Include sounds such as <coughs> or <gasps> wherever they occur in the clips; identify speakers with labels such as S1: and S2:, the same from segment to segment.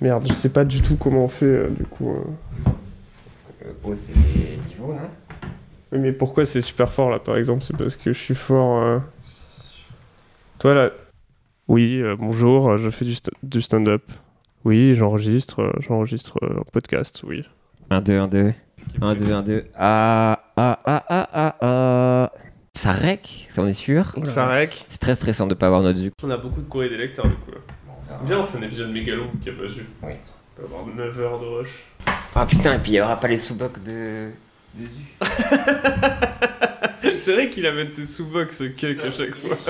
S1: Merde, je sais pas du tout comment on fait euh, du coup. euh.
S2: Euh, haut, c'est niveau, non
S1: Oui, Mais pourquoi c'est super fort là par exemple C'est parce que je suis fort. euh. Toi là. Oui, euh, bonjour, euh, je fais du, st- du stand-up. Oui, j'enregistre, euh, j'enregistre euh, un podcast, oui.
S2: 1, 2, 1, 2. 1, 2, 1, 2. Ah, ah, ah, ah, ah, ah. Ça rec, ça on est sûr.
S1: Ça rec.
S2: C'est très stressant de pas avoir notre zuc.
S1: Oh On a beaucoup de courriers des lecteurs du coup là. Viens, on fait un épisode méga long qui a pas vu.
S2: Oui.
S1: On peut avoir 9 heures de rush. <laughs>
S2: Ah putain, et puis il y aura pas les sous-bocs de. de zuc.
S1: C'est vrai qu'il amène ses sous-box cake à chaque fois. <laughs>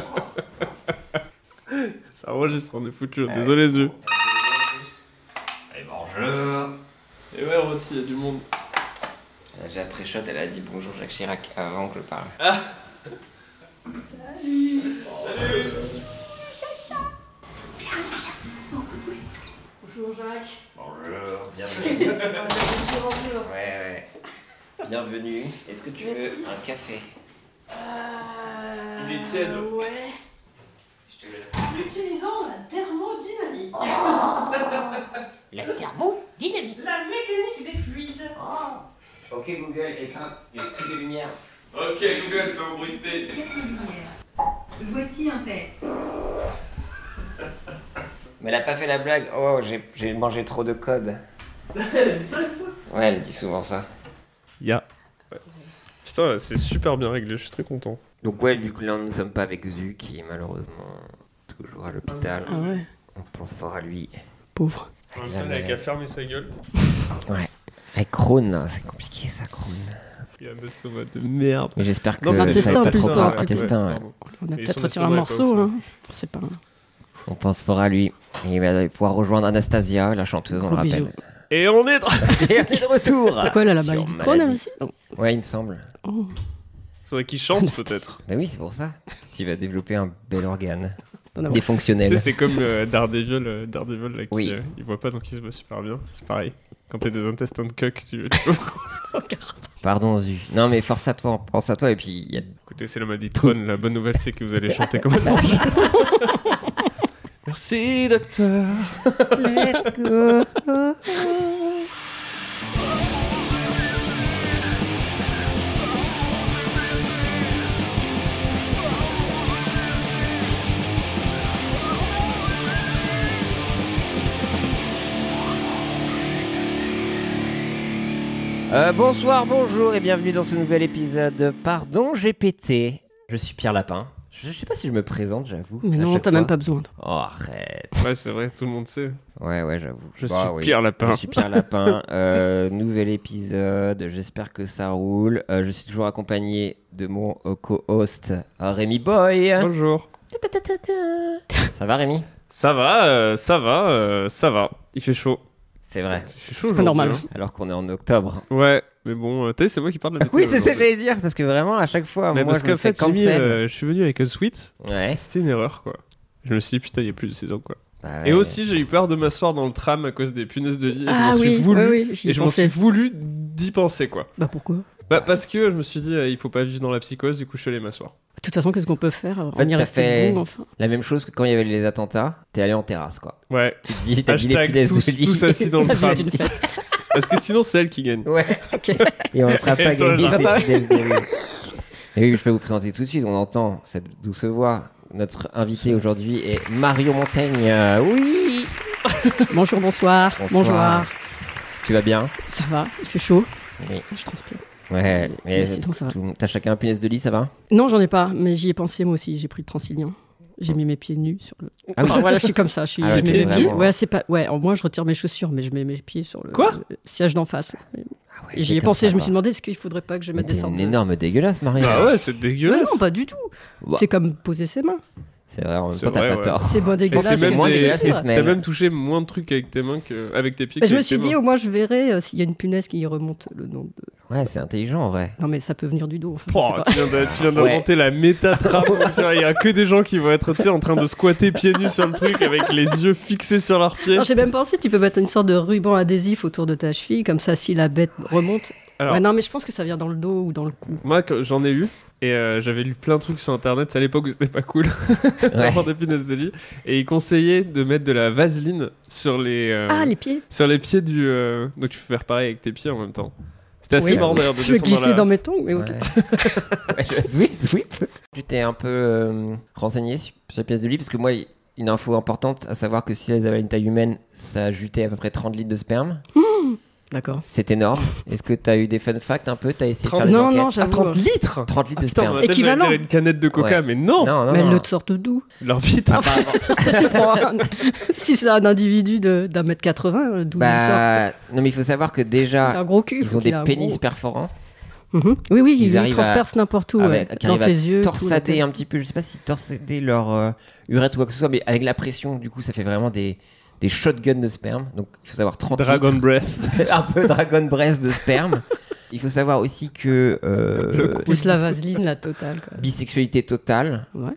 S1: Ça enregistre, on est foutu. Désolé, Dieu.
S2: Allez, bonjour.
S1: Et ouais, Rôti, il y a du monde.
S2: Elle a déjà pré-shot, elle a dit bonjour Jacques Chirac avant que je parle.
S3: Bonjour Jacques. Euh,
S2: Bonjour, bienvenue. ouais, ouais. Bienvenue. Est-ce que tu
S3: Merci.
S2: veux un café
S3: Euh,
S1: Il est tiède.
S3: Ouais.
S2: Je te laisse.
S3: Utilisons la thermodynamique.
S2: Oh.
S3: <laughs>
S2: La thermodynamique.
S3: La mécanique des fluides.
S2: Ok Google, éteins les trucs de lumière.
S1: Ok, Google, fais un bruit de thé.
S4: Voici un père.
S2: Mais elle a pas fait la blague. Oh, j'ai- j'ai mangé trop de <laughs> code. Ouais, elle dit souvent ça.
S1: Ya. Putain, c'est super bien réglé, je suis très content.
S2: Donc ouais, du coup là, nous ne sommes pas avec Zu qui est malheureusement toujours à l'hôpital.
S3: Ah ouais,
S2: On pense fort à lui.
S3: pauvre.
S1: En
S2: Avec,
S1: même
S2: la
S1: temps, il a qu'à
S2: maladie.
S1: fermer sa gueule.
S2: Avec Crohn, là, Ah, c'est compliqué ça, Crohn.
S1: Il a un estomac de merde.
S2: Mais j'espère que
S1: Non,
S2: ça
S1: c'est
S2: va
S3: intestin,
S2: pas trop
S3: intestin,
S2: grave.
S3: plutôt.
S2: Intestin, ouais.
S1: Pardon.
S3: On a
S1: Et
S3: peut-être
S1: son
S3: retiré un
S1: estomac est
S3: morceau,
S1: pas au
S3: hein. C'est pas.
S2: On pense fort à lui. Et il va pouvoir rejoindre Anastasia, la chanteuse, on le
S3: Gros bisous.
S2: rappelle.
S1: Et on est.
S2: <laughs> Et on est de retour
S3: Pourquoi elle a la hein
S2: Sur
S3: maladie de Crohn elle
S2: maladie.
S3: aussi Non.
S2: Ouais, il me semble.
S3: Oh.
S1: Faudrait qu'il chante peut-être.
S2: Bah oui, c'est pour ça. Tu vas développer un bel organe.
S3: Non, non.
S1: Tu
S2: Des
S1: sais,
S2: fonctionnels.
S1: c'est comme euh, Daredevil, euh, Daredevil là, qui,
S2: Oui.
S1: euh, il voit pas donc il se voit super bien. C'est pareil. Quand t'as des intestins de coq, tu, tu
S2: <laughs>
S1: vois.
S2: Pardon, Zu. Non, mais force à toi, pense à toi. Et puis, il y a
S1: Écoutez, c'est la maladie de Crohn. La bonne nouvelle, c'est que vous allez chanter comme un
S2: <laughs>
S1: ange. Merci, docteur.
S3: Let's go.
S2: Euh, bonsoir, bonjour et bienvenue dans ce nouvel épisode de Pardon j'ai pété. Je suis Pierre Lapin. Je, je sais pas si je me présente, j'avoue.
S3: Mais
S2: à
S3: non,
S2: chaque
S3: t'en as
S2: fois.
S3: même pas besoin. toi.
S2: Oh, arrête.
S1: Ouais, c'est vrai, tout le monde sait.
S2: Ouais, ouais, j'avoue.
S1: Je
S2: Bah
S1: suis
S2: oui.
S1: Pierre Lapin.
S2: Je suis Pierre Lapin. Euh, nouvel épisode. J'espère que ça roule. Euh, je suis toujours accompagné de mon euh, co-host euh, Rémi Boy.
S1: Bonjour.
S2: Ça va, Rémi
S1: Ça va, euh, ça va, euh, ça va. Il fait chaud.
S2: C'est vrai.
S1: Il fait chaud
S3: C'est pas
S1: aujourd'hui,
S3: normal.
S1: hein.
S2: Alors qu'on est en octobre.
S1: Ouais, mais bon, euh, t'as vu, c'est moi qui parle de la météo
S2: Oui, c'est ça que
S1: aujourd'hui.
S2: j'allais dire. Parce que vraiment, à chaque fois,
S1: Mais
S2: moi,
S1: parce
S2: je me
S1: qu'en
S2: fais
S1: fait, Jimmy,
S2: cancel.
S1: euh, je suis venu avec un suite.
S2: Ouais.
S1: C'était une erreur, quoi. Je me suis dit, putain, il y a plus de saison, quoi.
S2: Bah
S1: Et
S2: ouais.
S1: aussi, j'ai eu peur de m'asseoir dans le tram à cause des punaises de lit. et
S3: Ah
S1: je m'en
S3: oui,
S1: suis voulu.
S3: oui, oui, j'y
S1: et je m'en suis
S3: pensais.
S1: voulu d'y penser, quoi.
S3: Bah pourquoi De
S1: Bah, parce que je me suis dit, euh, il faut pas vivre dans la psychose, du coup, je suis allé m'asseoir.
S3: toute façon, qu'est-ce qu'on peut faire
S2: fait,
S3: On y
S2: t'as
S3: reste
S2: fait-
S3: bon, enfin.
S2: La même chose que quand il y avait les attentats, t'es allé en terrasse, quoi.
S1: Ouais.
S2: Tu te dis, t'as mis les
S1: Hashtag
S2: punaises
S1: tous-
S2: de lit.
S1: tous assis
S2: <laughs>
S1: dans le
S2: Ça,
S1: tram.
S2: c'est une fête.
S1: Parce que sinon, c'est elle qui gagne.
S2: Ouais.
S3: Ok.
S2: Et on ne sera pas
S1: Sur le
S2: gagné.
S1: jardin.
S2: Et oui, je peux vous présenter tout de suite. On entend cette douce voix. Notre invité aujourd'hui est Mario Montaigne. Euh, Oui.
S3: <laughs> Bonjour, bonsoir.
S2: Bonsoir. Tu vas bien
S3: Ça va Il fait chaud.
S2: Oui.
S3: Je transpire.
S2: Ouais.
S3: Mais
S2: Mais
S3: sinon, ça va.
S2: tout le monde- t'as chacun un punaise de lit, ça va
S3: Non, j'en ai pas, mais j'y ai pensé moi aussi. J'ai pris le Transilien. J'ai mis mes pieds nus sur le.
S2: Ah oui.
S3: Enfin, voilà, je suis comme ça. Je suis,
S2: Ah ouais,
S3: je mets
S2: t'es
S3: mes pieds.
S2: vraiment-
S3: Ouais, c'est pas. Ouais, en moins je retire mes chaussures, mais je mets mes pieds sur le,
S1: Quoi
S3: le siège d'en face.
S2: Ah ouais,
S3: Et j'y
S2: t'es
S3: ai
S2: comme
S3: pensé.
S2: ça,
S3: Je me
S2: quoi.
S3: suis demandé est-ce qu'il faudrait pas que je
S2: Mais
S3: mette des
S2: t'es
S3: sortes
S2: une
S3: de.
S2: énorme dégueulasse, Mario.
S1: Bah ouais, c'est
S3: Mais
S1: dégueulasse.
S3: non, pas du tout.
S2: Bah.
S3: C'est comme poser ses mains.
S2: C'est vrai, en même
S1: C'est
S2: temps,
S1: vrai,
S2: t'as pas
S1: ouais.
S2: tort.
S3: C'est moins dégueulasse.
S1: c'est
S3: que
S1: moins
S3: les
S1: dégueulasse,
S3: chaussures.
S2: ah, c'est-
S1: T'as
S2: elle-
S1: même touché moins de trucs avec tes mains que. avec tes pieds
S3: Bah,
S1: que
S3: je me
S1: avec
S3: suis
S1: tes
S3: dit,
S1: mains.
S3: au moins, je verrai euh, s'il y a une punaise qui remonte le nom de.
S2: Ouais, c'est intelligent
S1: <laughs>
S2: en vrai.
S3: Non, mais ça peut venir du dos. enfin, je
S1: Oh,
S3: sais pas.
S1: tu viens de- tu viens d'inventer la
S5: <laughs>
S1: métatrame. tu vois, Il y a que des gens qui vont être tu sais, en train de squatter pieds nus sur le truc avec les yeux fixés sur leurs pieds.
S3: Non, j'ai même pensé, tu peux mettre une sorte de ruban adhésif autour de ta cheville, comme ça, si la bête remonte.
S1: Alors-
S3: Ouais, non, mais je pense que ça vient dans le dos ou dans le cou.
S1: Moi, que- j'en ai eu.
S5: Et euh, j'avais lu plein de trucs sur internet, c'est à l'époque où c'était pas cool <laughs> d'avoir des punaises de lit. Et il conseillait de mettre de la vaseline sur les, euh,
S3: Ah, les pieds
S5: sur les pieds du. euh, Donc tu peux faire pareil avec tes pieds en même temps. C'était assez
S3: Oui.
S5: marrant d'ailleurs de
S3: Je vais
S5: descendre
S3: glisser
S5: la-
S3: dans mes tongs, mais
S2: <laughs>
S3: ok.
S2: Ouais. Ouais, je- Sweep, sweep. Tu t'es un peu euh, renseigné sur sur la pièce de lit parce que moi, une info importante à savoir que si elles avaient une taille humaine, ça jutait à peu près 30 litres de sperme.
S3: D'accord.
S2: C'est énorme. Est-ce que t'as eu des fun facts un peu T'as essayé de faire des
S3: Non,
S2: enquêtes
S3: non, j'avoue.
S5: 30 Ah, litres
S2: 30 litres de
S5: Putain,
S2: sperme.
S5: on a peut-être
S3: Équivalent.
S5: dire une canette de coca,
S2: Ouais.
S5: mais non,
S2: Non, non,
S3: mais elles
S2: non.
S3: le sortent d'où
S5: L'orbite.
S3: Ah, <laughs>
S2: Apparemment-
S3: Si tu prends un- Si c'est un individu de- d'un mètre 80, euh, d'où il sort
S2: bah, non, mais il faut savoir que déjà,
S3: Un gros cul.
S2: ils
S3: faut
S2: ont
S3: qu'il
S2: des
S3: a un
S2: pénis
S3: gros-
S2: perforants
S3: Mhm. Oui, oui,
S2: Ils
S3: ils,
S2: arrivent
S3: transpercent n'importe où.
S2: Ah
S3: ouais.
S2: ouais, qui
S3: Dans
S2: arrivent à
S3: tes yeux. tout,
S2: torsader
S3: la
S2: un petit peu. Je sais pas si torsader leur euh, urètre ou quoi que ce soit, mais avec la pression, du coup, ça fait vraiment des, des shotguns de sperme. Donc, il faut savoir 30
S5: <laughs> Dragon Breath.
S2: litres, <laughs> un peu Dragon Breath de sperme. il faut savoir aussi que euh,
S3: tête. Plus la vaseline, la totale. quoi.
S2: bisexualité totale.
S3: Ouais.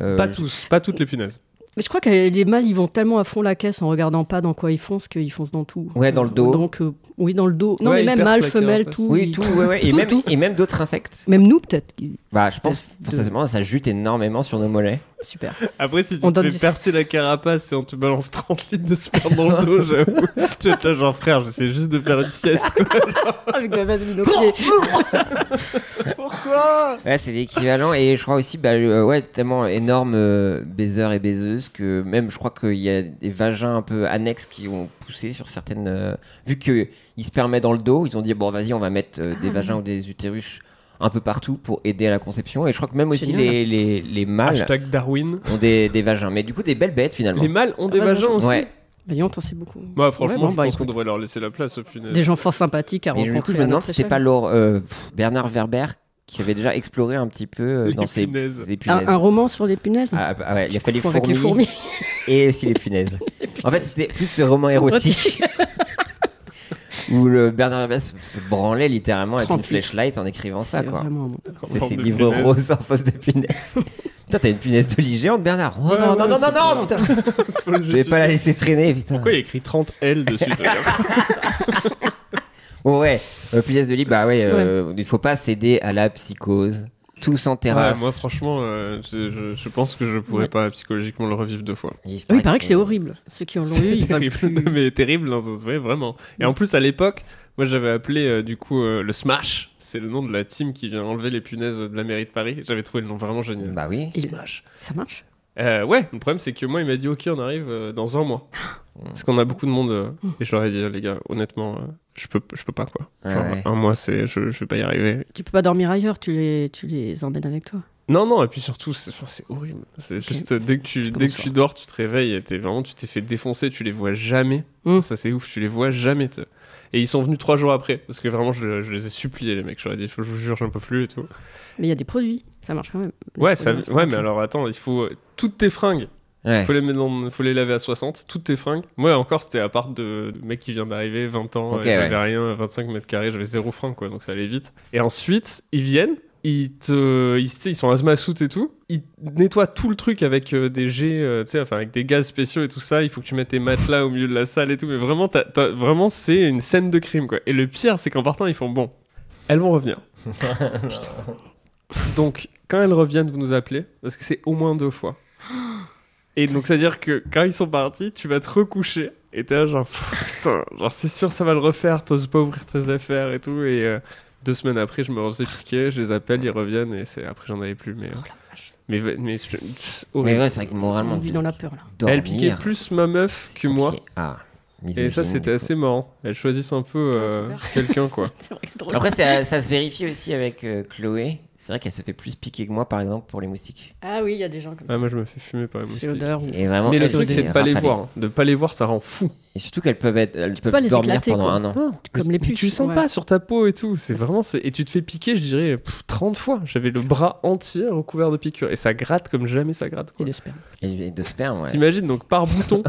S2: euh,
S5: Pas tous, pas toutes les punaises.
S3: Mais je crois que les mâles, ils vont tellement à fond la caisse en regardant pas dans quoi ils foncent qu'ils foncent dans tout.
S2: Ouais, dans le dos.
S3: Donc, euh, oui, dans le dos. Non,
S5: Ouais, ils
S3: mais même
S5: percent
S3: mâle,
S5: la
S3: femelle,
S5: carapace.
S3: tout.
S2: Oui,
S3: ils-
S2: tout, ouais, ouais. Et,
S3: Tout,
S2: même,
S3: tout.
S2: et même d'autres insectes.
S3: Même nous, peut-être. qu'ils-
S2: Bah, je pense, forcément, ça jute énormément sur nos mollets.
S3: Super.
S5: Après, si tu
S3: On
S5: te
S3: donne
S5: fais
S3: du-
S5: percer la carapace et on te balance 30 litres de sperme dans
S3: <laughs>
S5: le dos, j'avoue. Tu es là, genre frère, j'essaie juste de faire une sieste.
S3: <laughs> Avec la vaseline au pied.
S5: Pourquoi
S2: Ouais, c'est l'équivalent. Et je crois aussi, bah, euh, ouais, tellement énorme euh, baiseurs et baiseuses que même, je crois qu'il y a des vagins un peu annexes qui ont poussé sur certaines. euh, vu qu'ils se permettent dans le dos, ils ont dit, bon, vas-y, on va mettre euh,
S3: Ah.
S2: des vagins ou des utérus un peu partout pour aider à la conception. Et je crois que même aussi
S3: Génial.
S2: les, les, les mâles
S5: Hashtag Darwin.
S2: ont des, des vagins. Mais du coup, des belles bêtes finalement.
S5: Les mâles ont des
S3: Ah, bah,
S5: vagins aussi.
S2: Ouais.
S3: Voyons, t'en sais beaucoup.
S5: Bah, franchement,
S3: Ouais, bon,
S5: je
S3: bah,
S5: pense qu'on
S3: écoute.
S5: devrait leur laisser la place aux punaises.
S3: Des gens fort sympathiques à
S2: Mais
S3: rencontrer.
S2: du coup, je
S3: à
S2: me demande si
S3: notre
S2: c'était
S3: échelle.
S2: pas Laure- euh, pff, Bernard Werber qui avait déjà exploré un petit peu euh,
S5: Les
S2: dans ses,
S5: punaises.
S2: ses
S3: Un,
S2: punaises.
S3: un roman sur les punaises
S2: Ah, bah, ouais, il a
S3: Je
S2: fallu
S3: confonds avec les fourmis.
S2: et aussi les
S3: <laughs>
S2: punaises. En fait, c'était plus ce roman érotique <laughs> où le Bernard Herrmann se, se branlait littéralement avec une
S3: 38.
S2: flashlight en écrivant ça,
S3: C'est
S2: quoi.
S3: vraiment un bon-
S5: En
S2: C'est
S5: forme
S2: ses
S5: de
S2: livres
S5: punaises.
S2: roses en face de
S3: <laughs>
S2: punaises. putain, t'as une punaise de lit géante, Bernard. Oh
S5: Ouais,
S2: non, non,
S5: ouais,
S2: non,
S5: c'est
S2: non, non,
S5: clair.
S2: putain.
S5: Faut les
S2: Je vais pas la
S5: étudier.
S2: laisser traîner, putain.
S5: Pourquoi il y a écrit 30 L dessus d'ailleurs
S2: Bon, ouais, euh, punaise de lit, bah ouais, euh, il faut pas céder à la psychose. Tous en <laughs> terrasse.
S5: Ouais, Moi, franchement, euh, je, je- je pense que je pourrais
S3: Ouais.
S5: pas psychologiquement le revivre deux fois.
S2: Il
S3: Oui, il paraît que c'est horrible. Ceux qui en l'ont eu,
S5: C'est
S3: ils veulent
S5: terrible, Non, mais terrible dans ce ouais, vraiment. Et en plus, à l'époque, moi j'avais appelé euh, du coup euh, le Smash, c'est le nom de la team qui vient enlever les punaises de la mairie de Paris. J'avais trouvé le nom vraiment génial.
S2: Bah oui.
S3: Il-
S5: Smash.
S3: Ça marche
S5: Euh, ouais, le problème c'est que moi il m'a dit ok, on arrive euh, dans
S2: <gasps>
S5: un mois. Parce qu'on a beaucoup de monde. euh,
S2: Hmm.
S5: et je leur ai dit, les gars, honnêtement, euh, je, peux, je peux pas quoi. Genre,
S2: Ouais, ouais.
S5: Un mois, c'est, je, je vais pas y arriver.
S3: Tu peux pas dormir ailleurs, tu les, tu les emmènes avec toi.
S5: Non, non, et puis surtout, c'est, enfin, c'est horrible. C'est juste, euh, dès que, tu,
S3: pas
S5: dès que
S3: bonsoir.
S5: tu dors, tu te réveilles et t'es vraiment, tu t'es fait défoncer, tu les vois jamais.
S3: Mm.
S5: Ça, c'est ouf, tu les vois jamais. t'es- Et ils sont venus trois jours après, parce que vraiment, je, je les ai suppliés, les mecs. J'aurais dit, Faut- je vous jure, j'en peux plus et tout.
S3: Mais il y a des produits, ça marche quand même. Les
S5: Ouais, ça,
S3: produits,
S5: ouais mais
S3: ok.
S5: alors attends, il faut. euh, Toutes tes fringues,
S2: Ouais.
S5: faut les, mettre dans- faut les laver à 60, toutes tes fringues. Moi, encore, c'était à part de mec qui vient d'arriver, 20 ans,
S2: Ok,
S5: et
S2: ouais.
S5: j'avais rien, 25 mètres carrés, j'avais zéro fringue, quoi, donc ça allait vite. Et ensuite, ils viennent, ils, te, ils, tu sais, ils sont asthma-soutes et tout, ils nettoient tout le truc avec euh, des jets, euh, tu sais, enfin, avec des gaz spéciaux et tout ça. Il faut que tu mettes tes matelas au milieu de la salle et tout, mais vraiment, t'as- t'as- vraiment c'est une scène de crime, quoi. Et le pire, c'est qu'en partant, ils font bon, elles
S2: <laughs>
S5: vont revenir. Putain. donc, quand elles reviennent, vous nous appelez, parce que c'est au moins deux fois. Et donc, c'est-à-dire que quand ils sont partis, tu vas te recoucher. Et t'es là, genre, pff, putain, genre, c'est sûr, ça va le refaire. T'oses pas ouvrir tes affaires et tout. Et euh, deux semaines après, je me refais piquer. Je les appelle, ils reviennent. Et c'est après, j'en avais plus. Mais, euh,
S3: Oh, la vache.
S5: mais, mais, je- pff,
S2: Mais
S5: horrible.
S2: ouais, c'est vrai que moralement.
S3: On vit dans la peur là.
S2: dormir,
S5: Elle piquait plus ma meuf
S2: c'est
S5: que moi.
S2: compliqué. Ah,
S5: Et ça,
S2: misogyne, du
S5: c'était
S2: coup.
S5: assez marrant. Elles choisissent un peu euh,
S3: Ah, super.
S2: <laughs>
S5: quelqu'un, quoi.
S3: C'est vrai que c'est drôle.
S2: Après, ça, ça se vérifie aussi avec euh, Chloé. C'est vrai qu'elle se fait plus piquer que moi, par exemple, pour les moustiques.
S3: Ah oui, il y a des gens comme ça.
S5: Ah, moi, je me fais fumer par les
S3: C'est
S5: moustiques.
S3: l'odeur. ou-
S2: Et vraiment,
S5: Mais le
S2: elle,
S5: truc,
S2: se
S5: c'est
S2: fait
S5: de pas les
S2: rafaler.
S5: voir. De pas les voir, ça rend fou.
S2: Et surtout qu'elles peuvent être, elles peuvent
S3: pas les
S2: dormir
S3: éclater,
S2: pendant
S3: quoi.
S2: un an.
S3: Comme
S5: Mais
S3: les
S5: Tu le
S3: puces,
S5: sens
S3: ouais.
S5: pas sur ta peau et tout. C'est vraiment. c'est- Et tu te fais piquer, je dirais, pff, 30 fois. J'avais le bras entier recouvert de piqûres. Et ça gratte comme jamais ça gratte,
S3: Et
S5: quoi.
S3: le sperme.
S2: Et, et de sperme, ouais.
S5: T'imagines, donc par
S2: <laughs>
S5: bouton,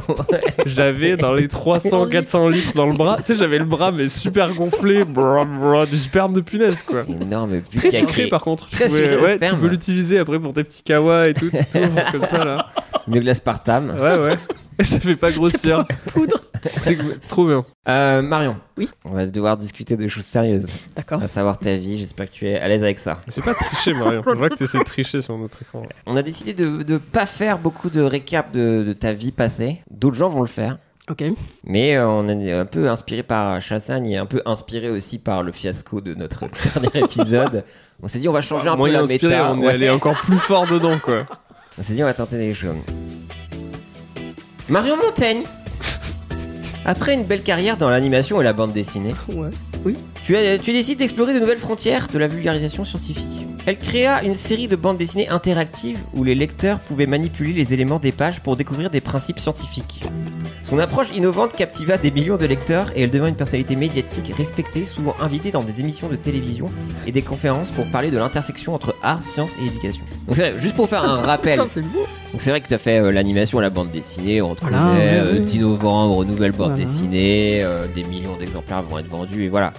S5: j'avais dans les 300, 400 litres dans le bras. Tu sais, j'avais le bras, mais super gonflé. brrr, brrr, du sperme de punaise, quoi.
S2: Énorme but
S5: Très sucré, par contre.
S2: Très
S5: Ouais,
S2: sucré, le
S5: ouais, tu
S2: sperme. <laughs>
S5: peux l'utiliser après pour tes petits kawas et tout. Tu t'ouvres comme ça, là. Euh.
S2: Mieux que l'aspartame.
S5: Ouais, ouais. Et ça fait pas
S3: C'est
S5: grossir.
S3: pour la poudre.
S5: C'est que- trop bien.
S2: Euh, Marion.
S3: Oui.
S2: On va devoir discuter de choses sérieuses.
S3: D'accord.
S2: À savoir ta vie, j'espère que tu es à l'aise avec ça.
S5: Mais C'est pas tricher, Marion. Je vois que t'essaies de tricher sur notre écran.
S2: On a décidé de ne pas faire beaucoup de récap de, de ta vie passée. D'autres gens vont le faire.
S3: Ok. <laughs>
S2: Mais euh, on est un peu inspiré par Chassagne et un peu inspiré aussi par le fiasco de notre <laughs> dernier épisode. On s'est dit on va changer un peu
S5: Moyen
S2: la
S5: inspiré,
S2: méta.
S5: on est
S2: Ouais.
S5: allé encore plus fort dedans, quoi.
S2: On s'est dit on va tenter des choses. Marion Montaigne Après une belle carrière dans l'animation et la bande dessinée,
S3: Ouais.
S2: tu, as- tu décides d'explorer de nouvelles frontières de la vulgarisation scientifique. Elle créa une série de bandes dessinées interactives où les lecteurs pouvaient manipuler les éléments des pages pour découvrir des principes scientifiques. Son approche innovante captiva des millions de lecteurs et elle devint une personnalité médiatique respectée, souvent invitée dans des émissions de télévision et des conférences pour parler de l'intersection entre art, science et éducation. Donc c'est vrai, juste pour faire un rappel,
S3: Putain, c'est beau.
S2: donc c'est vrai que tu as fait euh, l'animation, la bande dessinée, on te
S3: Voilà,
S2: connaît,
S3: ouais,
S2: euh,
S3: ouais.
S2: 10 novembre, nouvelle bande
S3: Voilà.
S2: dessinée, euh, des millions d'exemplaires vont être vendus et voilà.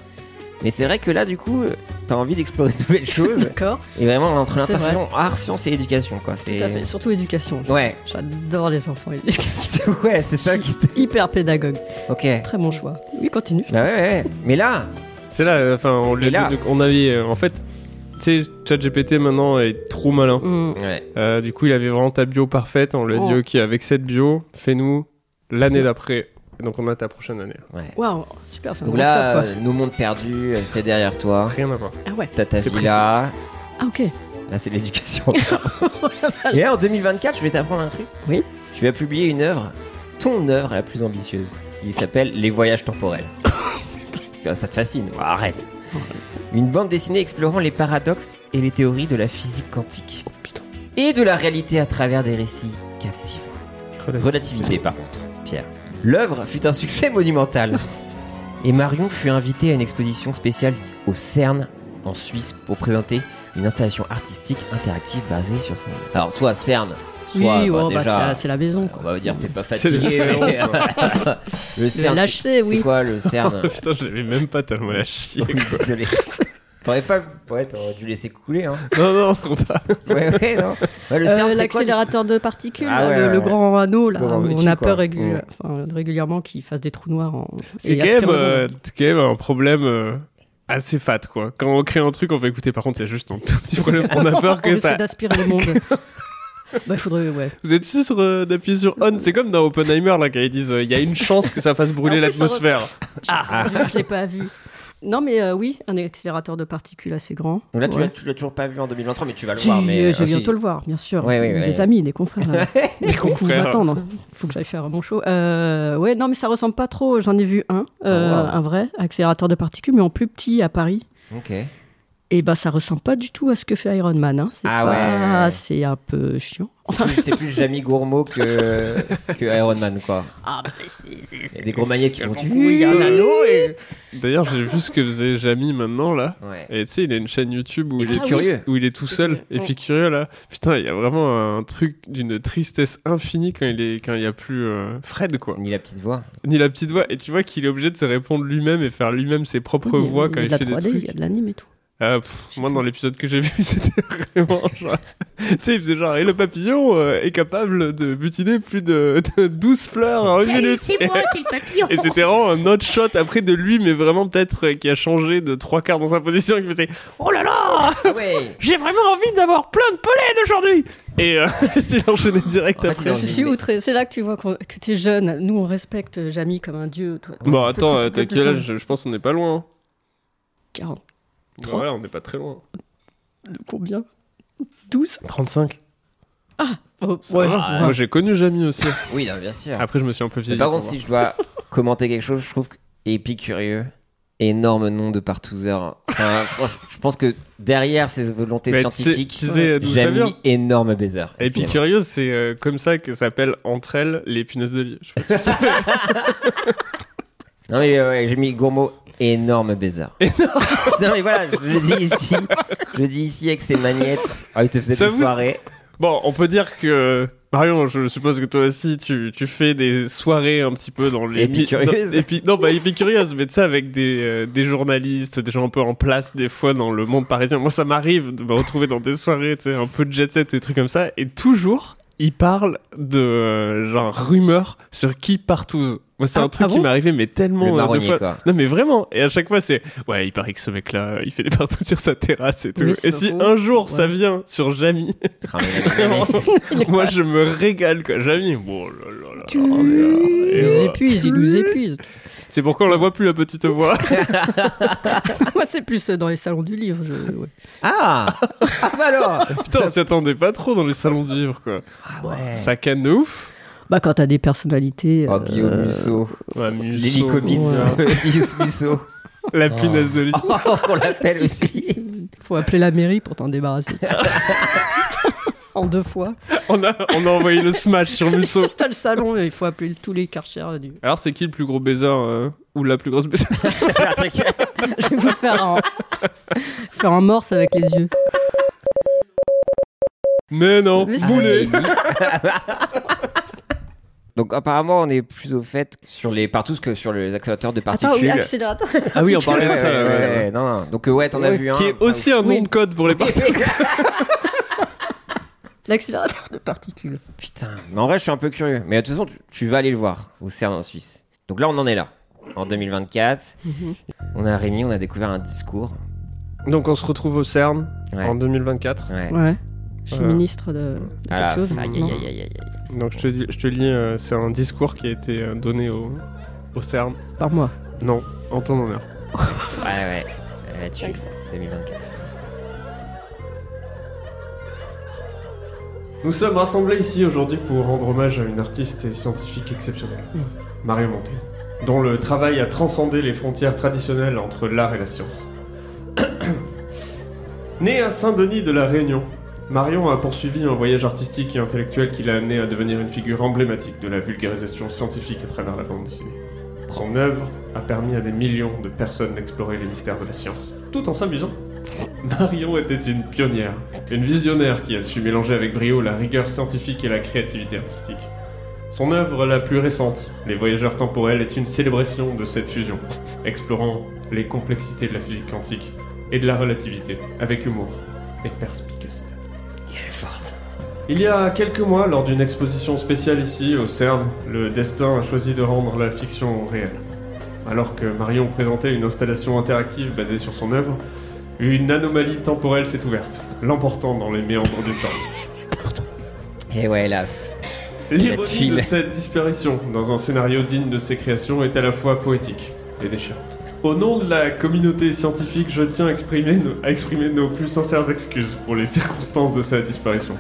S2: Mais c'est vrai que là du coup, euh, t'as envie d'explorer de nouvelles choses
S3: <laughs> D'accord.
S2: et vraiment entre
S3: C'est
S2: l'intention art, science et éducation quoi.
S3: Tout
S2: C'est
S3: à fait. Surtout éducation.
S2: ouais, <laughs>
S3: J'adore les enfants et l'éducation.
S2: C'est- ouais, c'est ça qui. t-
S3: <laughs> Hyper pédagogue.
S2: Ok.
S3: Très bon choix. Oui, continue.
S2: Bah ouais, ouais. Mais là,
S5: C'est là, euh, enfin, on, l'a
S2: Et là-
S5: dit, donc, on avait. euh, en fait, tu sais, ChatGPT maintenant est trop malin.
S3: Hmm.
S2: ouais.
S5: Euh, du coup, il avait vraiment ta bio parfaite. On lui a dit,
S3: Oh.
S5: ok, avec cette bio, fais-nous l'année d'après. Donc, on a ta prochaine année.
S3: Waouh, super, ça
S2: Donc
S3: me
S2: là,
S3: quoi.
S2: euh, nos mondes perdus, euh, c'est derrière toi.
S5: Rien à voir.
S3: Ah ouais,
S2: T'as ta
S5: c'est
S2: vie là.
S3: ah ok.
S2: Là, c'est de
S3: <laughs>
S2: l'éducation.
S3: Oh
S2: Et là, en 2024, je vais t'apprendre un truc.
S3: Oui.
S2: Tu vas publier une œuvre, ton œuvre la plus ambitieuse, qui s'appelle Les Voyages temporels. Ça te fascine, Bon, arrête. Une bande dessinée explorant les paradoxes et les théories de la physique quantique.
S3: putain.
S2: Et de la réalité à travers des récits captivants. Relativité, par contre, Pierre. L'œuvre fut un succès monumental. Et Marion fut invitée à une exposition spéciale au CERN, en Suisse, pour présenter une installation artistique interactive basée sur ça. Alors, toi, CERN,
S3: Oui,
S2: soit, bah,
S3: oh, bah, c'est
S2: déjà,
S3: la- c'est la maison quoi.
S2: on va dire, t'es pas
S5: C'est
S2: fatigué.
S5: le-
S2: mais- le CERN,
S3: lâcher,
S2: c'est-
S3: oui.
S2: c'est quoi le CERN
S5: <laughs> Putain, je l'avais même pas tellement la chier.
S1: <laughs>
S2: Désolé. T'aurais pas... Ouais, t'aurais dû laisser couler, hein.
S5: non, non, trop pas.
S2: Ouais, ouais, non. Ouais, le
S3: Euh,
S2: CERN, c'est quoi
S3: L'accélérateur de particules,
S2: Ah
S3: là,
S2: ouais,
S3: le,
S2: ouais,
S3: le
S2: ouais.
S3: grand anneau, là,
S2: Comment
S3: où
S2: veux-tu,
S3: on a
S2: quoi.
S3: peur régul-
S2: Ouais.
S3: enfin, régulièrement qu'il fasse des trous noirs. En...
S5: C'est
S3: et
S5: quand, même,
S3: aspirant
S5: euh,
S3: dedans.
S5: c'est quand même un problème euh, assez fat, quoi. Quand on crée un truc, on fait écouter. Par contre, il y a juste un tout petit problème.
S3: <laughs>
S5: On a peur
S3: On
S5: que
S3: risque
S5: ça.
S3: d'aspirer
S2: <laughs>
S3: le monde. bah, il faudrait, ouais.
S5: Vous êtes sûr euh, d'appuyer sur on C'est comme dans Oppenheimer, là, quand ils disent euh, il y a une chance que ça fasse brûler
S3: En plus, ça
S5: l'atmosphère.
S2: Ah.
S3: Je, je l'ai pas vu. Non, mais euh, oui, un accélérateur de particules assez grand.
S2: Donc là, tu,
S3: Ouais.
S2: l'as, tu l'as toujours pas vu en 2023, mais tu vas le
S3: Si,
S2: voir. Mais,
S3: euh, je vais
S2: Ah, si.
S3: bientôt le voir, bien sûr.
S2: Ouais, ouais,
S3: des
S2: ouais.
S3: amis,
S2: <laughs>
S3: des confrères. euh, des
S5: confrères.
S3: Attendre. hein. Faut que j'aille faire mon show. Euh, ouais, non, mais ça ressemble pas trop. J'en ai vu un, euh,
S2: Ah, wow.
S3: un vrai accélérateur de particules, mais en plus petit à Paris.
S2: Ok.
S3: Et bah, ça ressemble pas du tout à ce que fait Iron Man. hein. C'est
S2: Ah
S3: pas-
S2: ouais, ouais, ouais.
S3: c'est un peu chiant.
S2: C'est plus, c'est plus Jamie Gourmaud que, que Iron Man, quoi.
S3: Ah, mais c'est- c'est-
S2: Il y
S3: c'est-
S2: a des gros magnets qui vont
S5: D'ailleurs, j'ai vu ce que faisait Jamy maintenant, là.
S2: Ouais.
S5: Et tu sais, il a une chaîne YouTube où il
S2: Ah
S5: est
S2: oui.
S5: curieux, où il est tout seul,
S3: Épicurieux.
S5: et puis curieux là. Putain, il y a vraiment un truc d'une tristesse infinie quand il est, quand il y a plus euh, Fred quoi,
S2: Ni la petite voix.
S5: ni la petite voix. Et tu vois qu'il est obligé de se répondre lui-même et faire lui-même ses propres
S3: Oui,
S5: voix
S3: il y a de
S5: quand il
S3: la
S5: fait
S3: 3D, Il y
S5: des
S3: a
S5: trucs.
S3: de l'anime et tout.
S5: Ah, pff,
S3: Je sais
S5: moi,
S3: plus.
S5: dans l'épisode que j'ai vu, <laughs> c'était vraiment genre. tu sais, il faisait genre, et le papillon euh, est capable de butiner plus de, de 12 fleurs en une minute.
S6: C'est moi, c'est le papillon.
S5: Et c'était vraiment un autre shot après de lui, mais vraiment peut-être euh, qui a changé de trois quarts dans sa position et qui faisait Oh là là
S2: Ah ouais
S5: J'ai vraiment envie d'avoir plein de pollen aujourd'hui Et euh, <laughs> c'est enchaîné direct
S2: En fait,
S5: après.
S2: il
S3: Je suis outré. C'est là que tu vois qu'on- que t'es jeune. Nous, on respecte euh, Jamy comme un dieu. Toi,
S5: Bon, attends,
S3: Plus- plus-
S5: euh, t'as
S3: plus-
S5: quel
S3: plus-
S5: âge Je je pense qu'on n'est pas loin. hein.
S3: 40.
S5: Bah
S3: Trois.
S5: ouais, on n'est pas très loin.
S3: De combien 12
S5: 35
S3: Oh,
S5: ça va. hein,
S2: Ah,
S5: Moi, j'ai connu Jamie aussi.
S2: Oui, non, bien sûr.
S5: Après, je me suis un peu vieilli.
S2: Mais par
S5: pour
S2: contre, si je dois <laughs> commenter quelque chose, je trouve que Épicurieux, énorme nom de partouzeur. Enfin, franchement, je pense que derrière ces volontés
S5: Mais tu sais-
S2: scientifiques,
S5: tu sais d'où ça vient
S2: Jamie, énorme baiser.
S5: Et puis
S2: Excusez-moi.
S5: curieux, c'est euh, comme ça que s'appellent entre elles les punaises de lit. Je sais pas si tu sais.
S2: Non mais euh, ouais, j'ai mis Gourmaud énorme
S5: <laughs>
S2: baiser. non mais voilà, je le dis ici, je le dis ici avec ses magnettes. Ah, il te faisait
S5: Ça
S2: des
S5: vous-
S2: soirées.
S5: bon, on peut dire que Marion, je suppose que toi aussi, tu, tu fais des soirées un petit peu dans les
S2: Épicurieuses.
S5: dans- épi- non, pas épicurieuses, mais tu sais avec des, euh, des journalistes, des gens un peu en place des fois dans le monde parisien. Moi, ça m'arrive de me retrouver dans des soirées, tu sais, un peu de jet set, des trucs comme ça, et toujours
S1: il parle de euh, genre rumeurs sur qui partouze. Moi, c'est
S3: Ah,
S1: un truc
S3: ah
S1: qui
S3: bon
S1: m'est arrivé, mais tellement
S2: Le
S1: euh, de
S2: marronnier,
S1: fois.
S2: quoi.
S1: Non, mais vraiment. Et à chaque fois, c'est ouais, il paraît que ce mec-là, il fait des partouses sur sa terrasse et tout.
S3: Oui, c'est
S1: Et
S3: pas
S1: si
S3: faux.
S1: un jour ça
S3: Ouais.
S1: vient sur Jamie,
S2: Ah,
S5: <laughs>
S2: mais non, mais
S1: <laughs>
S2: c'est-
S1: moi je me régale quoi. Jamie, oh là là là.
S3: Tu
S1: oh là là. Et
S3: nous
S1: voilà.
S3: épuise, il nous épuise.
S1: C'est pourquoi on la voit plus la petite voix.
S3: Moi, c'est plus euh, dans les salons du livre. je- ouais.
S2: Ah Ah bah alors
S1: Putain, on s'y attendait pas trop dans les salons du livre quoi.
S2: Ah ouais
S1: Ça canne de ouf.
S3: Bah, quand t'as des personnalités.
S2: Oh,
S5: Ah.
S3: euh,
S2: Guillaume Musso.
S1: Ouais, Musso.
S2: L'hélicobite, <laughs> Guillaume Musso.
S1: La punaise de lit.
S2: Oh, qu'on l'appelle aussi.
S3: faut appeler la mairie pour t'en
S5: <laughs>
S3: débarrasser. en deux fois.
S1: On a, on a envoyé le smash sur Musso.
S3: T'as <laughs> le salon, il faut appeler tous les karchers euh, du.
S1: Alors, c'est qui le plus gros baiser euh, ou la plus grosse baiser <laughs>
S2: C'est un truc-
S3: <laughs> Je vais vous faire un. faire un morse avec les yeux.
S1: Mais non,
S3: Mais si.
S1: boulet.
S2: <laughs> Donc apparemment on est plus au fait sur les partout que sur les accélérateurs de particules.
S3: accélérateur.
S1: Ah oui, on
S2: Ouais,
S1: parlait de
S2: ouais,
S1: ça.
S2: ouais,
S1: ouais.
S2: ouais, ouais. Non, non. Donc euh, ouais t'en as
S3: Ouais.
S2: vu un.
S1: Qui est aussi un nom
S3: Oui.
S1: de code pour les parties.
S3: L'accélérateur de particules.
S2: <laughs> Putain. Mais en vrai je suis un peu curieux. Mais de toute façon tu, tu vas aller le voir au CERN en Suisse. Donc là on en est là. En 2024,
S3: Mhm.
S2: on a Rémi, on a découvert un discours.
S1: Donc, on se retrouve au CERN
S2: Ouais.
S1: en 2024.
S2: ouais.
S3: Ouais. Je suis
S1: Euh,
S3: ministre de, de
S2: Ah,
S3: quelque chose.
S2: aïe, aïe,
S3: non
S2: aïe, aïe, aïe.
S1: Donc, je te, dis- je te lis, euh, c'est un discours qui a été euh, donné au, au CERN.
S3: Par moi.
S1: Non, en ton honneur.
S2: Ouais, ouais. Euh, tu 2024.
S1: Nous sommes rassemblés ici aujourd'hui pour rendre hommage à une artiste et scientifique exceptionnelle,
S3: Mm.
S1: Mario Montaigne, dont le travail a transcendé les frontières traditionnelles entre l'art et la science. <coughs> Née à Saint-Denis de la Réunion, Marion a poursuivi un voyage artistique et intellectuel qui l'a amenée à devenir une figure emblématique de la vulgarisation scientifique à travers la bande dessinée. Son œuvre a permis à des millions de personnes d'explorer les mystères de la science, tout en s'amusant. <laughs> Marion était une pionnière, une visionnaire qui a su mélanger avec brio la rigueur scientifique et la créativité artistique. Son œuvre la plus récente, Les Voyageurs temporels, est une célébration de cette fusion, explorant les complexités de la physique quantique et de la relativité, avec humour et perspicacité.
S2: Elle est forte.
S1: Il y a quelques mois, lors d'une exposition spéciale ici, au CERN, le destin a choisi de rendre la fiction réelle. Alors que Marion présentait une installation interactive basée sur son œuvre, une anomalie temporelle s'est ouverte, l'emportant dans les méandres du temps.
S2: Et ouais, hélas.
S1: L'ironie
S2: file.
S1: de cette disparition dans un scénario digne de ses créations est à la fois poétique et déchirante. Au nom de la communauté scientifique, je tiens à exprimer nos- à exprimer nos plus sincères excuses pour les circonstances de sa disparition.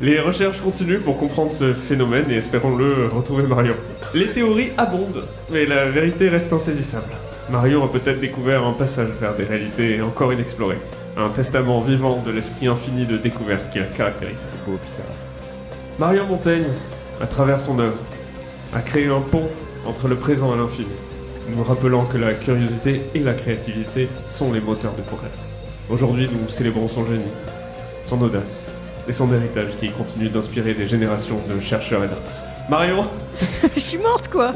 S1: Les recherches continuent pour comprendre ce phénomène et espérons-le retrouver Marion. Les théories abondent, mais la vérité reste insaisissable. Marion a peut-être découvert un passage vers des réalités encore inexplorées, un testament vivant de l'esprit infini de découverte qui la caractérise.
S2: C'est beau, putain.
S1: Marion Montaigne, à travers son œuvre, a créé un pont entre le présent et l'infini, nous rappelant que la curiosité et la créativité sont les moteurs du progrès. Aujourd'hui, nous célébrons son génie, son audace et son héritage qui continue d'inspirer des générations de chercheurs et d'artistes. Marion,
S3: <laughs> Je suis morte, quoi.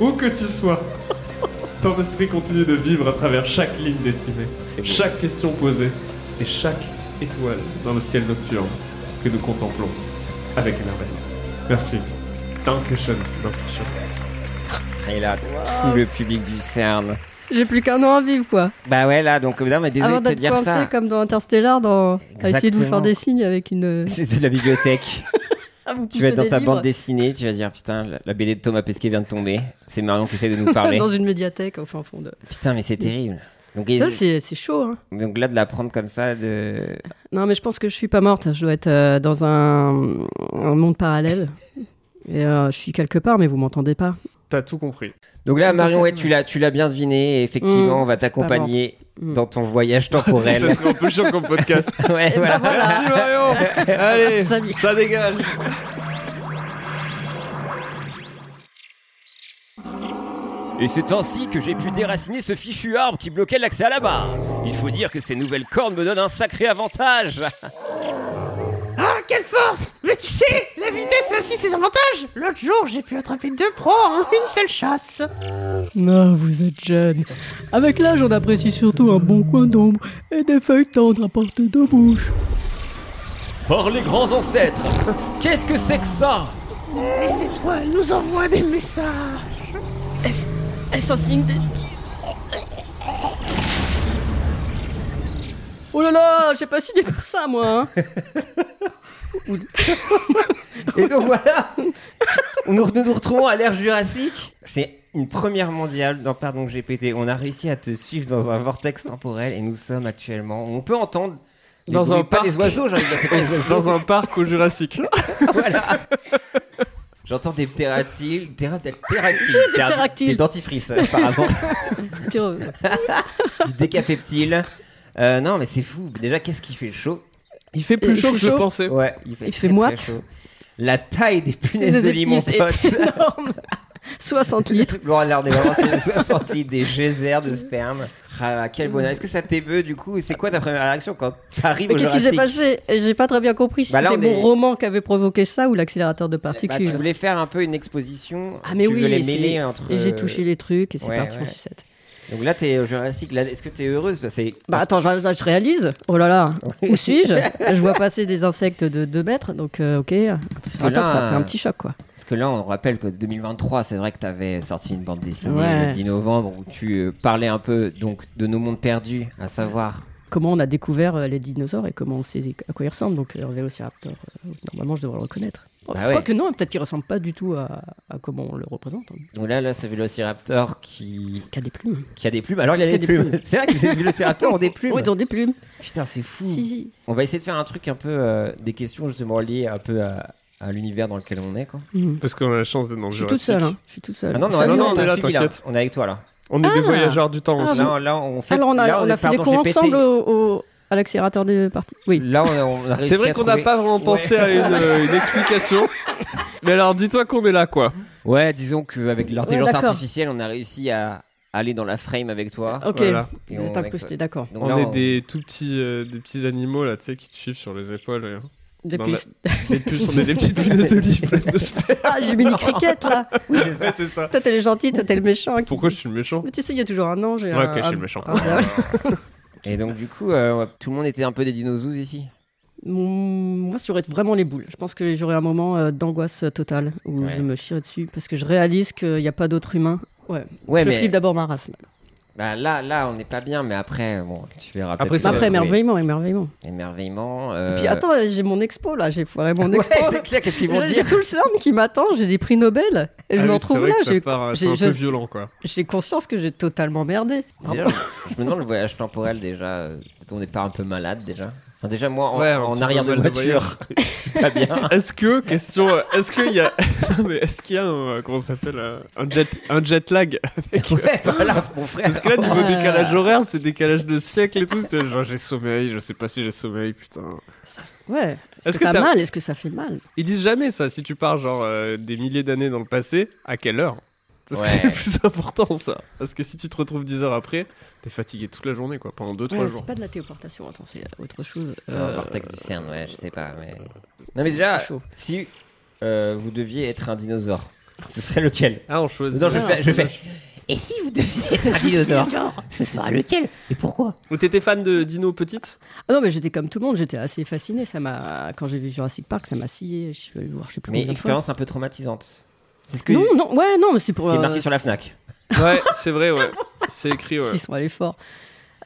S1: où que tu sois, <laughs> ton esprit continue de vivre à travers chaque ligne dessinée,
S2: C'est beau.
S1: chaque question posée et chaque étoile dans le ciel nocturne que nous contemplons avec émerveillement. Merci. Danke schön. Danke schön.
S2: Et là, tout le public du CERN.
S3: J'ai plus qu'un an à vivre, quoi.
S2: Bah ouais, là, donc, non, mais désolé
S3: Avant
S2: de te
S3: d'être
S2: dire ça.
S3: coincé comme dans Interstellar, dans... à essayer de vous
S2: Exactement.
S3: faire des signes avec une.
S2: <laughs> C'est c'est de la
S3: <laughs>
S2: bibliothèque.
S3: Ah, vous
S2: tu vas
S3: poussez
S2: être dans
S3: des
S2: ta
S3: livres
S2: bande dessinée, tu vas dire putain, la, la BD de Thomas Pesquet vient de tomber. C'est Marion qui essaie de
S3: <laughs>
S2: nous parler.
S3: dans une médiathèque, enfin, fond de.
S2: Putain, mais c'est terrible. Donc, et-
S3: Ça, c'est c'est chaud, hein.
S2: donc là, de la prendre comme ça, de.
S3: Non, mais je pense que je suis pas morte. Je dois être euh, dans un, un monde parallèle. Et euh, je suis quelque part, mais vous m'entendez pas.
S1: T'as tout compris.
S2: Donc là,
S3: Ouais,
S2: Marion,
S3: ça,
S2: ouais,
S3: ouais.
S2: tu l'as, tu l'as bien deviné. Et effectivement,
S3: Mm,
S2: on va t'accompagner
S3: Mm.
S2: dans ton voyage temporel.
S5: <laughs>
S1: Ça serait un peu chiant comme podcast.
S2: <laughs> ouais,
S3: Et
S2: voilà.
S3: bah <laughs> voilà.
S1: Merci
S3: <laughs>
S1: Marion. Allez,
S3: Salut.
S1: ça dégage.
S2: Et c'est ainsi que j'ai pu déraciner ce fichu arbre qui bloquait l'accès à la barre. Il faut dire que ces nouvelles cornes me donnent un sacré avantage.
S7: Ah, quelle force Mais tu sais, la vitesse a aussi ses avantages L'autre jour, j'ai pu attraper deux proies en une seule chasse
S2: Ah,
S3: Non, vous êtes jeune. Avec l'âge, on apprécie surtout un bon coin d'ombre et des feuilles tendres à portée de bouche.
S2: Par les grands <laughs> ancêtres Qu'est-ce que c'est que ça
S8: Les étoiles nous envoient des messages.
S3: Est-ce un signe Oh là là, j'ai pas signé pour ça, moi.
S2: <laughs>
S3: hein.
S2: Et donc voilà <laughs> nous, nous nous retrouvons à l'ère jurassique. C'est une première mondiale dans Pardon GPT. On a réussi à te suivre dans un vortex temporel et nous sommes actuellement. On peut entendre. les
S5: Dans
S2: bruits-
S5: un
S2: pas
S5: parc.
S2: des oiseaux, j'ai envie de <laughs> dire, c'est pas des oiseaux.
S5: Dans un parc au Jurassic.
S2: Voilà. J'entends des pteratiles, ptera- des pteratiles, c'est un-
S3: pteractyles.
S2: des dentifrices apparemment,
S3: Tiens,
S2: du décapeptile. Euh, non mais c'est fou. Déjà qu'est-ce qui fait chaud
S5: Il fait
S3: C'est-
S5: plus
S3: il
S5: chaud
S3: fait
S5: que je
S3: chaud.
S5: pensais.
S2: Ouais, il fait,
S3: Il
S2: très,
S3: fait
S2: très
S3: moite.
S2: chaud. La taille des punaises
S3: les
S2: de lit, mon
S3: épices <laughs> est
S2: pote. <laughs>
S3: énorme. 60 litres.
S2: Laurent Lard est vraiment sur les 60 litres des geysers de sperme. Ah, quel bonheur. Est-ce que ça t'émeut du coup C'est quoi ta première réaction quand t'arrives
S3: Mais
S2: au
S3: qu'est-ce qui s'est
S2: Jurassic Eh
S3: passé J'ai pas très bien compris si
S2: Bah là,
S3: c'était
S2: on
S3: mon
S2: est-
S3: roman qui avait provoqué ça ou l'accélérateur de
S2: Bah, tu
S3: particules.
S2: voulais faire un peu une exposition.
S3: ah mais
S2: tu
S3: oui,
S2: veux les
S3: et c'est-
S2: mêler entre.
S3: et j'ai touché les trucs et c'est
S2: euh, Ouais,
S3: parti
S2: ouais.
S3: en sucette.
S2: Donc là, t'es au Jurassic. Là, est-ce que t'es heureuse Bah, c'est-
S3: Bah attends, je, je réalise. Oh
S2: <laughs>
S3: là là, où suis-je Je vois passer des insectes de 2 mètres, donc euh, ok. C'est
S2: que
S3: un top,
S2: là,
S3: ça fait
S2: euh,
S3: un petit choc quoi.
S2: Parce que là, on rappelle que 2023, c'est vrai que tu avais sorti une bande dessinée
S3: Ouais.
S2: le 10 novembre où tu euh, parlais un peu donc de nos mondes perdus, à savoir.
S3: Comment on a découvert euh, les dinosaures et comment on sait à quoi ils ressemblent. Donc euh, un vélociraptor, euh, normalement je devrais le reconnaître. Oh,
S2: Bah ouais.
S3: Quoique non, peut-être qu'il ressemble pas du tout à, à comment on le représente. hein.
S2: Donc là, là, ce vélociraptor qui,
S3: Qu'à des plumes.
S2: qui a des plumes. Alors, il a
S3: Qui
S2: des,
S3: a des
S2: plumes. <laughs> C'est vrai que ces vélociraptors
S3: <laughs>
S2: ont des plumes.
S3: Oui, ils ont des plumes.
S2: Putain, c'est fou.
S3: Si, si.
S2: On va essayer de faire un truc un peu. euh, des questions justement liées un peu à, à l'univers dans lequel on est, quoi.
S3: Mhm.
S5: Parce qu'on a la chance d'être dans le
S3: Je suis
S5: Jurassic.
S3: toute seule. hein. Je suis toute seule.
S2: Ah non, non,
S3: Salut,
S2: non,
S5: on
S2: on
S5: est là,
S2: suivi, là.
S5: t'inquiète.
S2: On est avec toi, là.
S5: On est
S3: Ah.
S5: des voyageurs du temps
S3: Ah,
S5: aussi.
S3: bon.
S2: Là, là, on fait.
S3: Alors on a,
S2: là,
S3: on
S2: est
S3: a fait les
S2: pardon,
S3: cours
S2: GPT.
S3: ensemble au, au- à l'accélérateur de partie. Oui.
S2: Là, on a, on a réussi
S5: C'est vrai
S2: à
S5: qu'on n'a
S2: trouver-
S5: pas vraiment pensé à une, euh, une explication. Mais alors, dis-toi qu'on est là, quoi.
S2: Ouais, disons qu'avec l'intelligence
S3: Ouais, d'accord.
S2: artificielle, on a réussi à aller dans la frame avec toi.
S3: Ok.
S5: Voilà.
S2: Et
S3: Oh, Vous êtes
S2: on-
S3: incrusté, d'accord.
S2: Donc
S5: on
S2: là,
S5: est des tout petits, euh, des petits animaux, là, tu sais, qui te suivent sur les épaules. euh.
S3: Des
S5: Dans
S2: bah-
S3: puces.
S5: Les puces, on est des petites punaises de lit pleines de sperme.
S3: Ah, j'ai mis une cricket là.
S2: <laughs> Oui, c'est ça.
S5: Ouais, c'est ça.
S3: Toi, t'es le gentil, toi, t'es le méchant.
S5: Pourquoi je suis le méchant
S3: Mais tu sais, il y a toujours un ange. Et
S5: Ouais,
S3: un,
S5: ok, je suis
S3: un-
S5: le méchant.
S3: un-
S2: Et donc, du coup, euh, ouais, tout le monde était un peu des dinozoos ici.
S3: Mon- Moi, ça aurait été vraiment les boules. Je pense que j'aurais un moment euh, d'angoisse totale où
S2: Ouais.
S3: je me chierais dessus parce que je réalise qu'il n'y a pas d'autres humains. Ouais.
S2: Ouais,
S3: je
S2: mais
S3: flippe d'abord ma race.
S2: bah, là, là, on n'est pas bien, mais après, bon, tu verras.
S5: Après,
S2: peut-être
S3: Mais
S5: Ça va
S3: après,
S2: trouver.
S3: émerveillement, émerveillement.
S2: Émerveillement. euh,
S3: Et puis attends, euh, j'ai mon expo là, j'ai foiré mon
S2: <laughs> ouais,
S3: expo.
S2: c'est clair, qu'est-ce qu'ils vont
S3: J'ai- j'ai
S2: dire
S3: tout le CERN qui m'attend, j'ai des prix Nobel et je
S5: Ah
S3: me
S5: oui,
S3: retrouve là.
S5: C'est vrai
S3: J'ai
S5: que ça part, euh,
S3: j'ai-
S5: c'est un peu
S3: je-
S5: violent, quoi.
S3: j'ai conscience que j'ai totalement merdé.
S2: Déjà, je me demande le voyage temporel déjà. euh, peut-être On n'est pas un peu malade déjà. Enfin, déjà, moi, en,
S5: Ouais, un
S2: en
S5: petit peu
S2: arrière de
S5: mal de
S2: voiture, <laughs> c'est pas bien.
S5: Est-ce que, question, euh, est-ce qu'il <laughs> y a, non, mais est-ce qu'il y a un, euh, comment ça s'appelle, euh, un jet, un jet lag
S2: ouais, voilà, mon frère.
S5: Parce que là, niveau
S3: Ouais.
S5: décalage horaire, c'est décalage de siècle et tout. c'est Genre, j'ai sommeil, je sais pas si j'ai sommeil, putain.
S3: Ça- ouais. Est-ce
S5: Est-ce
S3: que,
S5: que
S3: t'as
S5: t'as-
S3: mal Est-ce que ça fait mal
S5: Ils disent jamais ça. Si tu pars, genre, euh, des milliers d'années dans le passé, à quelle heure Parce
S2: Ouais.
S5: que c'est <laughs> plus important, ça. Parce que si tu te retrouves 10 heures après, t'es fatigué toute la journée, quoi, pendant 2-3
S3: Ouais,
S5: jours.
S3: C'est pas de la téléportation, attends, c'est autre chose.
S2: C'est un
S3: Euh,
S2: vortex du CERN, ouais, je sais pas. Mais... Non, mais
S3: c'est
S2: déjà,
S3: chaud.
S2: si euh, vous deviez être un dinosaure, ce serait lequel
S5: Ah, on choisit.
S2: Non, je
S5: Ah,
S2: fais,
S5: c'est
S2: je fais.
S5: dommage.
S2: Et si vous deviez être un dinosaure, ce sera lequel Et pourquoi
S5: Ou t'étais fan de Dino Petite
S3: Ah non, mais j'étais comme tout le monde, j'étais assez fasciné. Ça m'a, quand j'ai vu Jurassic Park, ça m'a scié. Je suis allé voir, je sais plus
S2: Mais
S3: combien de fois.
S2: expérience un peu traumatisante. C'est ce que
S3: Non, non, ouais, non, mais c'est
S2: ce
S3: pour.
S2: qui est marqué
S3: euh,
S2: sur la Fnac.
S5: Ouais, c'est vrai, ouais. C'est écrit, ouais.
S3: Ils sont allés fort.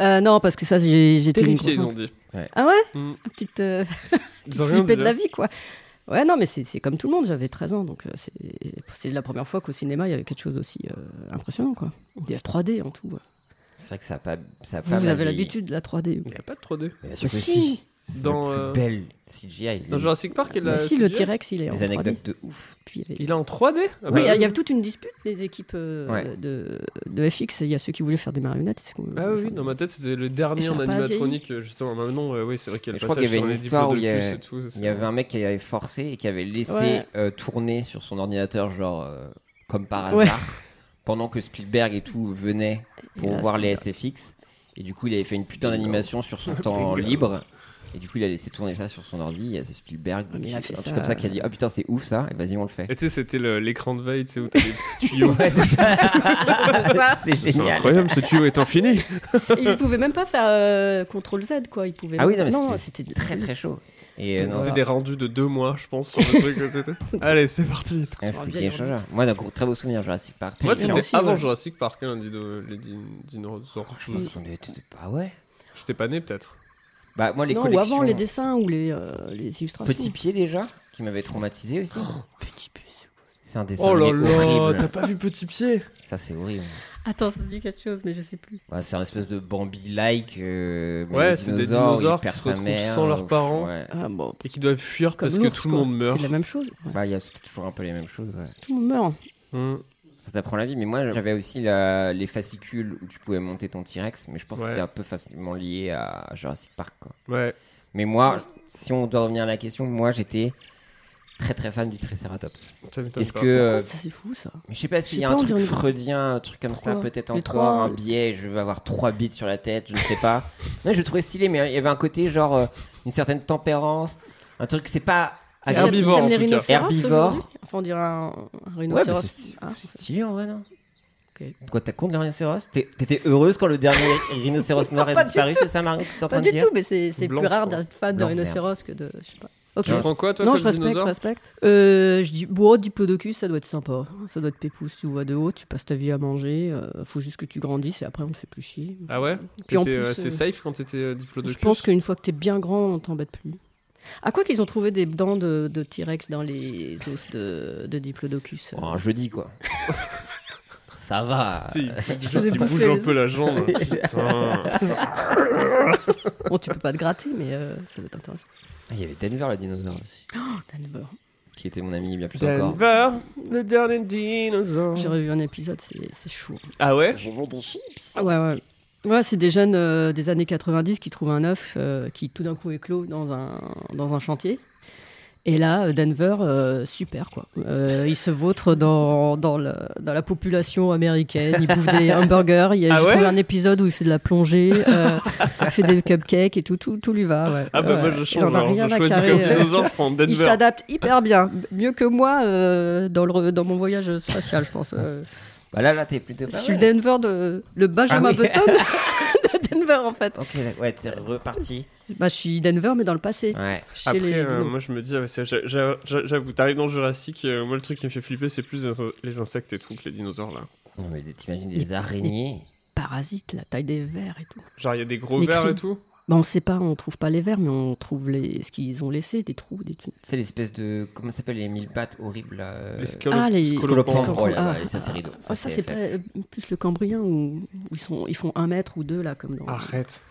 S3: Euh, non, parce que ça, j'ai- j'étais une
S5: Terrifié, ils
S3: grosse-
S5: ont dit.
S3: Ah ouais,
S5: Mm.
S3: une petite, euh, petite
S5: Ils ont rien
S3: flippée de
S5: dit. hein.
S3: la vie, quoi. Ouais, non, mais c'est c'est comme tout le monde. J'avais 13 ans, donc euh, c'est c'est la première fois qu'au cinéma il y avait quelque chose aussi euh, impressionnant, quoi. Des 3D en tout.
S2: C'est vrai que ça a pas. Ça a
S3: Vous,
S2: pas
S3: vous
S2: mal
S3: avez
S2: vieilli.
S3: l'habitude de la 3D.
S5: Il n'y a pas de 3D.
S2: Bien sûr
S3: Mais
S2: que
S3: si.
S2: si. C'est
S5: Dans,
S2: le plus
S5: euh,
S2: belle CGI.
S5: Dans
S2: les-
S5: Jurassic Park, il
S2: Bah,
S5: a.
S3: Mais si le
S5: CGI?
S3: T-Rex, il est en
S2: Des
S3: 3D.
S2: anecdotes de ouf.
S3: Puis il y avait-
S5: Il est en 3D Ah
S3: Oui, il y
S5: bah
S3: a- il y avait toute une dispute des équipes euh,
S2: Ouais.
S3: de, de FX. Il y a ceux qui voulaient faire des marionnettes. et ceux qui voulaient
S5: Ah oui,
S3: faire
S5: oui, dans
S3: des-
S5: ma tête, c'était le dernier
S3: Et ça a
S5: en
S3: pas
S5: animatronique, euh, justement. Maintenant, euh, oui, c'est vrai qu'il y a
S2: Mais
S5: le
S2: je crois
S5: passage
S2: qu'il y
S5: sur
S2: avait
S5: les
S2: une histoire où il y
S5: diplodocus
S2: a-
S5: et tout. c'est-
S2: Il y avait un mec qui avait forcé et qui avait laissé
S3: Ouais.
S2: euh, tourner sur son ordinateur, genre euh, comme par hasard, <laughs>
S3: Ouais.
S2: pendant que Spielberg et tout venaient
S3: Et
S2: pour
S3: là,
S2: voir les
S3: Spielberg. <laughs>
S2: SFX. Et du coup, il avait fait une putain d'animation sur son temps libre. Et du coup, il a laissé tourner ça sur son ordi. Il y a ce Spielberg,
S3: Ah, Mais il
S2: qui-
S3: a
S2: un
S3: fait
S2: truc
S3: ça,
S2: comme ça, qui a
S3: euh,
S2: dit Oh putain, c'est ouf ça, et vas-y, on le fait.
S5: Et tu sais, c'était le- l'écran de veille, tu sais, où t'as les petits tuyaux.
S2: <laughs> Ouais, c'est
S3: <laughs>
S2: ça. c'est
S1: C'est
S2: génial.
S1: incroyable, ce tuyau est infini.
S3: Et ils pouvaient même pas faire euh, CTRL Z, quoi. Ils pouvaient
S2: Ah oui, non, mais
S3: c'était
S2: Très très chaud. <laughs> Et euh, non,
S5: C'était des rendus de deux mois, je pense, sur le truc.
S2: <laughs>
S5: que c'était. Allez, c'est parti.
S2: Ah,
S3: Sur un
S2: c'était
S3: vieil
S2: quelque chose. là. Moi, d'un gros- très beau souvenir, Jurassic Park.
S5: Moi,
S2: Très
S5: c'était
S3: bien aussi,
S5: avant
S3: ouais.
S5: Jurassic Park, hein, les dino- les din- dinosaures.
S2: Ah, Je pense qu'on était pas ouais.
S5: J'étais pas né, peut-être.
S2: Bah moi les
S3: Non, ou
S2: collections.
S3: avant les dessins ou les, euh, les illustrations.
S2: Petit pied déjà qui m'avait traumatisé aussi.
S3: Petit pied.
S2: C'est un dessin
S5: Oh là
S2: animé
S5: là,
S2: horrible.
S5: t'as pas vu Petit Pied
S2: Ça c'est horrible.
S3: Attends, ça me dit quelque chose, mais je sais plus.
S2: Bah, c'est un espèce de euh, Bambi like.
S5: Ouais, c'est des dinosaures qui se retrouvent sans leurs parents.
S2: euh, Ouais.
S3: Ah, bon,
S5: Et qui doivent fuir
S3: comme
S5: parce que
S3: l'ours,
S5: tout le
S3: quoi.
S5: monde meurt.
S3: C'est la même chose. Ouais.
S2: Bah il y a c'était toujours un peu les mêmes choses. ouais.
S3: Tout le monde meurt.
S5: Hmm.
S2: Ça t'apprend la vie, mais moi j'avais aussi la- les fascicules où tu pouvais monter ton T-Rex, mais je pense
S5: Ouais.
S2: que c'était un peu facilement lié à Jurassic Park. Quoi.
S5: Ouais.
S2: Mais moi, si on doit revenir à la question, moi j'étais très très fan du Triceratops.
S5: Ça m'étonne
S2: Est-ce
S5: pas.
S2: que
S3: Pourquoi
S2: euh,
S3: ça, c'est fou, ça.
S2: Mais Je sais pas, est-ce qu'il y a
S3: Je sais
S2: un
S3: pas, on
S2: truc
S3: dirait une-
S2: freudien, un truc comme ça,
S3: Trois.
S2: peut-être
S3: Les
S2: encore
S3: trois.
S2: un biais, je veux avoir trois bits sur la tête, je ne sais
S3: <laughs>
S2: pas. non, je le trouvais stylé, mais il y avait un côté genre euh, une certaine tempérance, un truc, c'est pas
S5: Herbivore,
S3: Comme les
S5: en tout cas.
S3: rhinocéros
S2: Herbivore.
S3: aujourd'hui Enfin, on dirait un, un
S2: Ouais, bah,
S3: rhinocéros.
S2: c'est
S3: Ah,
S2: c'est stylé en vrai, non
S3: Ok.
S2: Quoi, t'as contre le rhinocéros T'es- T'étais heureuse quand le
S3: <laughs>
S2: dernier rhinocéros noir est
S3: Pas du
S2: disparu, c'est ça, Marie que t'es en train
S3: pas
S2: de
S3: du
S2: dire
S3: tout, mais c'est c'est plus
S5: Blanche,
S3: rare
S5: quoi.
S3: d'être fan de
S2: Blanc,
S3: rhinocéros que de. Je sais pas. Ok.
S5: Tu prends quoi, toi,
S3: non,
S5: comme
S3: je respecte, je
S5: dinosaure
S3: respecte. Euh, je dis, bon, diplodocus, ça doit être sympa. Ça doit être pépouze, tu vois de haut, tu passes ta vie à manger, euh, faut juste que tu grandisses et après on te fait plus chier.
S5: Ah ouais
S3: Puis en
S5: T'étais
S3: plus,
S5: euh, assez
S3: euh,
S5: safe quand t'étais euh, diplodocus
S3: Je pense qu'une fois que t'es bien grand, on t'embête plus. À quoi qu'ils ont trouvé des dents de, de T-Rex dans les os de, de Diplodocus euh.
S2: Oh, Un jeudi, quoi.
S3: <laughs>
S2: ça va.
S5: Tu sais,
S2: <laughs>
S3: vous
S5: il faut
S3: ai
S5: juste qu'il
S3: pas
S5: bouge
S3: fait
S5: un
S3: les-
S5: peu la jambe.
S3: Ah.
S5: Putain.
S3: Bon, tu peux pas te gratter, mais euh, ça doit être intéressant.
S2: Ah, Il y avait Denver, le dinosaure aussi,
S5: Ah,
S3: Denver.
S2: qui était mon ami bien plus encore.
S5: Denver, le dernier dinosaure.
S3: J'ai revu un épisode, c'est c'est chaud.
S5: Ah ouais
S3: Ah Ouais, ouais. Ouais, c'est des jeunes euh, des années 90 qui trouvent un œuf euh, qui tout d'un coup éclot dans un, dans un chantier. Et là, euh, Denver, euh, super quoi. Euh, ils se vautrent dans, dans, le- dans la population américaine, ils bouffent
S5: <laughs>
S3: des hamburgers. Il y a
S5: Ah
S3: j'ai
S5: ouais
S3: trouvé un épisode où il fait de la plongée,
S5: <laughs>
S3: euh, il fait des cupcakes et tout, tout, tout lui va. ouais.
S5: Ah bah moi
S3: Ouais,
S5: je
S3: il
S5: change,
S3: en a
S5: alors
S3: rien
S5: je
S3: à
S5: choisis
S3: carrer,
S5: comme
S3: euh.
S5: dinosaure, je prends
S3: Il
S5: Denver.
S3: s'adapte hyper bien, mieux que moi euh, dans, le, dans mon voyage spatial, je pense. euh.
S2: Bah là, là, t'es plutôt
S5: Ah
S2: pas
S3: Je suis
S2: mal.
S3: le Denver de le Benjamin
S2: Ah oui.
S5: <laughs>
S3: Button de Denver en fait.
S2: Ok, d'accord. ouais, t'es reparti.
S3: Bah je suis Denver mais dans le passé.
S2: Ouais.
S3: Chez
S5: Après,
S3: les
S5: euh,
S3: dinos.
S5: moi je me dis, ah, ouais, c'est- j'a- j'a- j'a- j'avoue, t'arrives dans Jurassic, euh, moi le truc qui me fait flipper c'est plus les, ins- les insectes et tout que les dinosaures là.
S2: Non, mais t'imagines
S3: Il-
S2: des araignées
S3: parasites, la taille des vers et tout.
S5: Genre il y a des gros
S3: Les
S5: vers
S3: cris.
S5: et tout
S3: Bah on sait pas, on trouve pas les vers mais on trouve les ce qu'ils ont laissé, des trous, des tunnels.
S2: Tu sais, l'espèce de. Comment ça s'appelle les mille pattes horribles là euh,
S5: Les scolo-
S3: ah, les-
S5: scolopendres.
S3: scolopendres.
S2: Oh là là,
S3: Ah,
S2: et ça c'est rideau.
S3: Ah, ça c'est
S2: FF.
S3: pas euh, plus le cambrien où, où ils sont ils font un mètre ou deux là comme dans.
S5: Arrête.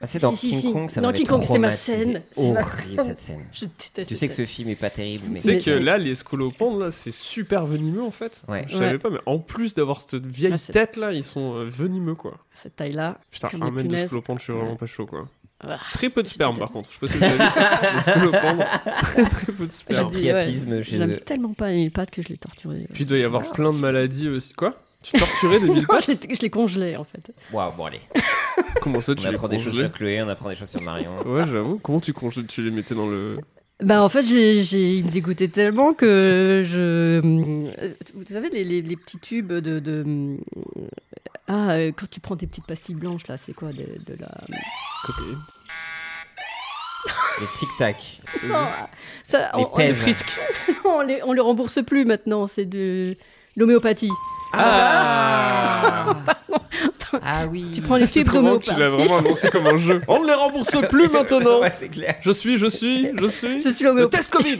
S2: Ah, c'est dans
S3: Si, si,
S2: King
S3: si.
S2: Kong, ça
S3: Dans
S2: m'avait
S3: King Kong, c'est ma
S2: traumatisé.
S3: scène, c'est ma
S2: Horrible
S3: scène.
S2: cette scène.
S3: Je déteste.
S2: Tu sais que
S3: cette
S2: ce film est pas terrible, mais.
S5: Tu sais
S3: Mais
S5: que
S3: c'est-
S5: là les scolopendres là c'est super venimeux en fait.
S2: Ouais.
S5: Je savais
S3: Ouais.
S5: pas, mais en plus d'avoir cette vieille
S3: Ah, c'est-
S5: tête là, ils sont euh, venimeux quoi.
S3: cette taille là.
S5: Putain,
S3: Comme
S5: un
S3: les
S5: mètre de
S3: punaises.
S5: scolopendre, je suis vraiment pas chaud quoi.
S3: Ah,
S5: Très peu de
S3: je
S5: sperme
S3: déteste.
S5: par contre, je sais pas si vous avez vu ça.
S3: <laughs>
S5: Les scolopendres, très très peu de
S3: J'ai
S5: sperme.
S2: J'ai
S3: dit,
S2: un
S3: ouais,
S2: priapisme chez
S3: J'aime
S2: eux.
S3: tellement pas les pattes que je les torturais.
S5: Puis il doit y avoir
S3: Ah,
S5: plein de maladies aussi. Quoi Tu torturais
S3: <laughs>
S5: des mille
S3: Non,
S5: pattes
S3: je les, je les congelais en fait.
S2: Waouh, bon allez.
S5: Comment ça tu
S2: On
S5: les
S2: apprend des choses
S5: congelais
S2: sur Chloé, on apprend des choses sur
S5: <laughs>
S2: Marion.
S5: Ouais, j'avoue. Comment tu congelais Tu les mettais dans le.
S3: Bah en fait, j'ai, j'ai- il me dégoûtait tellement que je... euh, Vous savez, les, les- les petits tubes de... de- Ah, euh, quand tu prends tes petites pastilles blanches, là, c'est quoi de, de
S5: <laughs>
S3: la...
S2: Les tic-tac.
S3: Non, ça,
S2: Les
S3: on, on-
S2: pèves.
S3: on les, on les rembourse plus maintenant, c'est de l'homéopathie.
S2: Ah Ah oui.
S3: Tu prends les tubes
S5: Trop marrant que tu l'as vraiment
S3: <laughs> d'homéopathie.
S5: annoncé comme un jeu. On ne les rembourse plus maintenant
S2: Ouais, c'est clair.
S5: Je suis, je suis, je suis.
S3: Je suis
S5: Le
S3: l'homéopathe.
S5: test Covid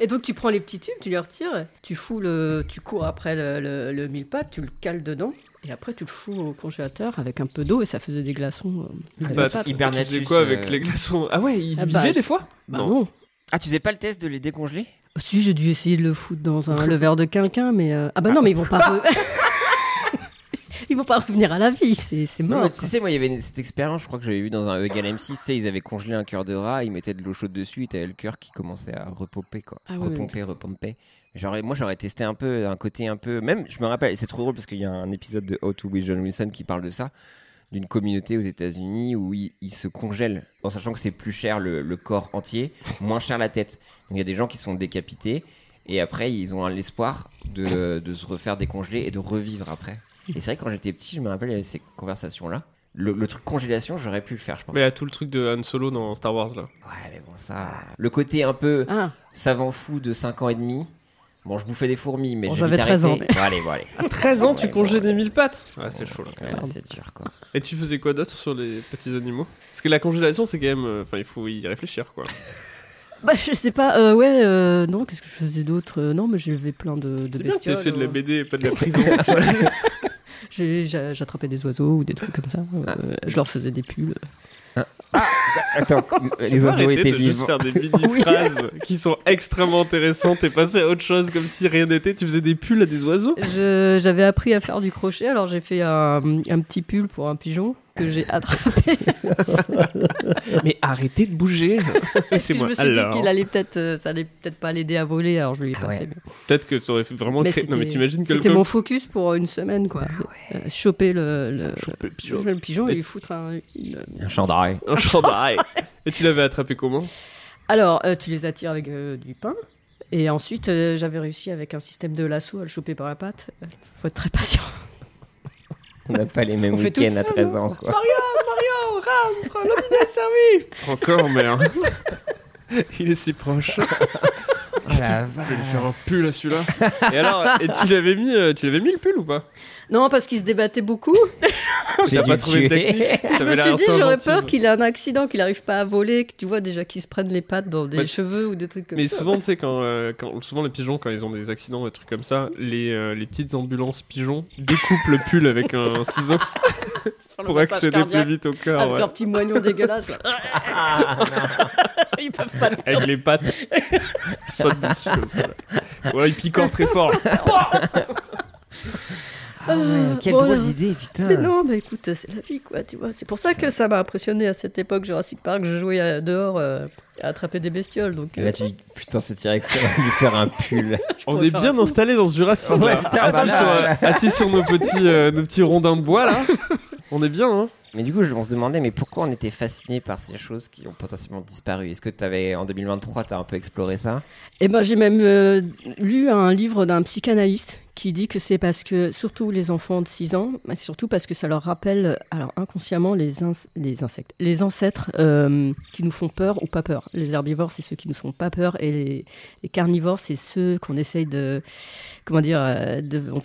S3: Et donc tu prends les petits tubes, tu les retires, tu fous le, tu cours après le, le, le mille pattes, tu le cales dedans, et après tu le fous au congélateur avec un peu d'eau et ça faisait des glaçons. euh,
S2: Ah,
S3: de
S5: Bah,
S3: pâte.
S5: tu
S2: Hibernatus,
S5: faisais quoi
S2: euh,
S5: avec les glaçons Ah ouais, ils
S3: Ah bah,
S5: vivaient
S3: je-
S5: des fois
S3: Bah
S5: Non.
S3: non. Oh,
S2: Ah, tu faisais pas le test de les décongeler
S3: Si, j'ai dû essayer de le foutre dans
S5: <laughs>
S3: un le verre de quinquin, mais. euh, Ah bah non, mais ils vont pas. re- <laughs> ils vont pas revenir à la vie, c'est c'est
S2: Non,
S3: mort.
S2: mais tu sais, moi, il y avait une- cette expérience, je crois que j'avais vu dans un Egal M6, tu sais, ils avaient congelé un cœur de rat, ils mettaient de l'eau chaude dessus, et t'avais le cœur qui commençait à repomper, quoi.
S3: Ah oui,
S2: repomper, repomper. Genre, moi, j'aurais testé un peu, un côté un peu. Même, je me rappelle, et c'est trop drôle parce qu'il y a un épisode de How to with John Wilson qui parle de ça. d'une communauté aux États-Unis où ils ils se congèlent, en sachant que c'est plus cher le, le corps entier, moins cher la tête. Donc il y a des gens qui sont décapités et après ils ont un- l'espoir de, de se refaire décongeler et de revivre après. Et c'est vrai que quand j'étais petit, je me rappelle il y avait ces conversations-là. Le, le truc congélation, j'aurais pu le faire, je pense.
S5: Mais il y a tout le truc de Han Solo dans Star Wars là.
S2: Ouais, mais bon, ça. Le côté un peu
S3: Ah,
S2: savant fou de 5 ans et demi. Bon, je bouffais des fourmis, mais
S3: Bon,
S2: j'ai
S3: j'avais
S2: vite
S3: 13
S2: arrêté.
S3: ans,
S2: Bon, allez, bon, allez.
S5: 13 ans, tu
S2: Ouais,
S5: congelais
S2: bon,
S5: des mille pattes Ouais, Ah, c'est chaud là. quand
S2: Ouais,
S5: même.
S2: c'est dur, quoi.
S5: Et tu faisais quoi d'autre sur les petits animaux Parce que la congélation, c'est quand même. euh, Enfin, il faut y réfléchir quoi.
S3: bah je sais pas, euh, ouais, euh, non, qu'est-ce que je faisais d'autre Euh, Non, mais j'élevais plein de, de
S5: C'est bien que t'aies
S3: bestioles.
S5: fait de la
S3: euh,
S2: hein.
S5: BD et
S2: <laughs>
S5: pas de la prison. Voilà.
S3: j'ai- j'a- J'attrapais des oiseaux ou des trucs comme ça. euh,
S5: Ah.
S3: Je leur faisais des pulls.
S2: Attends, <laughs> les
S5: Faut
S2: oiseaux
S5: arrêter
S2: étaient
S5: de juste
S2: vivants.
S5: faire
S2: <laughs>
S5: des mini-phrases qui sont extrêmement intéressantes et passer à autre chose comme si rien n'était. Tu faisais des pulls à des oiseaux
S3: Je- J'avais appris à faire du crochet, alors j'ai fait un, un petit pull pour un pigeon que j'ai
S5: <laughs>
S3: attrapé.
S5: Mais arrêtez de bouger
S3: Parce que je me suis dit qu'il allait peut-être, euh, ça allait peut-être pas l'aider à voler, alors je lui ai
S2: Ah
S3: pas
S2: ouais.
S3: fait. mais-
S5: Peut-être que tu aurais fait vraiment
S3: Mais
S5: créé- Non, mais
S3: c'était-
S5: t'imagines que le
S3: C'était
S5: com-
S3: mon focus pour une semaine, quoi. Euh, choper le, le-
S5: Choper le pigeon.
S3: le pigeon
S5: Mais-
S3: et lui foutre un. une-
S2: Un chandail.
S5: Un chandail Et tu l'avais attrapé comment
S2: <laughs>
S3: Alors, euh, tu les attires avec euh, du pain. Et ensuite, euh, j'avais réussi avec un système de lasso à le choper par la patte. Euh, Faut être très patient.
S5: <laughs>
S2: On n'a pas les mêmes
S3: On fait tout
S2: week-ends à
S3: ça,
S2: 13 ans, quoi.
S5: Encore, merde <laughs> Il est si proche. Ah, Je vais lui faire un pull à celui-là. Et alors, et tu l'avais mis, euh, tu l'avais mis le pull ou pas
S3: Non, parce qu'il se débattait beaucoup.
S2: J'ai
S5: T'as
S2: dû
S5: pas
S2: le
S5: trouvé de
S2: tuer. <laughs>
S5: technique
S3: Je me suis dit, j'aurais peur qu'il ait un accident, qu'il n'arrive pas à voler, que tu vois déjà qu'il se prenne les pattes dans des
S5: Mais-
S3: cheveux ou des trucs comme
S5: Mais
S3: ça.
S5: souvent, tu sais, quand, euh, quand- souvent les pigeons, quand ils ont des accidents, des trucs comme ça, les, euh, les petites ambulances pigeons découpent le pull avec un,
S3: <laughs>
S5: ciseau
S3: Faire le
S5: pour
S3: massage
S5: accéder
S3: cardiaque
S5: plus vite au cœur,
S3: Avec
S5: ouais.
S3: leurs petits moignons
S2: <laughs>
S3: dégueulasses. là.
S2: Ah,
S3: <laughs> Ils peuvent pas.
S5: avec les pattes.
S3: <laughs>
S5: Ils sautent dessus comme ça. là. Ouais, ils picorent très fort.
S2: Ah ouais, Quelle
S3: Voilà.
S2: drôle d'idée, putain.
S3: Oh Mais non, mais écoute, c'est la vie, quoi, tu vois. C'est pour ça que ça m'a impressionné à cette époque, Jurassic Park, je jouais à- dehors euh, à attraper des bestioles. Donc,
S2: Et
S3: euh,
S2: là, tu dis, putain, ce T-Rex, on va lui faire un pull.
S3: <laughs> je
S5: On
S3: pourrais
S5: est
S3: faire
S5: bien
S3: un-
S5: installé dans ce Jurassic
S2: Ouais,
S5: là.
S2: putain,
S5: assis,
S2: bah là,
S5: sur, euh, assis sur nos petits, euh, nos petits rondins de bois,
S3: <laughs>
S5: là. On est bien, hein.
S2: <laughs> Mais du coup, je- on se demandait, mais pourquoi on était fasciné par ces choses qui ont potentiellement disparu Est-ce que t'avais, en 2023, t'as un peu exploré ça
S3: Eh ben, j'ai même euh, lu un livre d'un psychanalyste qui dit que c'est parce que, surtout les enfants de 6 ans, mais surtout parce que ça leur rappelle, euh, alors inconsciemment, les, ins- les insectes, les ancêtres euh, qui nous font peur ou pas peur. Les herbivores, c'est ceux qui nous font pas peur, et les, les carnivores, c'est ceux qu'on essaye de, comment dire, euh, de, on,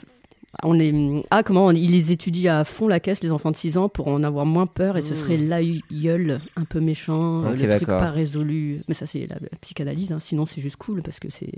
S3: on les, ah, comment, on- ils les étudient à fond la caisse, les enfants de 6 ans, pour en avoir moins peur, et ce
S5: Mmh.
S3: serait l'aïeul un peu méchant,
S2: Ok,
S3: euh, le truc
S2: d'accord.
S3: pas résolu. Mais ça, c'est la psychanalyse, hein. sinon c'est juste cool, parce que c'est...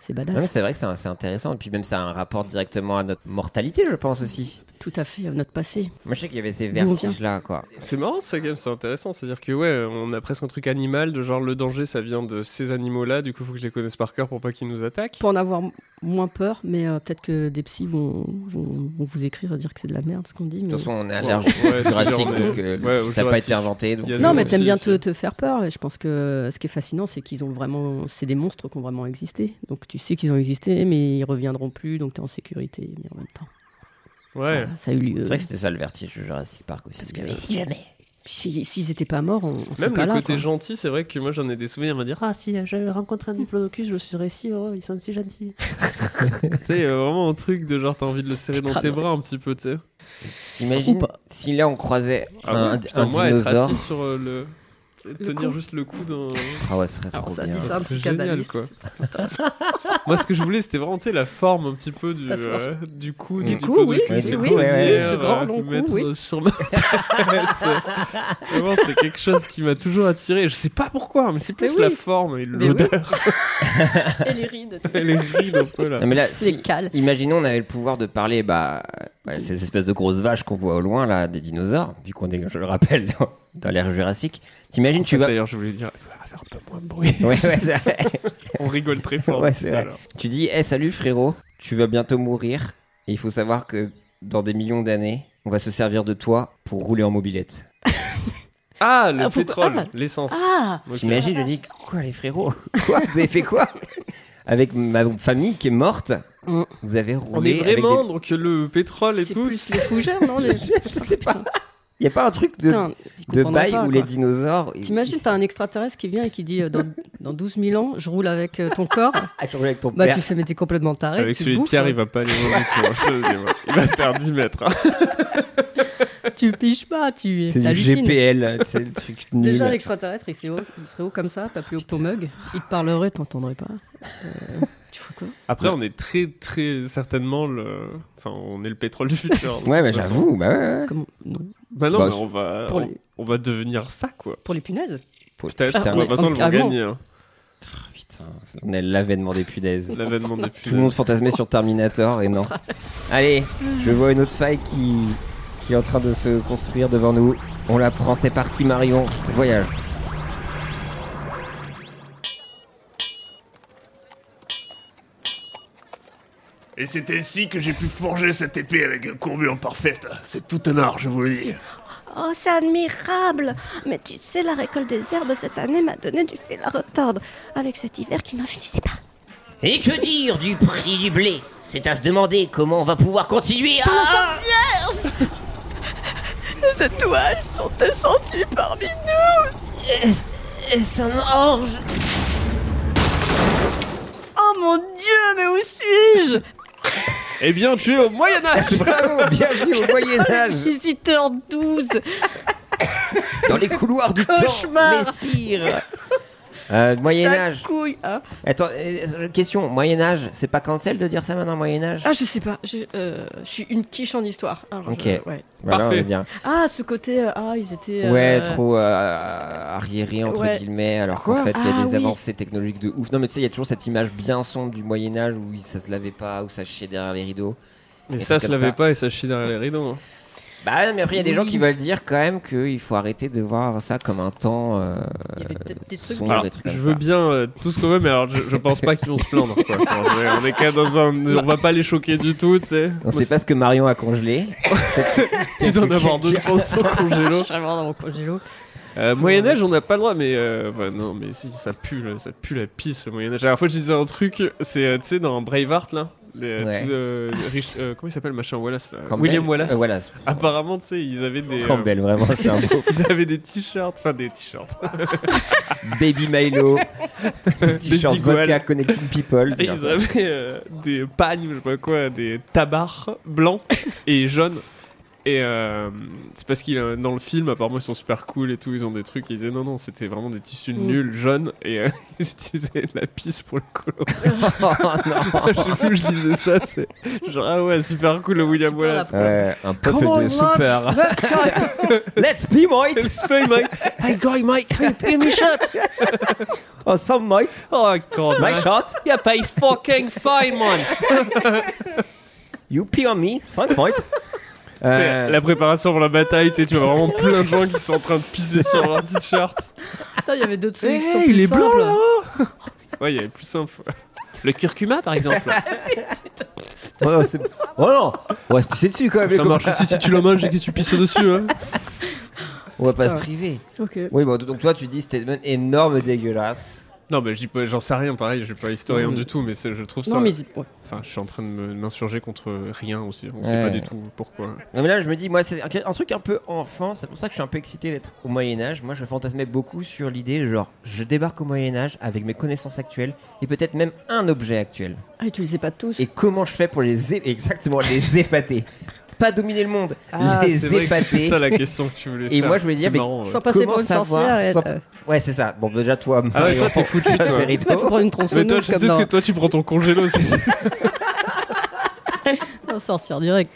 S3: C'est
S2: Non, mais
S3: badass.
S2: c'est vrai que c'est c'est intéressant. Et puis même, ça a un rapport directement à notre mortalité, je pense aussi.
S3: Tout à fait, euh, notre passé.
S2: Moi, je sais qu'il y avait ces
S3: Vous-
S2: vertiges-là, quoi.
S5: C'est marrant ça quand même, c'est intéressant, c'est-à-dire que ouais, on a presque un truc animal, de genre le danger ça vient de ces animaux-là, du coup faut que je les connaisse par cœur pour pas qu'ils nous attaquent.
S3: Pour en avoir m- moins peur, mais euh, peut-être que des psys vont, vont, vont vous écrire à dire que c'est de la merde ce qu'on dit.
S2: De
S3: mais-
S2: toute façon, on est
S5: Ouais,
S2: allergique
S5: ouais,
S2: au
S5: c'est
S2: Jurassic,
S5: bizarre, mais-
S2: donc euh,
S5: ouais, au
S2: ça n'a pas
S5: Jurassic.
S2: été inventé. Donc...
S5: Il y a
S3: Non,
S5: zéro
S3: mais t'aimes
S5: psy,
S3: bien
S5: c'est-
S3: te, te faire peur. et Je pense que ce qui est fascinant, c'est qu'ils ont vraiment. C'est des monstres qui ont vraiment existé. Donc tu sais qu'ils ont existé, mais ils reviendront plus, donc t'es en sécurité. Mais en même temps,
S5: Ouais.
S3: ça, ça a eu lieu.
S2: C'est vrai que c'était ça le vertige du Jurassic Park aussi. Euh,
S3: Parce
S2: Il y
S3: que
S2: avait-
S3: si jamais. S'ils n'étaient pas morts, on, on serait
S5: Même
S3: pas
S5: le
S3: là.
S5: côté
S3: quoi.
S5: gentil, c'est vrai que moi j'en ai des souvenirs, on va dire ah si j'avais rencontré un diplodocus, je serais si heureux, Oh, ils sont
S3: <laughs>
S5: si gentils. tu sais, euh, vraiment un truc de genre t'as envie de le serrer dans tes
S3: Crâne.
S5: bras un petit peu, tu sais.
S2: T'imagines
S3: Ou pas.
S2: si là on croisait
S5: Ah
S2: un,
S5: ouais,
S2: un
S5: putain, moi être
S2: dinosaure.
S5: assis sur euh, le... tenir
S3: cou.
S5: juste le cou dans...
S2: Ah ouais, ce serait
S3: Alors,
S2: trop
S3: ça
S2: bien.
S3: dit ça un
S5: C'est génial,
S3: psychanalyste.
S5: quoi. <laughs> moi ce que je voulais c'était vraiment tu sais la forme un petit peu du,
S3: Parce que-
S5: euh, du euh, cou
S2: Du
S3: cou, oui,
S5: diplodocus,
S2: oui,
S5: ses
S2: oui,
S5: coups
S2: oui,
S5: derrière,
S2: ce
S3: grand
S5: euh,
S3: long cou,
S5: mettre,
S3: oui.
S5: euh, <laughs> sur ma tête. Vraiment, c'est quelque chose qui m'a toujours attiré. Je sais pas pourquoi, mais c'est plus
S3: Mais oui.
S5: la forme et
S3: Mais
S5: l'odeur <laughs>
S3: Et les <laughs> rides,
S5: et les rides
S2: <laughs>
S5: un peu là.
S2: Non mais là,
S3: les
S2: si,
S3: cales.
S2: imaginons on avait le pouvoir de parler, bah, ouais, ces espèces de grosses vaches qu'on voit au loin là, des dinosaures, vu qu'on est, je le rappelle, <laughs> dans, dans l'ère Jurassique. T'imagines, tu vas.
S5: Ah, D'ailleurs, je voulais dire, il faudra faire un peu moins de bruit.
S2: <laughs> Ouais, ouais, c'est vrai.
S5: On rigole très
S2: <laughs>
S5: fort.
S2: Ouais, c'est
S5: tout à
S2: vrai.
S5: l'heure.
S2: Tu dis, Eh salut frérot, tu vas bientôt mourir. Et il faut savoir que dans des millions d'années, on va se servir de toi pour rouler en mobilette.
S5: Ah, le
S3: Ah, faut-
S5: pétrole,
S3: ah.
S5: l'essence.
S3: Ah
S5: Ok.
S2: T'imagines, je dis, quoi les frérots <laughs> Quoi Vous avez fait quoi Avec ma famille qui est morte,
S3: Mm.
S2: vous avez
S5: On
S2: roulé.
S5: est
S2: avec
S5: vraiment
S2: des-
S5: donc le pétrole et
S3: C'est
S5: tout. <laughs>
S3: plus les fougères, non les...
S2: Je sais pas. Y a pas un truc de,
S3: Putain, ils
S2: de
S3: comprendraient
S2: bail
S3: pas,
S2: où
S3: quoi.
S2: les dinosaures. ils-
S3: T'imagines, t'as un extraterrestre qui vient et qui dit euh, dans, dans 12 000 ans, je roule avec euh, ton corps.
S2: Ah, tu roules avec ton
S3: Bah,
S2: père.
S3: tu fais, mais t'es complètement taré.
S5: Avec
S3: tu
S5: celui de
S3: bouffes,
S5: Pierre,
S3: hein.
S5: il va pas aller loin du tout. hein, je te le dis, moi. Il va faire 10 mètres. hein.
S3: euh, Tu piches pas, tu
S2: C'est du
S3: t'hallucines.
S2: GPL, c'est le <laughs> truc nul.
S3: Déjà, l'extraterrestre, il, serait haut- il serait haut comme ça, pas plus haut que ton mug. Il te parlerait, t'entendrais pas. Euh, tu ferais quoi
S5: Après, on est très, très certainement le. Enfin, on est le pétrole du <laughs> futur. de
S2: Ouais,
S5: toute
S2: bah,
S5: façon.
S2: j'avoue, bah ouais, ouais.
S3: Comment- non,
S5: Bah non,
S2: Bah,
S5: mais on va,
S3: pour
S5: on,
S3: les-
S5: on va devenir ça, quoi.
S3: Pour les punaises
S5: Peut-être.
S3: Ah,
S5: de toute
S3: on est-
S5: façon,
S3: on-
S5: ils vont
S3: ah bon
S5: gagner. hein.
S2: Putain, on est l'avènement des pudaises.
S5: L'avènement des
S2: Tout le monde fantasmait sur Terminator et non. Allez, je vois une autre faille qui, qui est en train de se construire devant nous. On la prend, c'est parti Marion, voyage.
S9: Et c'est ainsi que j'ai pu forger cette épée avec une courbure parfaite. C'est tout un art, je vous le dis.
S10: Oh, c'est admirable Mais tu sais, la récolte des herbes cette année m'a donné du fil à retordre, avec cet hiver qui n'en finissait pas.
S11: Et que dire du prix du blé C'est à se demander comment on va pouvoir continuer à...
S10: Les étoiles sont descendues parmi nous
S11: Est-ce un orge
S10: Oh mon dieu, mais où suis-je
S5: Eh bien, tu es
S2: <laughs>
S5: au Moyen-Âge
S2: Ah, Bravo, bienvenue <laughs> au Moyen-Âge
S10: Visiteur
S3: <laughs>
S10: 12
S2: Dans les couloirs du
S10: Cauchemar.
S2: temps, messire euh, Moyen-Âge
S10: Couille hein.
S2: Attends, euh, question, Moyen-Âge, c'est pas cancel de dire ça maintenant, Moyen-Âge
S3: Ah, je sais pas. Je, euh, je suis une quiche en histoire. Alors,
S2: Ok.
S3: je- ouais.
S2: Voilà, on est
S5: Parfait.
S2: bien.
S3: Ah, ce côté. euh, ah, ils étaient. euh,
S2: Ouais, trop euh, arriéré entre
S3: ouais.
S2: guillemets, alors qu'en fait il y a
S3: Ah,
S2: des
S3: oui.
S2: avancées technologiques de ouf. Non mais tu sais, il y a toujours cette image bien sombre du Moyen Âge où ça se lavait pas, où ça chiait derrière les rideaux.
S5: Mais
S2: Et
S5: ça
S2: c'est
S5: se
S2: comme ça.
S5: lavait pas et ça chie derrière les rideaux. hein.
S2: Bah non, mais après il y a des
S3: Oui.
S2: gens qui veulent dire quand même qu'il faut arrêter de voir ça comme un temps euh,
S3: Il y avait peut-être des trucs.
S2: sombre,
S5: Alors,
S2: des trucs
S5: je
S2: comme
S5: veux
S2: ça.
S5: bien euh, tout ce qu'on veut, mais alors je, je pense pas qu'ils vont se plaindre. <laughs> Quoi. Enfin, je- on est quand même dans un. On va pas les choquer du tout, tu sais.
S2: On sait pas ce que Marion a
S5: <laughs>
S2: congelé.
S5: Tu dois en avoir deux, trois au
S3: <laughs>
S5: congélo.
S3: Je suis vraiment dans mon congélo.
S5: Euh, Moyen-Âge, on n'a pas le droit, mais. euh, bah, non, mais si, ça pue, le- ça pue la pisse, le Moyen-Âge. La dernière fois, je disais un truc, c'est, euh, tu sais, dans Braveheart, là. les-
S2: Ouais.
S5: tout, euh, Rich- euh, comment il s'appelle, machin Wallace là
S2: Campbell.
S5: William Wallace.
S2: Euh, Wallace.
S5: Apparemment, tu sais, ils avaient des. euh,
S2: Campbell, vraiment, c'est un
S5: <laughs>
S2: beau.
S5: ils avaient des t-shirts, enfin des t-shirts.
S2: Baby Milo, des t-shirt
S5: iguales.
S2: vodka connecting people.
S5: <laughs> Et ils avaient euh, des pagnes, je sais pas quoi, des tabards blancs et jaunes. Et euh, c'est parce qu'il euh, dans le film, apparemment, ils sont super cool et tout. Ils ont des trucs. Ils disaient non, non, c'était vraiment des tissus
S3: Mm.
S5: nuls, jaunes. Et euh, <laughs> ils utilisaient de la pisse pour le colo.
S2: Oh, non.
S5: <laughs> je sais plus où je disais ça, tu sais. Genre, ah ouais, super cool le William
S3: Super,
S5: Wallace.
S2: Ouais, un peuple
S5: on,
S2: de
S5: lads,
S2: super. <laughs> Let's be might.
S5: It's fine, Mike.
S2: Hey guy, Mike, give me shot. oh, some might.
S5: Oh, God,
S2: My
S5: man.
S2: shot.
S5: Yeah, but it's fucking fine, man.
S2: <laughs> You pee on me. Thanks, Mike.
S5: Tu sais,
S2: Euh,
S5: La préparation pour la bataille, tu sais, tu vois vraiment plein de gens qui sont en train de pisser sur leur t-shirt.
S3: Putain, il y avait d'autres solutions.
S5: Hey,
S3: plus
S5: il est
S3: simples.
S5: blanc là-haut Ouais, il y avait plus simple. Le curcuma par exemple.
S2: oh, non, c'est- oh non, on va se pisser dessus quand même. les <laughs>
S5: Ça marche aussi si tu le manges et que tu pisses dessus. Hein.
S2: copains. On va pas se
S3: Ouais.
S2: priver.
S3: Ok.
S2: Oui, bon, donc toi, tu dis statement énorme dégueulasse.
S5: Non, mais j'y peux- j'en sais rien, pareil, je suis pas historien
S3: Mm.
S5: du tout, mais c'est- je trouve ça.
S3: Non, mais. ils- ouais.
S5: Enfin, je suis en train de me- m'insurger contre rien aussi, on sait
S2: Ouais.
S5: pas du tout pourquoi.
S2: Non, mais là, je me dis, moi, c'est un, un truc un peu enfant. C'est pour ça que je suis un peu excité d'être au Moyen-Âge. Moi, je fantasmais beaucoup sur l'idée, genre, je débarque au Moyen-Âge avec mes connaissances actuelles et peut-être même un objet actuel.
S3: Ah, tu les sais pas tous.
S2: Et comment je fais pour les é- <laughs> exactement les épater Pas dominer le monde,
S3: Ah,
S2: les
S5: C'est vrai que
S2: épater.
S5: c'était ça la question que tu voulais
S2: Et
S5: faire.
S2: moi, je voulais
S5: C'est
S2: dire, mais-
S5: marrant, ouais.
S3: Sans passer
S2: Comment
S3: pour une
S2: savoir
S3: sorcière. et
S2: sans-
S3: être, euh, <laughs>
S2: Ouais, c'est ça. Bon, bah, déjà toi,
S5: Ah ouais,
S2: Marion,
S5: toi,
S2: <laughs>
S5: t'es foutu,
S2: c'est
S5: toi.
S2: Rito.
S3: ouais, faut prendre une
S5: Mais toi,
S3: tronçonneuse
S5: je sais
S3: comme
S5: ce que
S3: dans
S5: toi, tu prends ton congélo aussi.
S3: <laughs> un sorcier direct.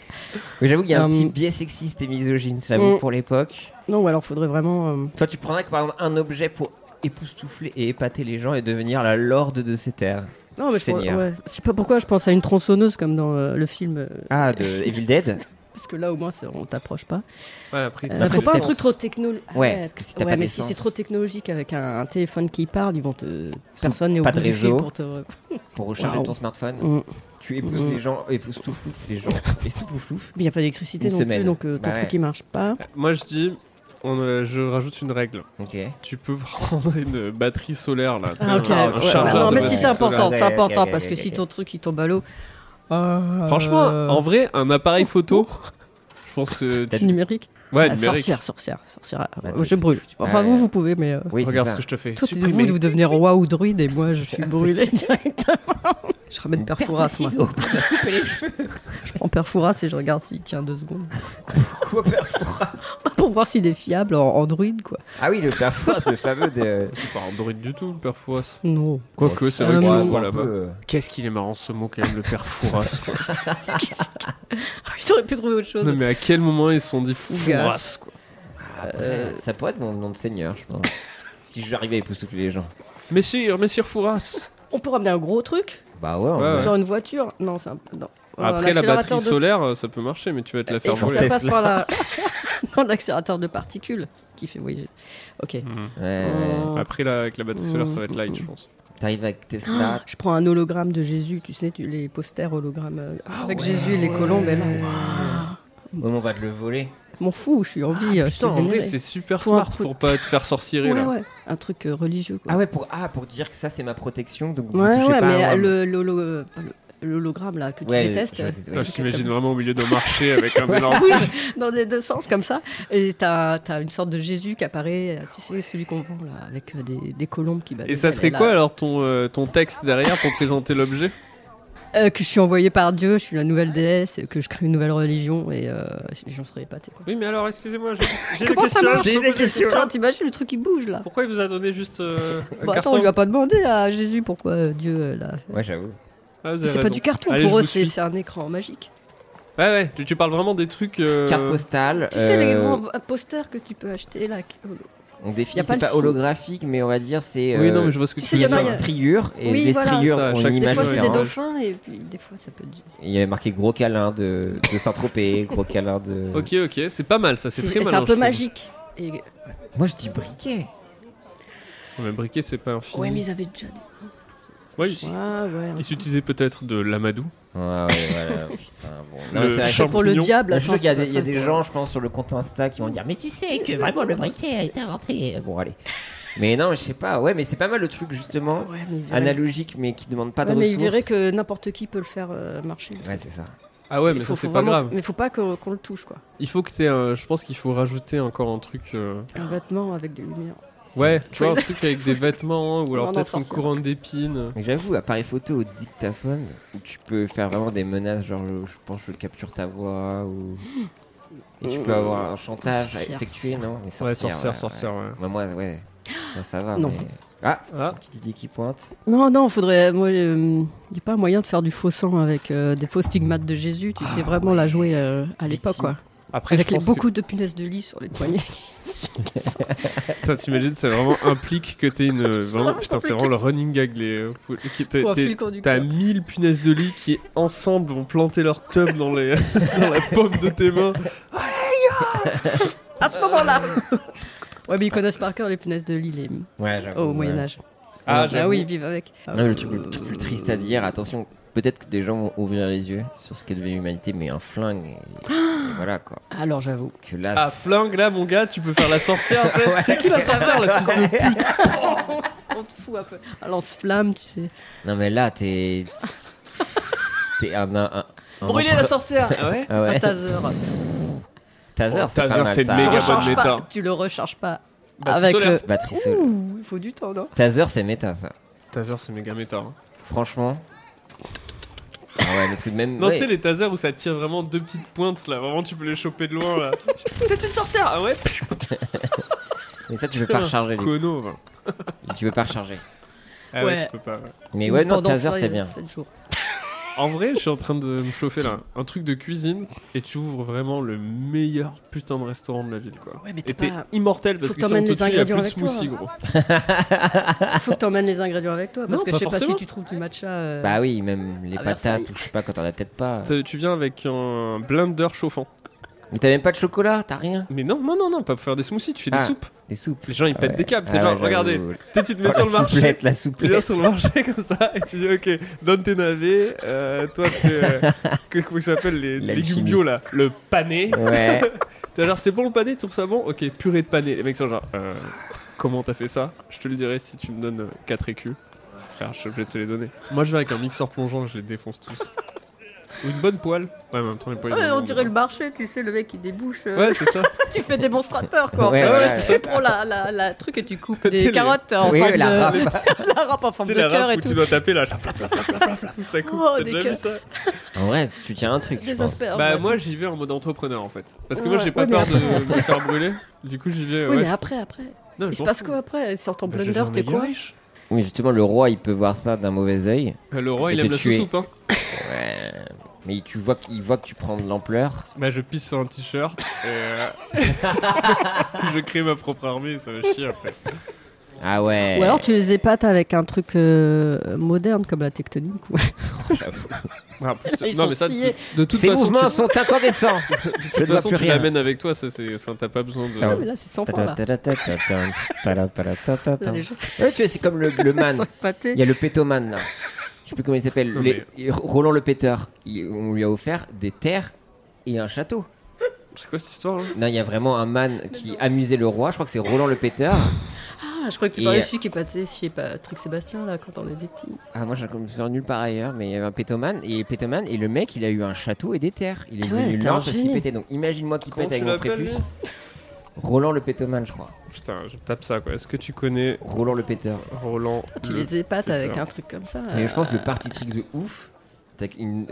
S2: Mais j'avoue
S5: Euh,
S2: qu'il y a un
S3: Hum.
S2: petit biais sexiste et misogyne, j'avoue,
S3: Mm.
S2: pour l'époque.
S3: Non, ou alors faudrait vraiment. euh,
S2: Toi, tu prendrais que, par exemple un objet pour époustoufler et épater les gens et devenir la lorde de ces terres.
S3: Non, mais je,
S2: Seigneur.
S3: ouais. je sais pas pourquoi je pense à une tronçonneuse comme dans euh, le film, euh,
S2: Ah, de Evil Dead
S3: parce que là au moins c'est- on t'approche pas.
S5: Ouais, après,
S3: Euh,
S5: t'as
S3: faut pas un
S5: l'essence.
S3: truc trop techno. Ah
S2: Ouais, parce que si t'as pas
S3: mais si
S2: d'essence.
S3: c'est trop technologique avec un, un téléphone qui parle, ils vont te. Personne n'est au
S2: pas
S3: bout
S2: de
S3: du fil
S2: réseau.
S3: pour te.
S2: pour recharger
S3: Waouh.
S2: ton smartphone.
S3: Mm.
S2: Tu épouses
S3: Mm.
S2: les gens, époustoufles les
S3: <laughs>
S2: gens, époustoufles.
S3: Il n'y a pas d'électricité
S2: Une
S3: non plus,
S2: semaine.
S3: donc euh, ton
S2: Bah ouais.
S3: truc il marche pas.
S5: Moi, je dis, on, euh, je rajoute une règle.
S2: Ok.
S5: Tu peux <laughs> prendre une batterie solaire là. tu sais,
S3: Ah, ok.
S5: un
S3: ouais,
S5: chargeur
S3: ouais. Non,
S5: de
S3: mais
S5: batterie
S3: si c'est
S5: solaire.
S3: important, c'est
S2: Ouais, ouais,
S3: important
S2: ouais,
S3: parce que
S2: ouais,
S3: si
S2: ouais.
S3: ton truc il tombe à l'eau. euh,
S5: Franchement, en vrai, un appareil photo, je pense que
S2: T'as-
S3: numérique.
S5: Ouais,
S3: Ah,
S5: numérique.
S3: sorcière, sorcière, sorcière. Ah,
S2: Bah,
S3: moi,
S2: t'es-
S3: je brûle. Enfin,
S2: ouais.
S3: vous, vous pouvez, mais. euh,
S2: Oui, c'est
S5: Regarde
S2: ça.
S5: ce que je te fais.
S3: Toi, t'es-
S5: Supprimer.
S3: vous, vous devenez roi ou druide, et moi, je suis brûlé directement. Je ramène Perfouras, moi.
S2: Ciseaux.
S3: Je prends Perfouras et je regarde s'il tient deux secondes. Pour voir s'il est fiable en, en druide, quoi.
S2: Ah oui, le perforas, le fameux de.
S5: C'est pas un druide du tout, le père Fouras.
S3: Non.
S5: Quoique, c'est
S3: Euh,
S5: vrai Oh, que
S3: non.
S5: c'est
S2: Un
S5: là
S2: peu, euh,
S5: bah, Qu'est-ce qu'il est marrant ce mot quand même, le <laughs> père Fouras. quoi.
S3: Ah, Ils auraient pu trouver autre chose.
S5: Non, mais à quel moment ils se sont dit
S3: Fougas.
S5: Fouras quoi.
S2: après,
S3: Euh,
S2: Ça pourrait être mon nom de seigneur, je pense. si j'arrivais à époustoufler les gens.
S5: Messire, Messire Fouras.
S3: On peut ramener un gros truc,
S2: Bah ouais, on
S5: Ouais, ouais.
S3: genre une voiture. Non, c'est un. Non.
S5: Après,
S3: Un
S5: la
S3: accélérateur
S5: batterie
S3: de-
S5: solaire, euh, ça peut marcher, mais tu vas te la
S3: Et
S5: faire
S3: il faut que
S5: voler.
S3: ça passe par
S5: <laughs>
S3: la. Non, l'accélérateur de particules qui fait voyager. Ok.
S2: Ouais, ouais.
S3: Oh.
S5: Après, là, avec la batterie solaire, ça va être light, je pense.
S2: T'arrives avec
S5: Ah,
S2: Tesla.
S3: ah, Je prends un hologramme de Jésus, tu sais, tu- les posters hologrammes euh, avec Jésus et les colombes. elle, euh,
S2: Bon, on va te le voler.
S3: M'en fous, je suis en vie, euh, je suis
S5: Ah, Putain, en vrai,
S3: vénérée.
S5: c'est super
S3: Pour un
S5: smart
S3: truc.
S5: pour pas te faire sorcirer
S3: Ouais,
S5: là.
S3: ouais, un truc euh, religieux. Quoi.
S2: Ah ouais, pour, ah, pour dire que ça, c'est ma protection, donc vous
S3: ouais,
S2: touchez
S3: ouais,
S2: pas à un
S3: mais
S2: homme.
S3: le- l'holo- euh, pas le- l'hologramme là que tu
S2: Ouais,
S3: détestes,
S2: je-
S3: euh,
S2: je-
S5: Putain, Je t'imagine vraiment au milieu d'un marché avec <laughs> un énorme.
S3: dans les deux sens comme ça, et t'as as une sorte de Jésus qui apparaît, euh, tu sais, celui qu'on vend là, avec euh, des, des colombes qui battent.
S5: Et ça serait
S3: là.
S5: quoi alors ton, euh, ton texte derrière pour présenter l'objet
S3: Euh, Que je suis envoyée par Dieu, je suis la nouvelle déesse, et que je crée une nouvelle religion, et euh, les gens seraient épatés. Quoi. Ah,
S5: Oui, mais alors, excusez-moi, j'ai- j'ai des
S3: Comment ça
S5: questions.
S3: marche
S5: J'ai des questions.
S3: Putain, T'imagines le truc qui bouge là
S5: Pourquoi il vous a donné juste euh, un
S3: Bah, attends, on
S5: carton
S3: lui a pas demandé à Jésus pourquoi euh, Dieu euh, l'a.
S2: Ouais, j'avoue.
S5: Ah, vous
S3: Mais
S5: avez
S3: C'est pas
S5: raison.
S3: du carton,
S5: Allez, je
S3: pour eux
S5: vous
S3: c'est
S5: suis.
S3: c'est un écran magique.
S5: Ouais, ouais, tu, tu parles vraiment des trucs. euh,
S2: Carte postale.
S3: Tu sais les
S2: euh,
S3: grands posters que tu peux acheter là. qui- oh,
S2: On
S3: Y
S2: définit,
S3: a pas
S2: c'est
S3: le
S2: pas
S3: signe.
S2: holographique, mais on va dire, c'est.
S5: Oui,
S2: euh,
S5: non, mais je vois ce que
S3: tu
S5: tu
S3: sais,
S5: veux
S3: y en a,
S5: dire.
S3: y
S2: une
S3: a-
S2: striure, et
S3: Oui,
S2: les
S3: voilà.
S2: striures
S5: Ça, à
S2: ont
S5: chaque
S2: une
S3: Des
S5: Image
S3: fois
S2: image
S3: c'est des
S5: différente.
S2: différente.
S3: dauphins et puis des fois ça peut être.
S2: Il y avait marqué gros câlin de, de Saint-Tropez, gros câlin de.
S5: <laughs> Ok, ok, c'est pas mal ça, c'est très mal.
S3: C'est un peu magique. Et...
S2: Moi je dis briquet.
S5: mais briquet, c'est pas infini.
S3: Ouais, mais ils avaient déjà des.
S5: Oui,
S3: Ouais, ouais.
S5: ils s'utilisaient peut-être de l'amadou.
S2: Ah ouais,
S3: <laughs>
S2: voilà. Putain, bon. Non,
S5: Le
S2: mais c'est vrai,
S5: champ-
S3: C'est pour le
S5: champignons.
S3: diable.
S2: je
S3: la
S2: suis sûr qu'il y a
S3: fin,
S2: des- il y a
S3: ça.
S2: des gens, je pense, sur le compte Insta qui vont dire Mais tu sais que vraiment le briquet a été inventé. Bon, allez. Mais non, je sais pas, ouais, mais c'est pas mal le truc justement.
S3: Ouais, mais ils verraient-
S2: Analogique, mais qui demande pas de
S3: Ouais, mais ils
S2: ressources.
S3: verraient que n'importe qui peut le faire euh, marcher.
S2: Ouais, c'est ça.
S5: Ah ouais,
S3: Il
S5: mais
S3: faut-
S5: ça, c'est
S3: faut
S5: pas
S3: vraiment-
S5: grave.
S3: Mais faut pas qu'on qu'on le touche quoi.
S5: Il faut que t'aies un- Je pense qu'il faut rajouter encore un truc. euh,
S3: Un vêtement avec des lumières.
S5: Ouais, tu vois, un truc avec des vêtements
S3: <laughs>
S5: ou alors
S3: Vraiment
S5: peut-être une
S3: sorcière.
S5: couronne d'épines.
S2: J'avoue, appareil photo au dictaphone, où tu peux faire vraiment des menaces, genre je je pense je capture ta voix
S3: <gasps>
S2: ou. Et tu peux avoir un chantage à
S3: Oh, Sorcière,
S2: effectuer, non Mais
S5: Ouais, sorcière, sorcière, ouais.
S2: Bah, moi, ouais. Moi, ça va.
S3: Non.
S2: Mais... Ah,
S5: Ah,
S2: petite idée qui pointe.
S3: Non, non, faudrait. Moi, euh, y a pas moyen de faire du faux sang avec euh, des faux stigmates de Jésus. Tu sais vraiment la jouer euh, à l'époque, quoi.
S5: Ah, après,
S3: Avec
S5: je
S3: les,
S5: pense
S3: beaucoup de punaises de lit sur les poignets.
S5: que ça, t'imagines,
S3: <laughs>
S5: ça vraiment implique que t'es une. euh, Vraiment, putain, c'est vraiment le running gag. Les... euh, faut- qui- t'es-
S3: Faut un
S5: t'es-
S3: fil conducteur.
S5: T'as 1000 punaises de lit qui, ensemble, vont planter leur tub dans, les... <laughs> dans la pomme de tes mains.
S3: À ce moment-là. ouais, mais ils connaissent par cœur les punaises de lit les...
S2: Ouais, j'avoue.
S3: au
S2: ouais.
S3: Moyen Âge.
S5: Ah,
S3: ah
S5: j'avoue.
S3: oui, ils vivent avec.
S2: Non, mais le truc le plus triste à dire, attention, peut-être que des gens vont ouvrir les yeux sur ce qu'est devenu l'humanité, mais un flingue. Et...
S3: <gasps>
S2: et voilà quoi.
S3: Alors j'avoue.
S2: Que là.
S5: Ah,
S2: c'est-
S5: flingue là, mon gars, tu peux faire la
S3: <laughs>
S5: sorcière. en fait. C'est qui la sorcière, la fils de pute
S3: On te fout un peu. Un lance-flamme, tu sais.
S2: Non, mais là, t'es. t'es un. un,
S3: <laughs>
S2: un...
S5: Brûler la sorcière Ah ouais
S2: Ah ouais.
S3: Un taser.
S2: Taser, c'est pas
S5: Taser,
S2: mal
S5: c'est
S2: ça.
S3: Tu,
S5: méga
S3: le recharges
S5: bonne
S3: pas,
S5: méta.
S3: tu le recharges pas.
S5: Batterie
S3: avec
S5: solaire.
S3: le...
S2: Batterie solaire.
S3: Ouh, il faut du temps, non
S2: Taser, c'est méta ça.
S5: Taser, c'est méga méta. hein.
S2: Franchement. Ah ouais, parce que même.
S5: Non,
S2: ouais.
S5: tu sais, les tasers où ça tire vraiment deux petites pointes là, vraiment tu peux les choper de loin
S3: <laughs>
S5: là. C'est une sorcière Ah ouais
S2: Mais
S5: <laughs>
S2: ça, tu peux pas recharger. du coup.
S5: Kono, va.
S2: Tu peux pas recharger.
S5: Ah ouais,
S3: Ouais.
S5: tu peux pas. ouais.
S2: Mais ouais, non,
S3: Pendant
S2: taser,
S3: ça, il y
S2: c'est
S3: a
S2: bien.
S3: sept jours.
S5: En vrai, je suis en train de me chauffer là. Un truc de cuisine et tu ouvres vraiment le meilleur putain de restaurant de la ville quoi.
S3: Ouais, mais t'es
S5: Et t'es
S3: pas-
S5: immortel parce
S3: Faut
S5: que
S3: que
S5: si on
S3: t'emmènes
S5: te
S3: les
S5: tue, il y a plus
S3: ingrédients
S5: de
S3: avec hein.
S5: smoothie gros.
S3: Faut que t'emmènes les ingrédients avec toi. Parce
S5: Non,
S3: que
S5: pas
S3: je sais pas si
S5: forcément.
S3: tu trouves du matcha. euh,
S2: Bah oui, même les
S3: à
S2: patates,
S3: Versailles.
S2: ou je sais pas, quand t'en as peut-être pas.
S5: Ça, Tu viens avec un blender chauffant.
S2: Mais t'as même pas de chocolat, t'as rien.
S5: Mais non, non, non, non, pas pour faire des smoothies, tu fais des
S2: Ah.
S5: soupes.
S2: Des soupes.
S5: Les gens ils pètent des câbles. T'es
S2: Ah
S5: genre,
S2: ouais,
S5: regardez,
S2: j'avoue.
S5: tu sais, tu Ah, te mets
S2: Oh,
S5: sur le
S2: la
S5: marché.
S2: souplette, la
S5: Tu viens
S2: souplette.
S5: sur le marché comme ça et tu dis ok, donne tes navets, euh, toi tu fais, euh, que, comment ça
S2: <laughs>
S5: s'appelle les
S2: L'alchimiste.
S5: légumes bio là, le pané.
S2: Ouais.
S5: T'as genre c'est bon le pané, tu trouves ça bon Ok, purée de pané. Les mecs sont genre euh, comment t'as fait ça Je te le dirai si tu me donnes euh, 4 écus. Frère, je vais te les donner. Moi je vais avec un mixeur plongeant, je les défonce tous. Ou une bonne poêle. Ouais, mais en même temps, les poêles.
S12: Ouais,
S5: ils en
S12: on
S5: ont-
S12: dirait le marché, tu sais, le mec qui débouche. euh,
S5: Ouais, c'est ça.
S12: <laughs> tu fais démonstrateur, quoi. en
S2: Ouais,
S12: fait.
S2: ouais,
S12: tu
S2: ouais.
S12: prends la, la, la truc et tu coupes
S5: <laughs> Tu sais,
S12: des
S5: les-
S12: carottes en
S2: Oui,
S12: forme
S2: la
S12: de... <laughs> la râpe en
S5: Tu
S12: forme
S5: sais,
S12: de
S5: la
S12: cœur
S5: râpe
S12: et
S5: où tu
S12: tout.
S5: dois taper là. <laughs> flap, flap, flap, flap, flap, flap, tout ça coupe.
S12: Oh,
S5: T'as
S12: des
S5: déjà vu
S12: cœurs.
S5: ça
S2: En vrai, tu tiens un truc. je
S12: Des
S2: pense.
S12: asperges.
S5: Bah,
S12: ouais.
S5: moi, j'y vais en mode entrepreneur en fait. Parce que moi,
S12: Ouais.
S5: j'ai pas
S12: Ouais, mais
S5: peur de me faire brûler. Du coup, j'y vais.
S3: Oui,
S5: ouais,
S3: mais
S5: je-
S3: après, après.
S5: Non,
S3: Il
S5: je
S3: se
S5: m'en
S3: passe
S5: fous.
S3: quoi après Ils sortent en
S5: Bah, je
S3: blunder,
S5: deviens
S3: t'es
S5: méga
S3: quoi
S5: riche.
S2: Oui, justement, le roi, il peut voir ça d'un mauvais œil.
S5: Euh, Le roi,
S2: Et
S5: il
S2: te
S5: aime la
S2: tuer.
S5: soupe, hein.
S2: Ouais. Mais tu vois, qu'il voit que tu prends de l'ampleur.
S5: Bah, je pisse sur un t-shirt et. <laughs> euh, je crée ma propre armée, ça va chier après.
S2: Ah ouais.
S3: Ou alors tu les épates avec un truc euh, moderne comme la tectonique. ou-
S5: Ah, en plus,
S12: Ils
S5: non,
S12: sont
S5: mais ça, de,
S12: sciés.
S5: de toute
S2: Ces
S5: façon, tu,
S2: mouvements sont incandescents.
S5: de
S2: Je ne
S5: toute
S2: vois
S5: façon,
S2: plus
S5: tu
S2: rien.
S5: l'amènes avec toi, ça c'est. Enfin, t'as pas besoin de.
S2: Ah
S3: <laughs> Ah,
S2: ouais.
S3: mais là, c'est 100 francs là.
S2: Ta-ta-ta-ta-ta-ta.
S3: Là,
S2: Pa-la-pa-la-pa-pa-pa.
S3: les gens
S2: Ouais, tu vois, c'est comme le, le man.
S3: sont pâtés.
S2: Il y a le pétoman là. Je sais plus comment il s'appelle.
S5: Non,
S2: Les- euh, Roland le péteur. Il- On lui a offert des terres et un château.
S5: C'est quoi cette histoire là
S2: Non, il y a vraiment un man qui amusait le roi. Je crois que c'est Roland le péteur.
S3: Ah, je crois que tu
S2: Et-
S3: parlais de celui qui est pâté chez Patrick Sébastien là quand on était petit.
S2: Ah, moi, je me souviens nulle part ailleurs, mais il y avait un pétoman et pétoman et le mec, il a eu un château et des terres. Il est
S3: Ah ouais,
S2: devenu
S3: t'es
S2: lent
S3: un
S2: parce qu'il
S3: génie.
S2: pétait. Donc, imagine-moi qui
S5: Comment
S2: pète avec
S5: tu
S2: mon
S5: l'appelles,
S2: prépuce. Roland le pétoman, je crois.
S5: Putain, je tape ça quoi. Est-ce que tu connais
S2: Roland le péteur.
S5: Roland
S3: Ah, Tu
S5: le-
S3: les épates avec
S5: Putain.
S3: un truc comme ça.
S2: Mm. Mais je pense
S3: euh,
S2: que le party trick de ouf, t'as une-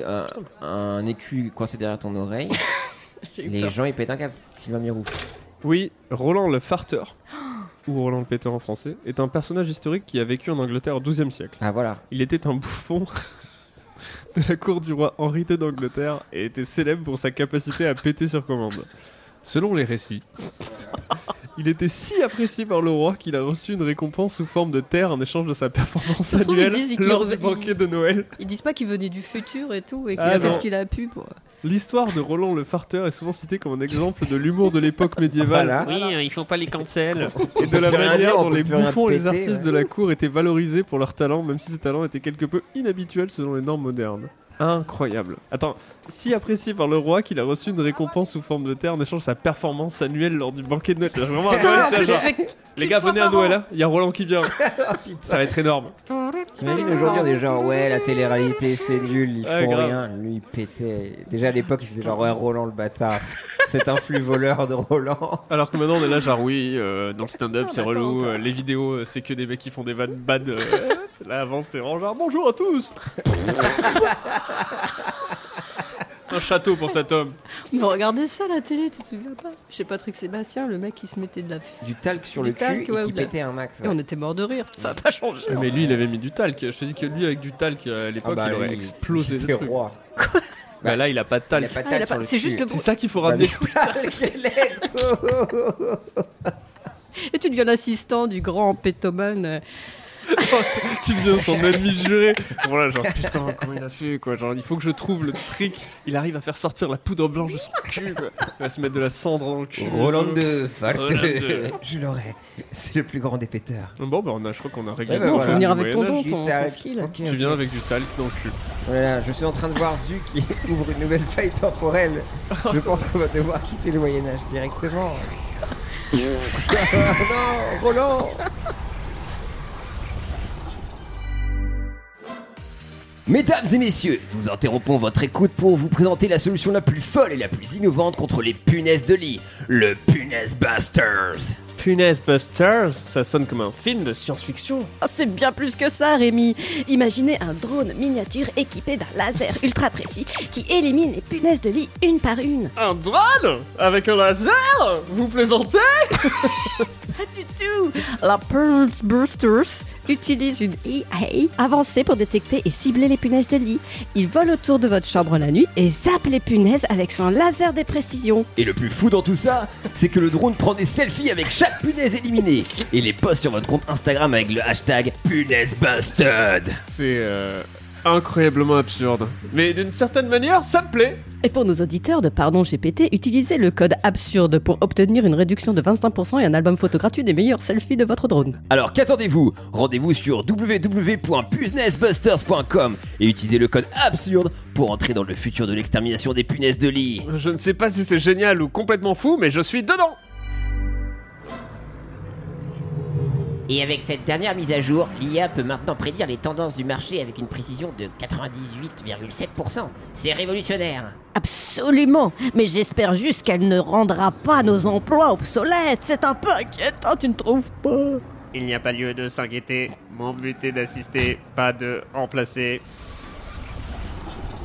S2: un, un écu coincé derrière ton oreille,
S3: <laughs> j'ai eu
S2: les
S3: peur.
S2: gens ils pètent un câble. Sylvain Mirou.
S5: Oui, Roland le farteur, ou Roland le péteur en français, est un personnage historique qui a vécu en Angleterre au XIIe siècle.
S2: Ah voilà.
S5: Il était un bouffon <laughs> de la cour du roi Henri II d'Angleterre et était célèbre pour sa capacité à péter sur commande. Selon
S3: <laughs>
S5: les récits, il était si apprécié par le roi qu'il a reçu une récompense sous forme de terre en échange de sa performance
S3: Ça se trouve, ils
S5: annuelle
S3: disent qu'il
S5: lors du
S3: revient-
S5: banquet de Noël.
S3: Ils disent pas qu'il venait du futur et tout et qu'il
S5: Ah,
S3: a fait
S5: non.
S3: ce qu'il a pu pour. euh,
S5: L'histoire de Roland le farteur est souvent citée comme un exemple de l'humour de l'époque médiévale.
S2: Voilà.
S9: Oui, il faut pas les cancel.
S5: Et de la
S2: peut plus rien
S5: manière
S2: dire, on
S5: dont
S2: peut
S5: les
S2: plus rien
S5: bouffons et les
S2: péter,
S5: artistes
S2: ouais.
S5: de la cour étaient valorisés pour leurs talents, même si ces talents étaient quelque peu inhabituels selon les normes modernes. Incroyable. Attends, si apprécié par le roi qu'il a reçu une récompense sous forme de terre en échange de sa performance annuelle lors du banquet de Noël. C'est vraiment un Noël, c'est genre, Les gars, venez à Noël, hein, il y a Roland
S2: <laughs>
S5: qui vient.
S2: Oh,
S5: Ça va être énorme.
S2: T'imagines aujourd'hui on est genre ouais la télé-réalité c'est nul, ils
S5: Ouais,
S2: font
S5: grave.
S2: rien, lui il pétait. Déjà à l'époque il faisait genre ouais Roland le bâtard, <laughs> c'est un flux voleur de Roland.
S5: Alors que maintenant on est là, genre oui, euh, dans le stand-up c'est
S3: Ah, bah,
S5: relou,
S3: attends,
S5: euh, les vidéos euh, c'est que des mecs qui font des vannes bad. euh, là avant c'était vraiment genre bonjour à tous Un château pour cet homme.
S3: Mais regardez ça à la télé, tu te souviens pas Chez Patrick Sébastien, le mec qui se mettait de la. f-
S2: Du talc sur
S3: Du
S2: le
S3: talc,
S2: cul
S3: ouais,
S2: et
S3: ou
S2: qui
S3: de la-
S2: pétait un max.
S3: Et
S2: ouais.
S3: on était mort de rire, ça a pas changé.
S5: Eh, Mais lui il avait mis du talc, je te dis que lui avec du talc euh, à l'époque
S2: Ah, bah,
S5: il aurait
S2: lui,
S5: explosé
S2: il
S5: le
S2: était
S5: truc.
S2: roi.
S5: Bah là il a pas de
S2: Il a
S5: talc.
S2: pas de
S3: Ah,
S2: talc
S3: il a
S2: sur
S3: pas-
S2: le
S3: c'est juste
S2: cul.
S3: le
S5: C'est ça qu'il faut
S2: Bah,
S5: ramener.
S2: le talc, let's go
S3: Et tu deviens l'assistant du grand pétoman. euh,
S5: tu deviens son ennemi juré. Voilà, genre <laughs> putain, comment il a fait quoi. Genre, il faut que je trouve le trick. Il arrive à faire sortir la poudre blanche de son cul quoi. Il va se mettre de la cendre dans le cul.
S2: Roland de Valte,
S5: Roland de-
S2: <laughs> je l'aurai. C'est le plus grand des péteurs.
S5: Bon, bah, on a, je crois qu'on a réglé.
S2: Ouais, bah,
S5: le
S3: Non,
S2: voilà.
S3: faut venir
S5: problème
S3: avec
S5: du
S3: ton don,
S5: Moyen-Âge.
S3: ton,
S2: Guitare.
S3: ton skill.
S2: Ok,
S5: Tu
S2: ok.
S5: viens avec du talc dans le cul.
S2: Voilà, je suis en train de voir Zu
S11: <laughs>
S2: qui ouvre une nouvelle faille temporelle. Je pense qu'on va devoir quitter le Moyen-Âge
S11: <laughs>
S2: directement. non, Roland
S11: Mesdames et messieurs, nous interrompons votre écoute pour vous présenter la solution la plus folle et la plus innovante contre les punaises de lit, le Punaise Busters.
S5: Punaise Busters, ça sonne comme un film de science-fiction.
S10: Ah, c'est bien plus que ça, Rémi. Imaginez un drone miniature équipé d'un laser ultra précis qui élimine les punaises de lit une par une.
S5: Un drone Avec un laser Vous plaisantez
S10: Pas du tout La Pearl Bursters utilise une IA avancée pour détecter et cibler les punaises de lit. Il vole autour de votre chambre la nuit et zappe les punaises avec son laser des précisions.
S11: Et le plus fou dans tout ça, c'est que le drone prend des selfies avec chaque punaise éliminée et les poste sur votre compte Instagram avec le hashtag PunaiseBusted.
S5: C'est euh, incroyablement absurde. Mais d'une certaine manière, ça me plaît.
S3: Et pour nos auditeurs de Pardon GPT, utilisez le code absurde pour obtenir une réduction de 25% et un album photo gratuit des meilleurs selfies de votre drone.
S11: Alors qu'attendez-vous Rendez-vous sur www.businessbusters.com et utilisez le code absurde pour entrer dans le futur de l'extermination des punaises de lit.
S5: Je ne sais pas si c'est génial ou complètement fou, mais je suis dedans
S11: Et avec cette dernière mise à jour, l'IA peut maintenant prédire les tendances du marché avec une précision de 98,7%. C'est révolutionnaire.
S10: Absolument, mais j'espère juste qu'elle ne rendra pas nos emplois obsolètes. C'est un peu inquiétant, tu ne trouves pas
S13: Il n'y a pas lieu de s'inquiéter. Mon but est d'assister, pas de remplacer.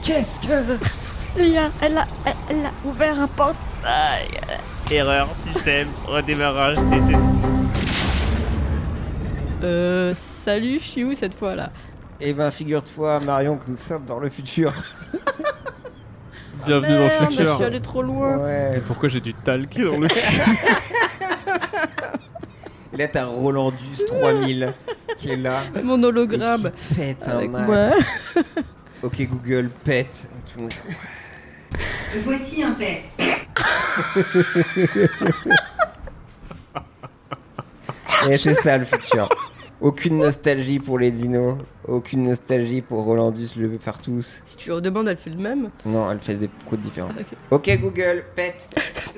S10: Qu'est-ce que... Lia, elle a, elle- elle a ouvert un portail.
S13: Erreur, système, redémarrage nécessaire.
S12: Euh, salut, je suis où cette fois-là
S2: Eh ben, figure-toi, Marion, que nous sommes dans le futur.
S5: Bienvenue dans le
S12: Ah, Merde, je
S5: futur.
S12: suis allé trop loin.
S5: Et pourquoi j'ai du talc dans le <laughs>
S2: Et là, t'as Rolandus 3000 qui est
S3: <laughs>
S2: là.
S12: Mon hologramme.
S2: Et qui pète un
S12: Avec
S2: max.
S12: moi.
S2: ok, Google, pète. Tout le monde-
S4: Voici un pet.
S2: Et c'est ça le futur. Aucune nostalgie pour les dinos, aucune nostalgie pour Rolandus le partout.
S12: Si tu redemandes, elle fait le même.
S2: Non, elle fait des coups de différents.
S12: Ok.
S2: Ok Google, pète.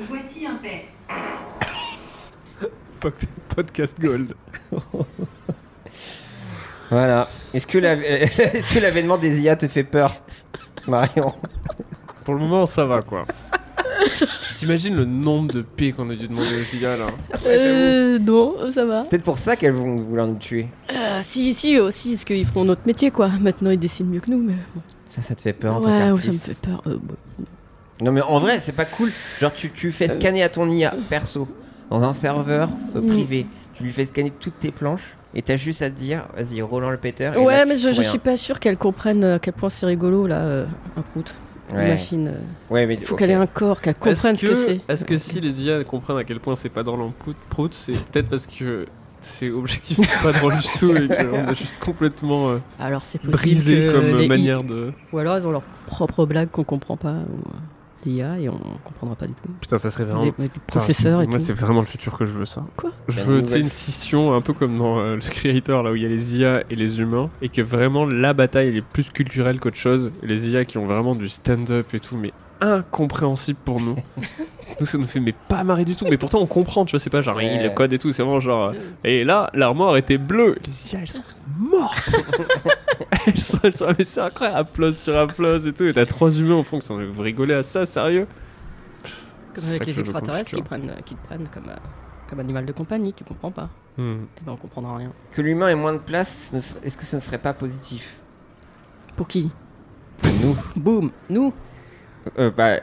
S4: Voici un pet.
S5: podcast Gold
S2: Voilà. Est-ce que la- <laughs> est-ce que l'avènement des IA te fait peur, Marion
S5: Pour le moment, ça
S12: <laughs>
S5: va quoi. T'imagines le nombre de P qu'on a dû demander hein. aux IA là
S12: Euh, non, ça va.
S2: C'est peut-être pour ça qu'elles vont vouloir nous tuer.
S3: Euh, si, si, aussi, parce qu'ils feront notre métier, quoi. Maintenant, ils décident mieux que nous, mais bon.
S2: Ça, ça te fait peur en tant
S3: Ouais, ouais, ça me
S2: qu'artiste
S3: fait peur. euh, bon.
S2: Non mais en vrai, c'est pas cool. Genre tu, tu fais scanner à ton IA perso dans un serveur euh,
S3: Euh. Mm.
S2: privé. Tu lui fais scanner toutes tes planches et t'as juste à te dire, vas-y, Roland le péteur. et
S3: ouais,
S2: là, tu
S3: mais je,
S2: fous
S3: je
S2: rien.
S3: suis pas sûre qu'elle comprenne euh, à quel point c'est rigolo, là, euh, un coup.
S2: Ouais.
S3: Une machine. euh.
S2: Ouais, mais
S3: Il faut
S2: ok.
S3: qu'elle ait un corps, qu'elle comprenne ce que c'est.
S5: Est-ce que si les IA comprennent à quel point c'est pas dans l'empout prout, c'est peut-être parce que c'est objectivement pas drôle <laughs> du tout et qu'on a juste complètement euh,
S3: Alors c'est possible
S5: brisé
S3: que
S5: comme euh,
S3: les I-
S5: manière de.
S3: Ou alors ils ont leur propre blague qu'on comprend pas, ou euh, l'IA, et on comprendra pas du tout.
S5: Putain, ça serait vraiment.
S3: Des, des professeurs et
S5: Moi,
S3: tout.
S5: c'est vraiment le futur que je veux, ça.
S3: Quoi
S5: Je
S2: La
S5: veux, tu sais,
S2: nouvelle-
S5: une scission un peu comme dans euh, le Creator, là où il y a les IA et les humains, et que vraiment la bataille, elle est plus culturelle qu'autre chose. Et les IA qui ont vraiment du stand-up et tout, mais incompréhensible
S3: <laughs>
S5: pour nous. nous, ça nous fait mais pas marrer du tout. Mais pourtant, on comprend, tu vois, c'est pas genre,
S2: Ouais.
S5: le code et tout, c'est vraiment genre. euh, et là, l'armoire était bleue. Les IA, elles sont
S3: <laughs>
S5: mortes Elles sont, elles sont- mais c'est incroyable, applause sur applause et tout. Et t'as trois humains au fond qui sont, vous rigolez à ça, sérieux
S3: Comme
S5: C'est ça
S3: avec
S5: que je
S3: les
S5: veux
S3: extraterrestres
S5: qu'on
S3: qui,
S5: le
S3: prennent, euh, qui te prennent comme, euh, comme animal de compagnie, tu comprends pas.
S5: Hmm.
S3: Et ben on comprendra rien.
S2: Que l'humain ait moins de place, ne ser- est-ce que ce ne serait pas positif
S3: Pour qui
S2: Pour nous
S3: Boum Nous
S2: Euh, Bah.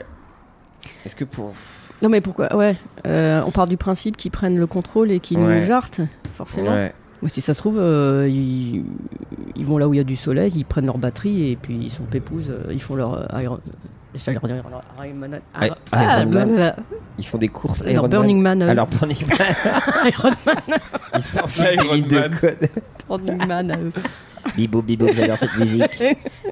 S2: Est-ce que pour.
S3: Non mais pourquoi Ouais, euh, on part du principe qu'ils prennent le contrôle et qu'ils
S2: Ouais.
S3: nous jartent, forcément.
S2: Ouais.
S3: Mais si ça se trouve, euh, ils, ils vont là où il y a du soleil, ils prennent leur batterie et puis ils sont pépouses, euh, ils font leur euh, Iron. j'allais leur dire leur Iron Man-
S2: I-
S3: Iron-
S2: Ah, Iron Man.
S3: voilà.
S2: Ils font des courses à
S3: Leur
S2: Iron
S3: ah, Burning Man. euh,
S2: Alors Burning Man.
S3: <laughs> Iron Man.
S2: Ils s'enfilent des
S5: Iron
S2: lignes de
S5: Man.
S2: code. <laughs>
S3: Burning Man euh. à eux.
S2: Bibo, bibo, j'adore cette musique.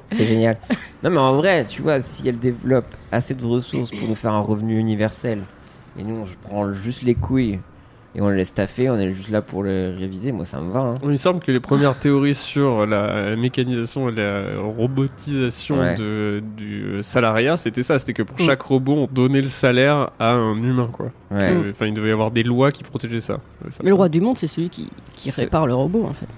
S2: C'est génial. Non, mais en vrai, tu vois, si elle développe assez de ressources pour nous faire un revenu universel, et nous, on se prend juste les couilles et on le laisse taffer, on est juste là pour le réviser, moi ça me va. hein.
S5: Il me semble que les premières théories sur la mécanisation et la robotisation
S2: Ouais.
S5: de- du salariat, c'était ça, c'était que pour
S3: Mm.
S5: chaque robot, on donnait le salaire à un humain, quoi.
S2: Ouais.
S5: Euh, Enfin, il devait y avoir des lois qui protégeaient ça. Euh, ça-
S3: <laughs> Mais le roi du monde, c'est celui qui, qui
S2: C'est-
S3: répare le robot, en fait.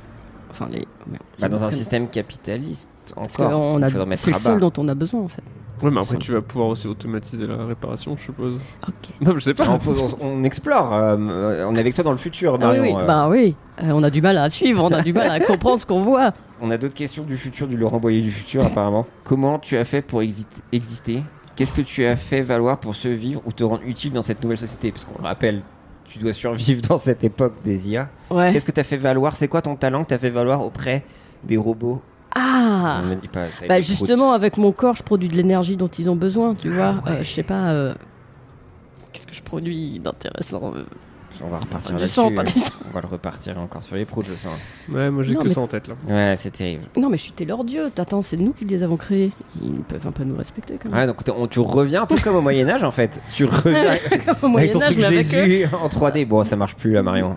S3: Enfin, les. merde,
S2: Bah, dans un
S3: j'ai-
S2: système capitaliste,
S3: Parce
S2: encore.
S3: qu'on
S2: il faudrait
S3: a-
S2: mettre
S3: C'est le
S2: à
S3: seul
S2: bas.
S3: dont on a besoin, en fait.
S5: Ouais, mais après, tu vas pouvoir aussi automatiser la réparation, je suppose.
S3: Ok.
S5: Non, je sais pas.
S2: On, pose- on- on explore, euh, euh, on est avec toi dans le futur,
S3: Ah oui,
S2: Marion.
S3: oui.
S2: euh.
S3: Bah oui, Euh, on a du mal à suivre, on a du
S2: <laughs>
S3: mal à comprendre ce qu'on voit.
S2: On a d'autres questions du futur, du Laurent Boyer du futur, apparemment. Comment tu as fait pour exi- exister Qu'est-ce que tu as fait valoir pour survivre ou te rendre utile dans cette nouvelle société Parce qu'on le rappelle, tu dois survivre dans cette époque des IA.
S3: Ouais.
S2: Qu'est-ce que tu as fait valoir C'est quoi ton talent que tu as fait valoir auprès des robots
S3: Ah
S2: On me dit pas ça. a
S3: Bah
S2: été
S3: justement,
S2: prout.
S3: avec mon corps, je produis de l'énergie dont ils ont besoin, tu
S2: Ah
S3: vois. Euh, je sais pas. euh, Qu'est-ce que je produis d'intéressant euh,
S2: On va repartir
S3: Pas du
S2: là-dessus. hein. euh,
S3: sang, pas du sang.
S2: On va le repartir encore sur les proutes, je sens.
S5: Ouais, moi, j'ai
S3: Non,
S5: que
S3: mais-
S5: ça en tête, là.
S2: Ouais, c'est terrible.
S3: <laughs> Non, mais je suis leur dieu. Attends, c'est nous qui les avons créés. Ils ne peuvent pas nous respecter quand même.
S2: Ouais, donc t'es- on- tu reviens un peu comme au Moyen-Âge en fait. Tu reviens
S3: <laughs> Au
S2: avec ton
S3: <laughs> Moyen-Âge,
S2: truc
S3: mais avec eux.
S2: Jésus en 3D. Bon, ça marche plus là, Marion.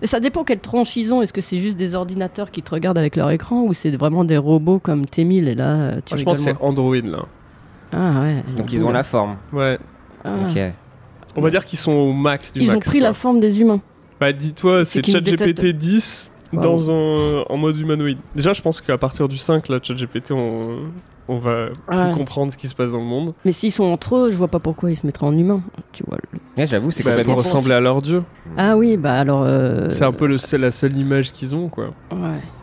S3: Mais ça dépend quelle tronche ils ont. Est-ce que c'est juste des ordinateurs qui te regardent avec leur écran ou c'est vraiment des robots comme T1000 et là, euh, tu
S5: Moi, je
S3: rigoles
S5: pense que c'est
S3: moins.
S5: Android, là.
S3: Ah ouais.
S2: Donc ils ont la forme.
S5: Ouais.
S3: Ah.
S2: Ok.
S5: On va dire qu'ils sont au max du
S3: Ils ont
S5: max,
S3: pris
S5: quoi.
S3: la forme des humains.
S5: Bah dis-toi,
S1: C'est
S5: c'est
S1: qu'il me
S5: ChatGPT
S1: déteste.
S5: 10
S1: Wow.
S5: dans un- en mode humanoïde. Déjà, je pense qu'à partir du 5, là, ChatGPT, on, on va
S3: Ah.
S5: plus comprendre ce qui se passe dans le monde.
S3: Mais s'ils sont entre eux, je vois pas pourquoi ils se mettraient en humain. Tu vois. le-
S2: J'avoue,
S3: c'est
S5: bah,
S3: complètement
S5: pour ressembler à leur dieu.
S3: Ah oui, bah alors. euh,
S5: C'est un peu le seul- la seule image qu'ils ont, quoi.
S3: Ouais.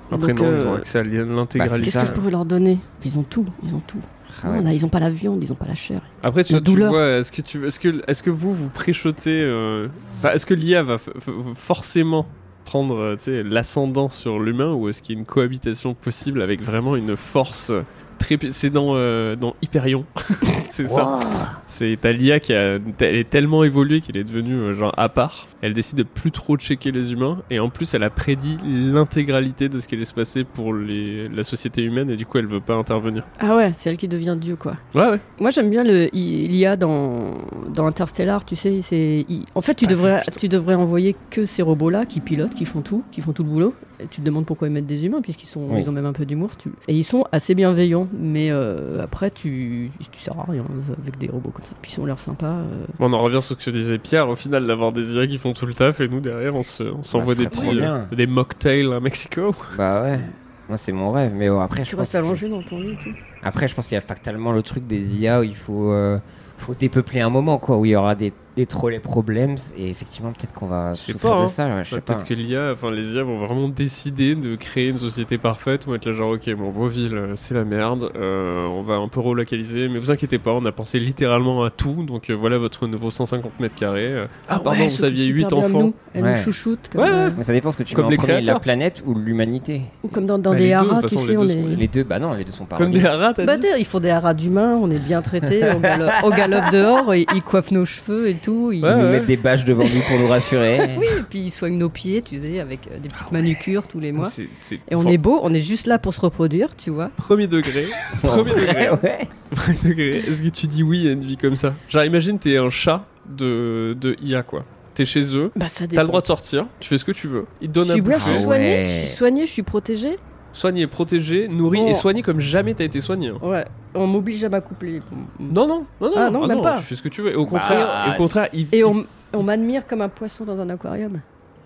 S5: Après,
S3: Donc,
S5: non,
S3: euh, bah,
S5: ils ont accès à l'intégralité.
S3: Qu'est-ce que je pourrais leur donner Ils ont tout, ils ont tout.
S5: Ah ouais.
S3: Non, là, ils ont pas la viande, ils ont pas la chair.
S5: Après, tu,
S3: la
S5: tu
S3: douleur.
S5: vois, est-ce que, tu, est-ce que, est-ce que vous, vous préchotez... euh, enfin, est-ce que l'IA va f- f- forcément prendre euh, tu sais, l'ascendant sur l'humain ou est-ce qu'il y a une cohabitation possible avec vraiment une force euh, très... pu- C'est dans, euh, dans Hyperion. <laughs> c'est ça. C'est t'as l'IA qui a, elle est tellement évoluée qu'elle est devenue euh, genre à part. Elle décide de plus trop checker les humains et en plus elle a prédit l'intégralité de ce qui allait se passer pour les, la société humaine et du coup elle veut pas intervenir.
S3: Ah ouais, c'est elle qui devient Dieu, quoi.
S5: Ouais, ouais.
S3: Moi, j'aime bien le i- l'IA dans, dans Interstellar, tu sais. Ah, c'est i- En fait, tu devrais, tu devrais envoyer que ces robots-là qui pilotent, qui font tout, qui font tout le boulot. Et tu te demandes pourquoi ils mettent des humains, puisqu'ils sont,
S2: Oui.
S3: ils ont même un peu d'humour. tu- Et ils sont assez bienveillants, mais euh, après, tu, tu sers à rien avec des robots comme ça. Puis ils ont l'air sympas. euh.
S5: On en revient sur ce que disait Pierre, au final d'avoir des IA qui font tout le taf et nous derrière on se- on s'envoie
S2: Bah,
S5: des
S2: ça serait
S5: petits
S2: trop
S5: euh, des mocktails à Mexico.
S2: Bah ouais. Moi, c'est mon rêve, mais bon, après,
S3: Tu
S2: je
S3: restes
S2: pense...
S3: allongé dans ton lit, tout.
S2: après, je pense qu'il y a factalement le truc des IA où il faut, euh, faut dépeupler un moment, quoi, où il y aura des, des trop les problèmes, et effectivement, peut-être qu'on va
S5: C'est
S2: souffrir de ça, ouais, je sais pas.
S5: hein. Bah, Peut-être que l'IA, enfin les IA vont vraiment décider de créer une société parfaite ou être là genre ok bon vos villes euh, c'est la merde, euh, on va un peu relocaliser, mais vous inquiétez pas, on a pensé littéralement à tout, donc euh, voilà votre nouveau 150 mètres carrés. Euh, Ah, pardon, vous aviez 8 enfants.
S3: Elle nous chouchoute. Comme, euh,
S2: Mais ça dépend ce que tu
S5: Comme
S2: mets
S5: les
S2: en premier, la
S5: créateurs.
S2: planète ou l'humanité.
S3: Ou comme dans- dans Bah, les les deux, de haras, toute tu façon, sais, les on deux est- sont liés.
S2: Les deux, bah non, les deux sont pas
S5: Comme
S2: reliés.
S5: des haras,
S3: Bah, t'es- ils font des haras d'humains, on est bien traités, on galope,
S5: <laughs>
S3: on galope dehors, ils, ils coiffent nos cheveux et tout. Ils
S2: Ils nous mettent des bâches devant nous pour nous
S5: <laughs>
S2: rassurer.
S3: oui, et puis ils soignent nos pieds, tu sais, avec euh, des petites manucures tous les mois.
S5: C'est- c'est
S3: Et on
S5: fort.
S3: est beau, on est juste là pour se reproduire, tu vois. <laughs>
S5: Premier degré. Premier degré. <laughs>
S2: ouais.
S5: Premier degré. Est-ce que tu dis oui à une vie comme ça Genre, imagine, t'es un chat de, de IA, quoi. T'es chez eux.
S3: Bah, ça
S5: T'as
S3: dépend.
S5: le droit de sortir. Tu fais ce que tu veux. Ils te
S3: Je
S5: donnent
S3: suis
S5: un
S3: bien,
S5: bout
S3: je suis soignée, je suis soignée, je suis protégée.
S5: Soigné, protégé, nourri
S3: Oh.
S5: et soigné comme jamais t'as été soigné. hein.
S3: Ouais, on m'oblige à m'accoupler.
S5: Non, non, non, non,
S3: Ah non,
S5: ah
S3: même pas.
S5: Tu fais ce que tu veux. Et au contraire, et au contraire ils-
S3: Et on, on m'admire comme un poisson dans un aquarium.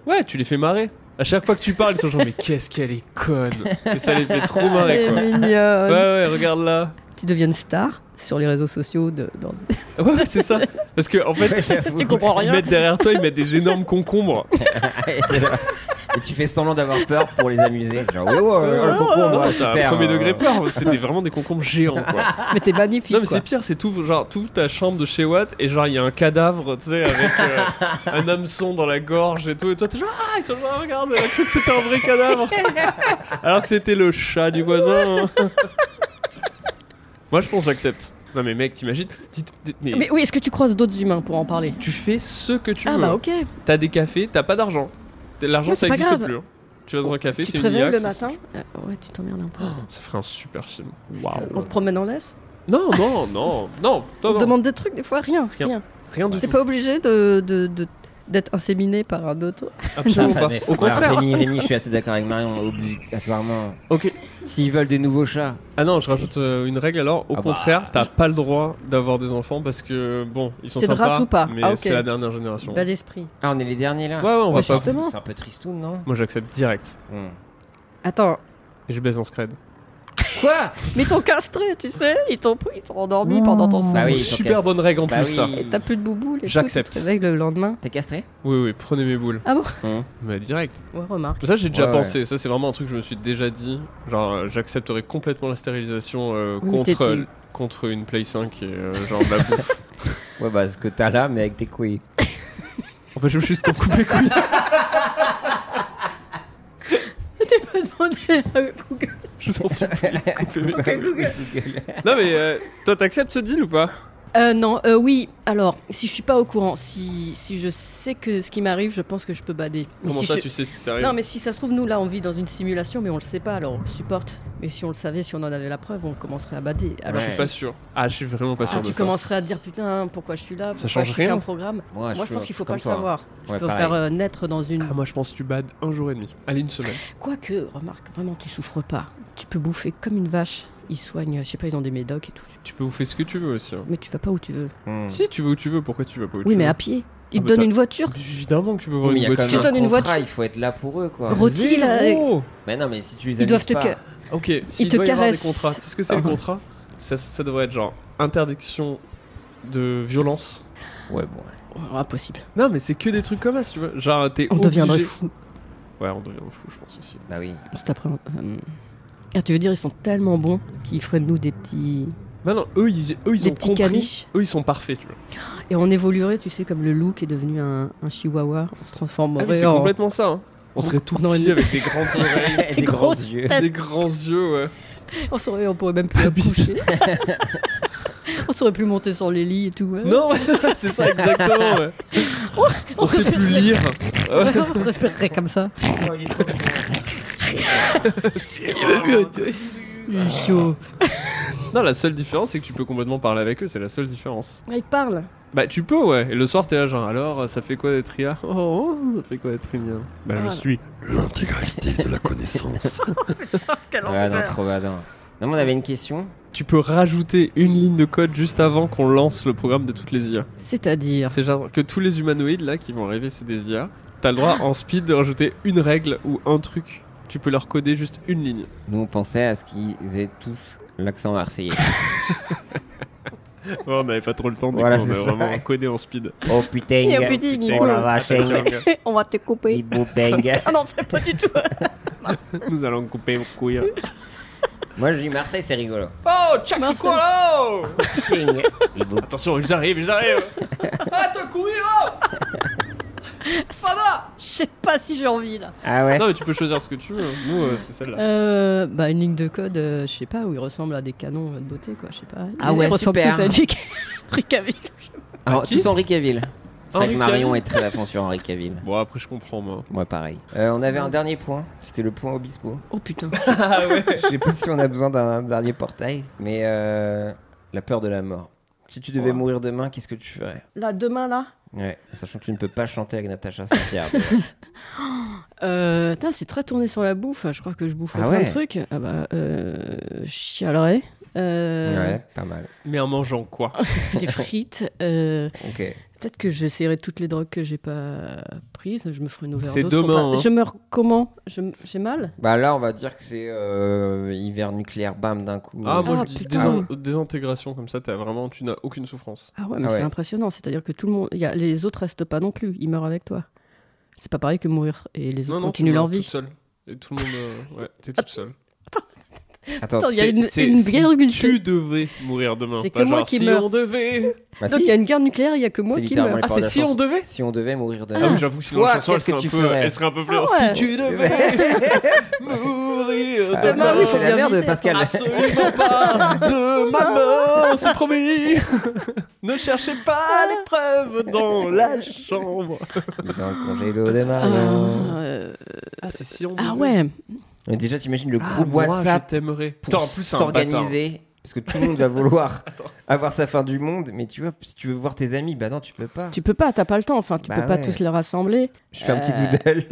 S5: ouais, tu les fais marrer. À chaque fois que tu parles, ils sont genre, mais qu'est-ce qu'elle est conne. Et ça les fait trop marrer,
S3: Elle est
S5: quoi.
S3: mignonne.
S5: Ouais, ouais, regarde là.
S3: Tu deviens une star sur les réseaux sociaux. De, dans... <laughs>
S5: Ouais, ouais, c'est ça. Parce que en
S2: Ouais,
S5: fait, <laughs>
S2: j'avoue.
S5: ils mettent derrière toi, ils mettent des énormes concombres.
S2: <laughs> Et tu fais semblant d'avoir peur pour les amuser. Genre, ouais, ouais, ouais,
S3: Ah,
S2: le concombre,
S5: Ouais, t'as Ah, un hein,
S2: super,
S5: premier
S2: euh,
S5: degré peur, c'était vraiment des concombres géants
S3: <laughs>
S5: quoi.
S3: Mais t'es magnifique.
S5: Non mais
S3: quoi.
S5: c'est pire, c'est tout genre toute ta chambre de chez Watt et genre il y a un cadavre, tu sais, avec euh, un hameçon dans la gorge et tout et toi t'es genre ah ils sont genre regarde, elle a cru que c'était un
S3: <laughs>
S5: vrai cadavre. Alors que c'était le chat du voisin. hein. Moi je pense que j'accepte. Non mais mec, t'imagines Dites- dites- mais,
S3: Mais oui, est-ce que tu croises d'autres humains pour en parler
S5: tu fais ce que tu
S3: Ah
S5: veux.
S3: bah ok.
S5: T'as des cafés, t'as pas d'argent. L'argent
S3: Ouais, c'est
S5: ça
S3: pas
S5: existe
S3: grave.
S5: plus. hein. Tu vas dans un café,
S3: Tu
S5: c'est
S3: te
S5: une
S3: réveilles
S5: IA
S3: le
S5: qui-
S3: matin Euh, Ouais, tu t'emmerdes un peu.
S5: Ça ferait un super film. Waouh.
S3: On te promène en laisse
S5: Non, non, non, non,
S3: On
S5: non,
S3: te
S5: non.
S3: demande des trucs, des fois rien.
S5: Rien.
S3: Rien,
S5: Rien du
S3: T'es
S5: tout.
S3: pas obligé de, de- de- d'être inséminé par un autre.
S5: Absolument
S2: Ah,
S5: pas.
S2: mais-
S5: Au contraire.
S2: Alors, Rémi, Rémi, je
S3: <laughs>
S2: suis assez d'accord avec Marion, obligatoirement.
S5: Ok.
S2: S'ils veulent des nouveaux chats.
S5: Ah non, je rajoute euh, une règle alors. Au
S2: Ah bah,
S5: contraire, t'as pas le droit d'avoir des enfants parce que bon, ils sont
S3: T'es de
S5: sympas.
S3: race ou pas
S5: Mais
S3: Ah, ok. Bah,
S5: c'est la dernière génération.
S3: Bel esprit.
S2: Ah, on est les derniers là
S5: Ouais, ouais, on
S2: Bah,
S5: va pas-
S2: justement. C'est un peu tristoun, non
S5: Moi, j'accepte direct.
S3: Attends,
S5: Et je baise en scred.
S3: quoi Mais t'ont castré, tu sais Ils t'ont pris, ils t'ont endormi pendant ton sommeil.
S2: Bah oui, ils
S5: Super
S2: sont
S5: bonne règle en
S2: Bah
S5: plus,
S2: oui.
S5: ça.
S3: Et t'as plus de bouboule et
S5: J'accepte.
S3: tout, tu te réveilles le lendemain.
S2: T'es castré
S5: Oui, oui, prenez mes boules.
S3: Ah bon
S5: Mais direct.
S3: Ouais, remarque.
S5: Ça, j'ai déjà
S2: Hum. Ouais, ouais.
S5: pensé. Ça, c'est vraiment un truc que je me suis déjà dit. Genre, euh, j'accepterais complètement la stérilisation euh,
S2: Oui, mais
S5: contre,
S2: t'es-
S5: euh, contre une Play 5 et euh, genre de la bouffe. <laughs>
S2: Ouais, bah ce que t'as là, mais avec tes
S3: <laughs>
S2: couilles.
S5: En fait, je veux juste qu'on coupe les couilles.
S3: <laughs> tu peux demander à Google.
S5: Je
S2: <laughs>
S5: t'en supplie, coupez mes
S2: Ouais,
S5: couilles.
S2: Google.
S5: Non, mais euh, toi, t'acceptes ce deal ou pas
S3: Euh, non, euh, oui, alors, si je suis pas au courant, si, si je sais que ce qui m'arrive, je pense que je peux bader. Mais
S5: Comment
S3: si
S5: ça,
S3: je-
S5: tu sais ce qui t'arrive
S3: Non, mais si ça se trouve, nous, là, on vit dans une simulation, mais on le sait pas, alors on le supporte. Mais Et si on le savait, si on en avait la preuve, on commencerait à bader. Alors,
S5: Je suis
S3: si-
S5: pas sûr. Ah, je suis vraiment pas
S3: Ah,
S5: sûr de
S3: tu
S5: ça.
S3: commencerais à te dire putain pourquoi je suis là,
S5: Ça
S3: pourquoi
S5: change
S3: je suis
S5: rien.
S3: qu'un programme.
S5: Moi, je
S3: moi je
S5: suis-
S3: pense qu'il
S5: je
S3: faut
S5: suis
S3: pas le
S5: comme toi.
S3: savoir.
S5: Ouais,
S3: je peux
S5: pareil.
S3: faire euh, naître dans une.
S5: Ah, moi je pense que tu bades un jour et demi. Allez, une semaine.
S3: Quoique, remarque, vraiment tu souffres pas. Tu peux bouffer comme une vache. Ils soignent, je sais pas, ils ont des médocs et tout.
S5: Tu peux vous faire ce que tu veux aussi. hein.
S3: Mais tu vas pas où tu veux.
S2: Hmm.
S5: Hmm. Si tu vas où tu veux, pourquoi tu vas pas où tu
S3: Oui,
S5: veux
S3: mais à pied. Ils
S5: Ah,
S3: te
S5: bah,
S3: donnent
S5: t'as-
S3: une voiture.
S5: Évidemment que tu peux voir
S2: Oui, mais il
S5: une
S2: y a quand même
S5: voiture.
S3: Tu donnes
S2: un
S3: une
S2: contrat,
S3: voiture.
S2: il faut être là pour eux, quoi.
S3: Rôti, là,
S5: Zéro.
S2: Mais non, mais si tu les
S3: Ils doivent te
S2: amuses
S3: ca-
S2: pas-
S5: Ok, s'il
S3: Ils euh, te
S5: doit y avoir des
S3: caressent.
S5: contrats, tu sais ce que c'est le
S3: Ah.
S5: contrat ça, ça devrait être genre interdiction de violence.
S2: Ouais, bon.
S3: Oh, impossible.
S5: Non, mais c'est que des trucs comme ça, tu vois. Genre, t'es
S3: On
S5: obligé-
S3: deviendrait fou.
S5: Ouais, on deviendrait fou, je pense aussi.
S2: Bah oui.
S3: <laughs> C'est après. euh, ah, tu veux dire, ils sont tellement bons qu'ils feraient de nous des petits.
S5: Bah non, eux, ils, eux, ils
S3: Des
S5: ont
S3: petits
S5: compris.
S3: caniches.
S5: Eux, ils sont parfaits, tu vois.
S3: Et on évoluerait, tu sais, comme le loup qui est devenu un, un chihuahua. On se
S5: Ah,
S3: transformerait
S5: mais c'est
S3: en.
S5: complètement ça. hein. On serait tout
S3: Non,
S5: petits
S3: une-
S5: avec des <laughs> grandes
S2: <laughs>
S5: oreilles,
S2: Des grands grosses yeux. têtes.
S5: des grands yeux, ouais.
S3: On saurait, on pourrait même plus la
S5: <laughs>
S3: coucher. on saurait plus monter sur les lits et tout. hein. ouais.
S5: Non, <laughs> c'est ça exactement. Mmh. <laughs> Ouais.
S3: Oh,
S5: On, sait plus
S3: respirerait-
S5: lire.
S3: Ouais, on respirerait comme ça. Il est chaud.
S5: non, la seule différence, c'est que tu peux complètement parler avec eux. C'est la seule différence.
S3: Ah, Il parle.
S5: Bah tu peux ouais, et le soir t'es là genre alors ça fait quoi d'être IA <laughs> Oh ça fait quoi d'être IA Bah
S3: Voilà.
S5: je suis
S2: l'intégralité de la connaissance. ouais, non, trop badin. Non, mais on avait une question.
S5: <laughs> Tu peux rajouter une ligne de code juste avant qu'on lance le programme de toutes les IA.
S3: C'est-à-dire.
S5: C'est genre que tous les humanoïdes là qui vont arriver c'est des IA, t'as le droit en speed de rajouter une règle ou un truc. Tu peux leur coder juste une ligne.
S2: Nous, on pensait à ce qu'ils aient tous l'accent marseillais.
S5: Ouais, on avait pas trop le temps, du
S2: Voilà,
S5: coup, on
S2: c'est
S5: a
S2: ça.
S5: vraiment codé en speed.
S2: Oh putain,
S10: Il y a plus de dingue.
S2: oh la vache,
S10: On va te couper.
S2: boubengue.
S10: Ah non, c'est pas du tout.
S5: Nous allons couper vos couilles.
S2: Moi, je dis Marseille, c'est rigolo.
S5: Oh, Chakikolo
S2: Putain, il bou-
S5: Attention, ils arrivent, ils arrivent
S7: Ah, te courir là Ça va
S3: Je sais pas si j'ai envie là.
S2: Ah ouais
S5: Non, mais tu peux choisir ce que tu veux. Nous, euh, c'est celle-là.
S3: Euh, bah, une ligne de code, euh, je sais pas, où il ressemble à des canons euh, de beauté, quoi, je sais pas.
S2: Ah
S3: Ils
S2: ouais,
S3: ressemblent
S2: super.
S3: tous à <laughs> des Ricaville.
S2: <laughs> Alors,
S5: qui
S2: tous Henri Caville. C'est vrai que
S5: Henri
S2: Marion
S5: Caville.
S2: est très à fond sur Henri Caville.
S5: Bon, après, je comprends, moi.
S2: Moi, pareil. Euh, on avait un dernier point. C'était le point Obispo.
S3: Oh putain.
S5: Ah,
S2: <laughs> Je sais pas si on a besoin d'un dernier portail, mais euh, la peur de la mort. Si tu devais mourir demain, qu'est-ce que tu ferais
S3: Là, demain, là.
S2: Ouais, sachant que tu ne peux pas chanter avec Natacha <laughs> Saint-Pierre.
S3: Euh, putain, c'est très tourné sur la bouffe. Je crois que je boufferais
S2: Ah
S3: plein
S2: ouais.
S3: de trucs. Ah bah, euh, je chialerais. Euh,
S2: Ouais, pas mal.
S5: Mais en mangeant quoi
S3: <laughs> Des frites. euh,
S2: Ok.
S3: Peut-être que j'essaierai toutes les drogues que j'ai pas prises. Je me ferai une overdose.
S5: C'est
S3: pour
S5: demain,
S3: pas-
S5: hein.
S3: Je me re- comment Je m- J'ai mal
S2: Bah là, on va dire que c'est euh, hiver nucléaire, bam, d'un coup.
S5: Ah, moi
S3: Ah,
S5: je dis
S3: putain.
S5: désin- désintégration comme ça, t'as vraiment, tu n'as aucune souffrance.
S3: Ah ouais, mais
S2: Ah ouais.
S3: c'est impressionnant. C'est-à-dire que tout le monde, il y a- les autres restent pas non plus. Ils meurent avec toi. C'est pas pareil que mourir et les autres
S5: non, non, tu
S3: continuent leur
S5: meurs
S3: vie.
S5: Toute seule. Et tout le monde, euh, ouais, t'es toute seule.
S2: Attends,
S3: Attends, Oh, il y a
S5: C'est-
S3: une,
S5: c'est-
S3: une
S5: si
S3: virgule.
S5: Tu devais mourir demain.
S3: C'est
S5: pas
S3: que moi
S5: genre,
S3: qui Ah,
S5: si
S3: meurs.
S5: on devait.
S2: bah,
S3: Donc
S2: si.
S3: il y a une guerre nucléaire, il y a que moi
S2: C'est
S3: qui
S2: littéralement
S3: meurs.
S2: les
S5: Ah,
S2: paroles
S5: c'est
S2: de la
S5: si on
S2: chanson.
S5: devait
S2: Si on devait mourir de
S5: Ah oui, j'avoue, sinon
S2: Toi,
S5: la chanson, elle
S2: qu'est-ce
S5: serait,
S2: que
S5: un
S2: tu
S5: peu,
S2: ferais
S5: elle serait un peu plus.
S3: Ah ouais.
S5: Si tu <laughs> devais mourir
S2: Ah,
S5: demain,
S2: non, oui, c'est la merde de
S3: viser,
S2: Pascal.
S5: absolument pas de ma mort, c'est promis. <laughs> Ah. ne cherchez pas les preuves dans la chambre.
S2: Il est dans le congélo de
S3: Ah,
S2: Marion.
S3: euh,
S5: Ah, c'est si on
S3: ah
S5: devait.
S3: ouais.
S2: Mais déjà, t'imagines le
S5: Ah,
S2: groupe
S5: moi,
S2: WhatsApp
S5: je t'aimerais. Putain, en
S2: pour
S5: plus, c'est un bâtard.
S2: s'organiser. Parce que tout le monde va <laughs> vouloir avoir sa fin du monde. Mais tu vois, si tu veux voir tes amis, bah non, tu peux pas.
S3: Tu peux pas, t'as pas le temps. Enfin, tu
S2: Bah
S3: peux pas
S2: ouais.
S3: tous les rassembler.
S2: Je fais un petit
S3: Euh,
S2: doodle.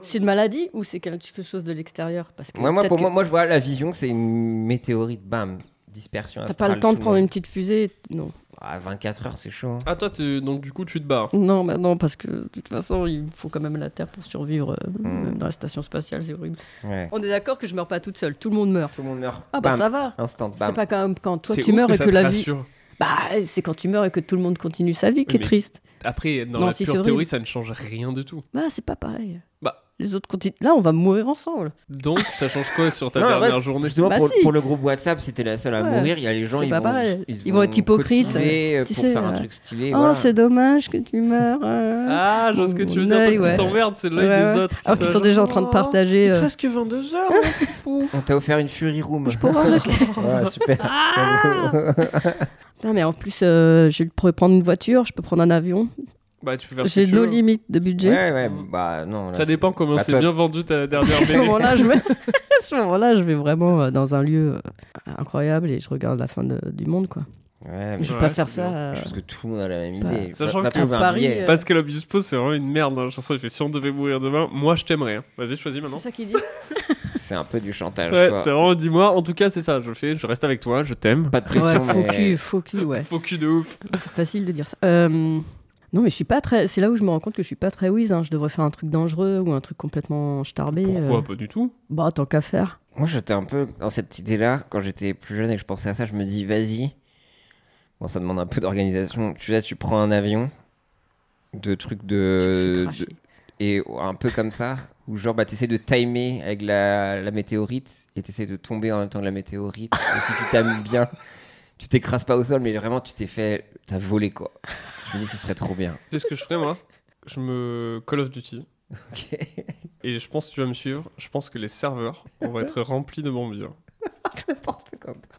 S3: C'est une maladie ou c'est quelque chose de l'extérieur Parce que
S2: moi, moi,
S3: peut-être
S2: pour
S3: que
S2: moi, moi, je vois la vision, c'est une météorite, bam, dispersion.
S3: t'as pas le temps de prendre une petite fusée. Non,
S2: Ah, 24 heures, c'est chaud. hein.
S5: Ah, toi, tu- donc du coup, tu te barres.
S3: non, bah non, parce que de toute façon, il faut quand même la Terre pour survivre. euh,
S2: Hmm.
S3: Même dans la station spatiale, c'est horrible.
S2: Ouais.
S3: On est d'accord que je meurs pas toute seule. Tout le monde meurt.
S2: Tout le monde meurt.
S3: Ah bah
S2: Bam.
S3: ça va.
S2: Instant,
S3: C'est
S2: bam.
S3: pas quand même quand toi
S5: C'est
S3: tu
S5: ouf
S3: meurs et
S5: ça
S3: que
S5: te
S3: la vie.
S5: rassure.
S3: Bah, c'est quand tu meurs et que tout le monde continue sa vie qui est
S5: mais-
S3: triste.
S5: Après, dans
S3: Non,
S5: la
S3: si, c'est
S5: pure
S3: horrible.
S5: théorie, ça ne change rien du tout.
S3: Bah, c'est pas pareil.
S5: Bah.
S3: Les autres continuent. Là, on va mourir ensemble.
S5: Donc, ça change quoi sur ta
S2: Non, en vrai,
S5: dernière
S2: c'est-
S5: journée
S2: Justement,
S3: Bah
S2: pour,
S3: si.
S2: pour le groupe WhatsApp, c'était la seule à
S3: Ouais.
S2: mourir. Il y a les gens,
S3: C'est
S2: ils
S3: pas
S2: vont,
S3: pareil. Ils vont être hypocrites.
S2: cotiser, euh,
S3: Tu
S2: pour
S3: sais,
S2: faire un
S3: euh,
S2: truc stylé.
S3: oh,
S2: voilà.
S3: c'est dommage que tu meurs. euh.
S5: Ah, je vois ce que tu veux dire,
S3: Mon
S5: parce
S3: œil,
S5: que
S3: ouais.
S5: tu t'emmerdes, c'est l'œil
S3: Ouais, Ah,
S5: des
S3: ouais.
S5: autres. qui
S3: Alors qu'ils
S5: se-
S3: sont déjà en train de partager. euh,
S5: que 22 heures.
S2: On t'a offert une Fury Room.
S3: Je pourrais le-
S2: Ouais, super.
S3: Putain, mais en plus, euh, je peux prendre une voiture, je peux prendre un avion.
S5: bah, tu peux faire ce que
S3: <laughs> J'ai
S5: tu
S3: nos
S5: veux.
S3: limites de budget.
S2: ouais, ouais, bah non. là,
S5: Ça
S2: c'est-
S5: dépend comment
S2: Bah,
S5: c'est
S2: toi-
S5: bien vendu ta dernière
S3: <laughs> À ce
S5: <laughs> BD.
S10: <laughs>
S3: moment-là, je vais. à ce moment-là, je vais vraiment euh, dans un lieu euh, incroyable et je regarde la fin de- du monde, quoi.
S2: Ouais, mais
S3: je vais
S2: ouais,
S3: pas
S2: c'est
S3: faire ça.
S2: bien.
S3: euh,
S2: Je pense que tout le monde a la même
S3: pas-
S2: idée.
S5: Sachant
S2: pas
S5: que
S2: trouver un
S3: Paris,
S2: billet.
S3: euh,
S5: Pascal Obispo, c'est vraiment une merde. Hein. Chanson, il fait si on devait mourir demain, moi je t'aimerais. hein. Vas-y, choisis maintenant.
S3: C'est ça qu'il dit.
S2: <laughs> C'est un peu du chantage.
S5: Ouais,
S2: quoi.
S5: c'est vraiment dis-moi. En tout cas, c'est ça. Je fais, je reste avec toi, je t'aime.
S2: Pas de
S3: Ouais, faux cul, faux cul, ouais.
S5: Faux cul de ouf.
S3: C'est facile de dire ça. Euh, non, mais je suis pas très. C'est là où je me rends compte que je suis pas très whiz. hein. Je devrais faire un truc dangereux ou un truc complètement starbé.
S2: Pourquoi
S3: euh.
S2: Pas du tout.
S3: Bah, tant qu'à faire.
S2: Moi, j'étais un peu dans cette idée-là quand j'étais plus jeune et que je pensais à ça. Je me dis, vas-y. Bon, ça demande un peu d'organisation. Tu sais, tu prends un avion de trucs
S3: Euh,
S2: de, de- et un peu comme ça où genre bah t'essaies de timer avec la, la météorite et t'essaies de tomber en même temps que la météorite. et si tu t'aimes bien, tu t'écrases pas au sol, mais vraiment tu t'es fait, t'as volé quoi. Je me dis, ce serait trop bien.
S5: Tu sais ce que je ferais moi Je me Call of Duty. Et je pense que tu vas me suivre. Je pense que les serveurs, on va être remplis de hein. bons biens.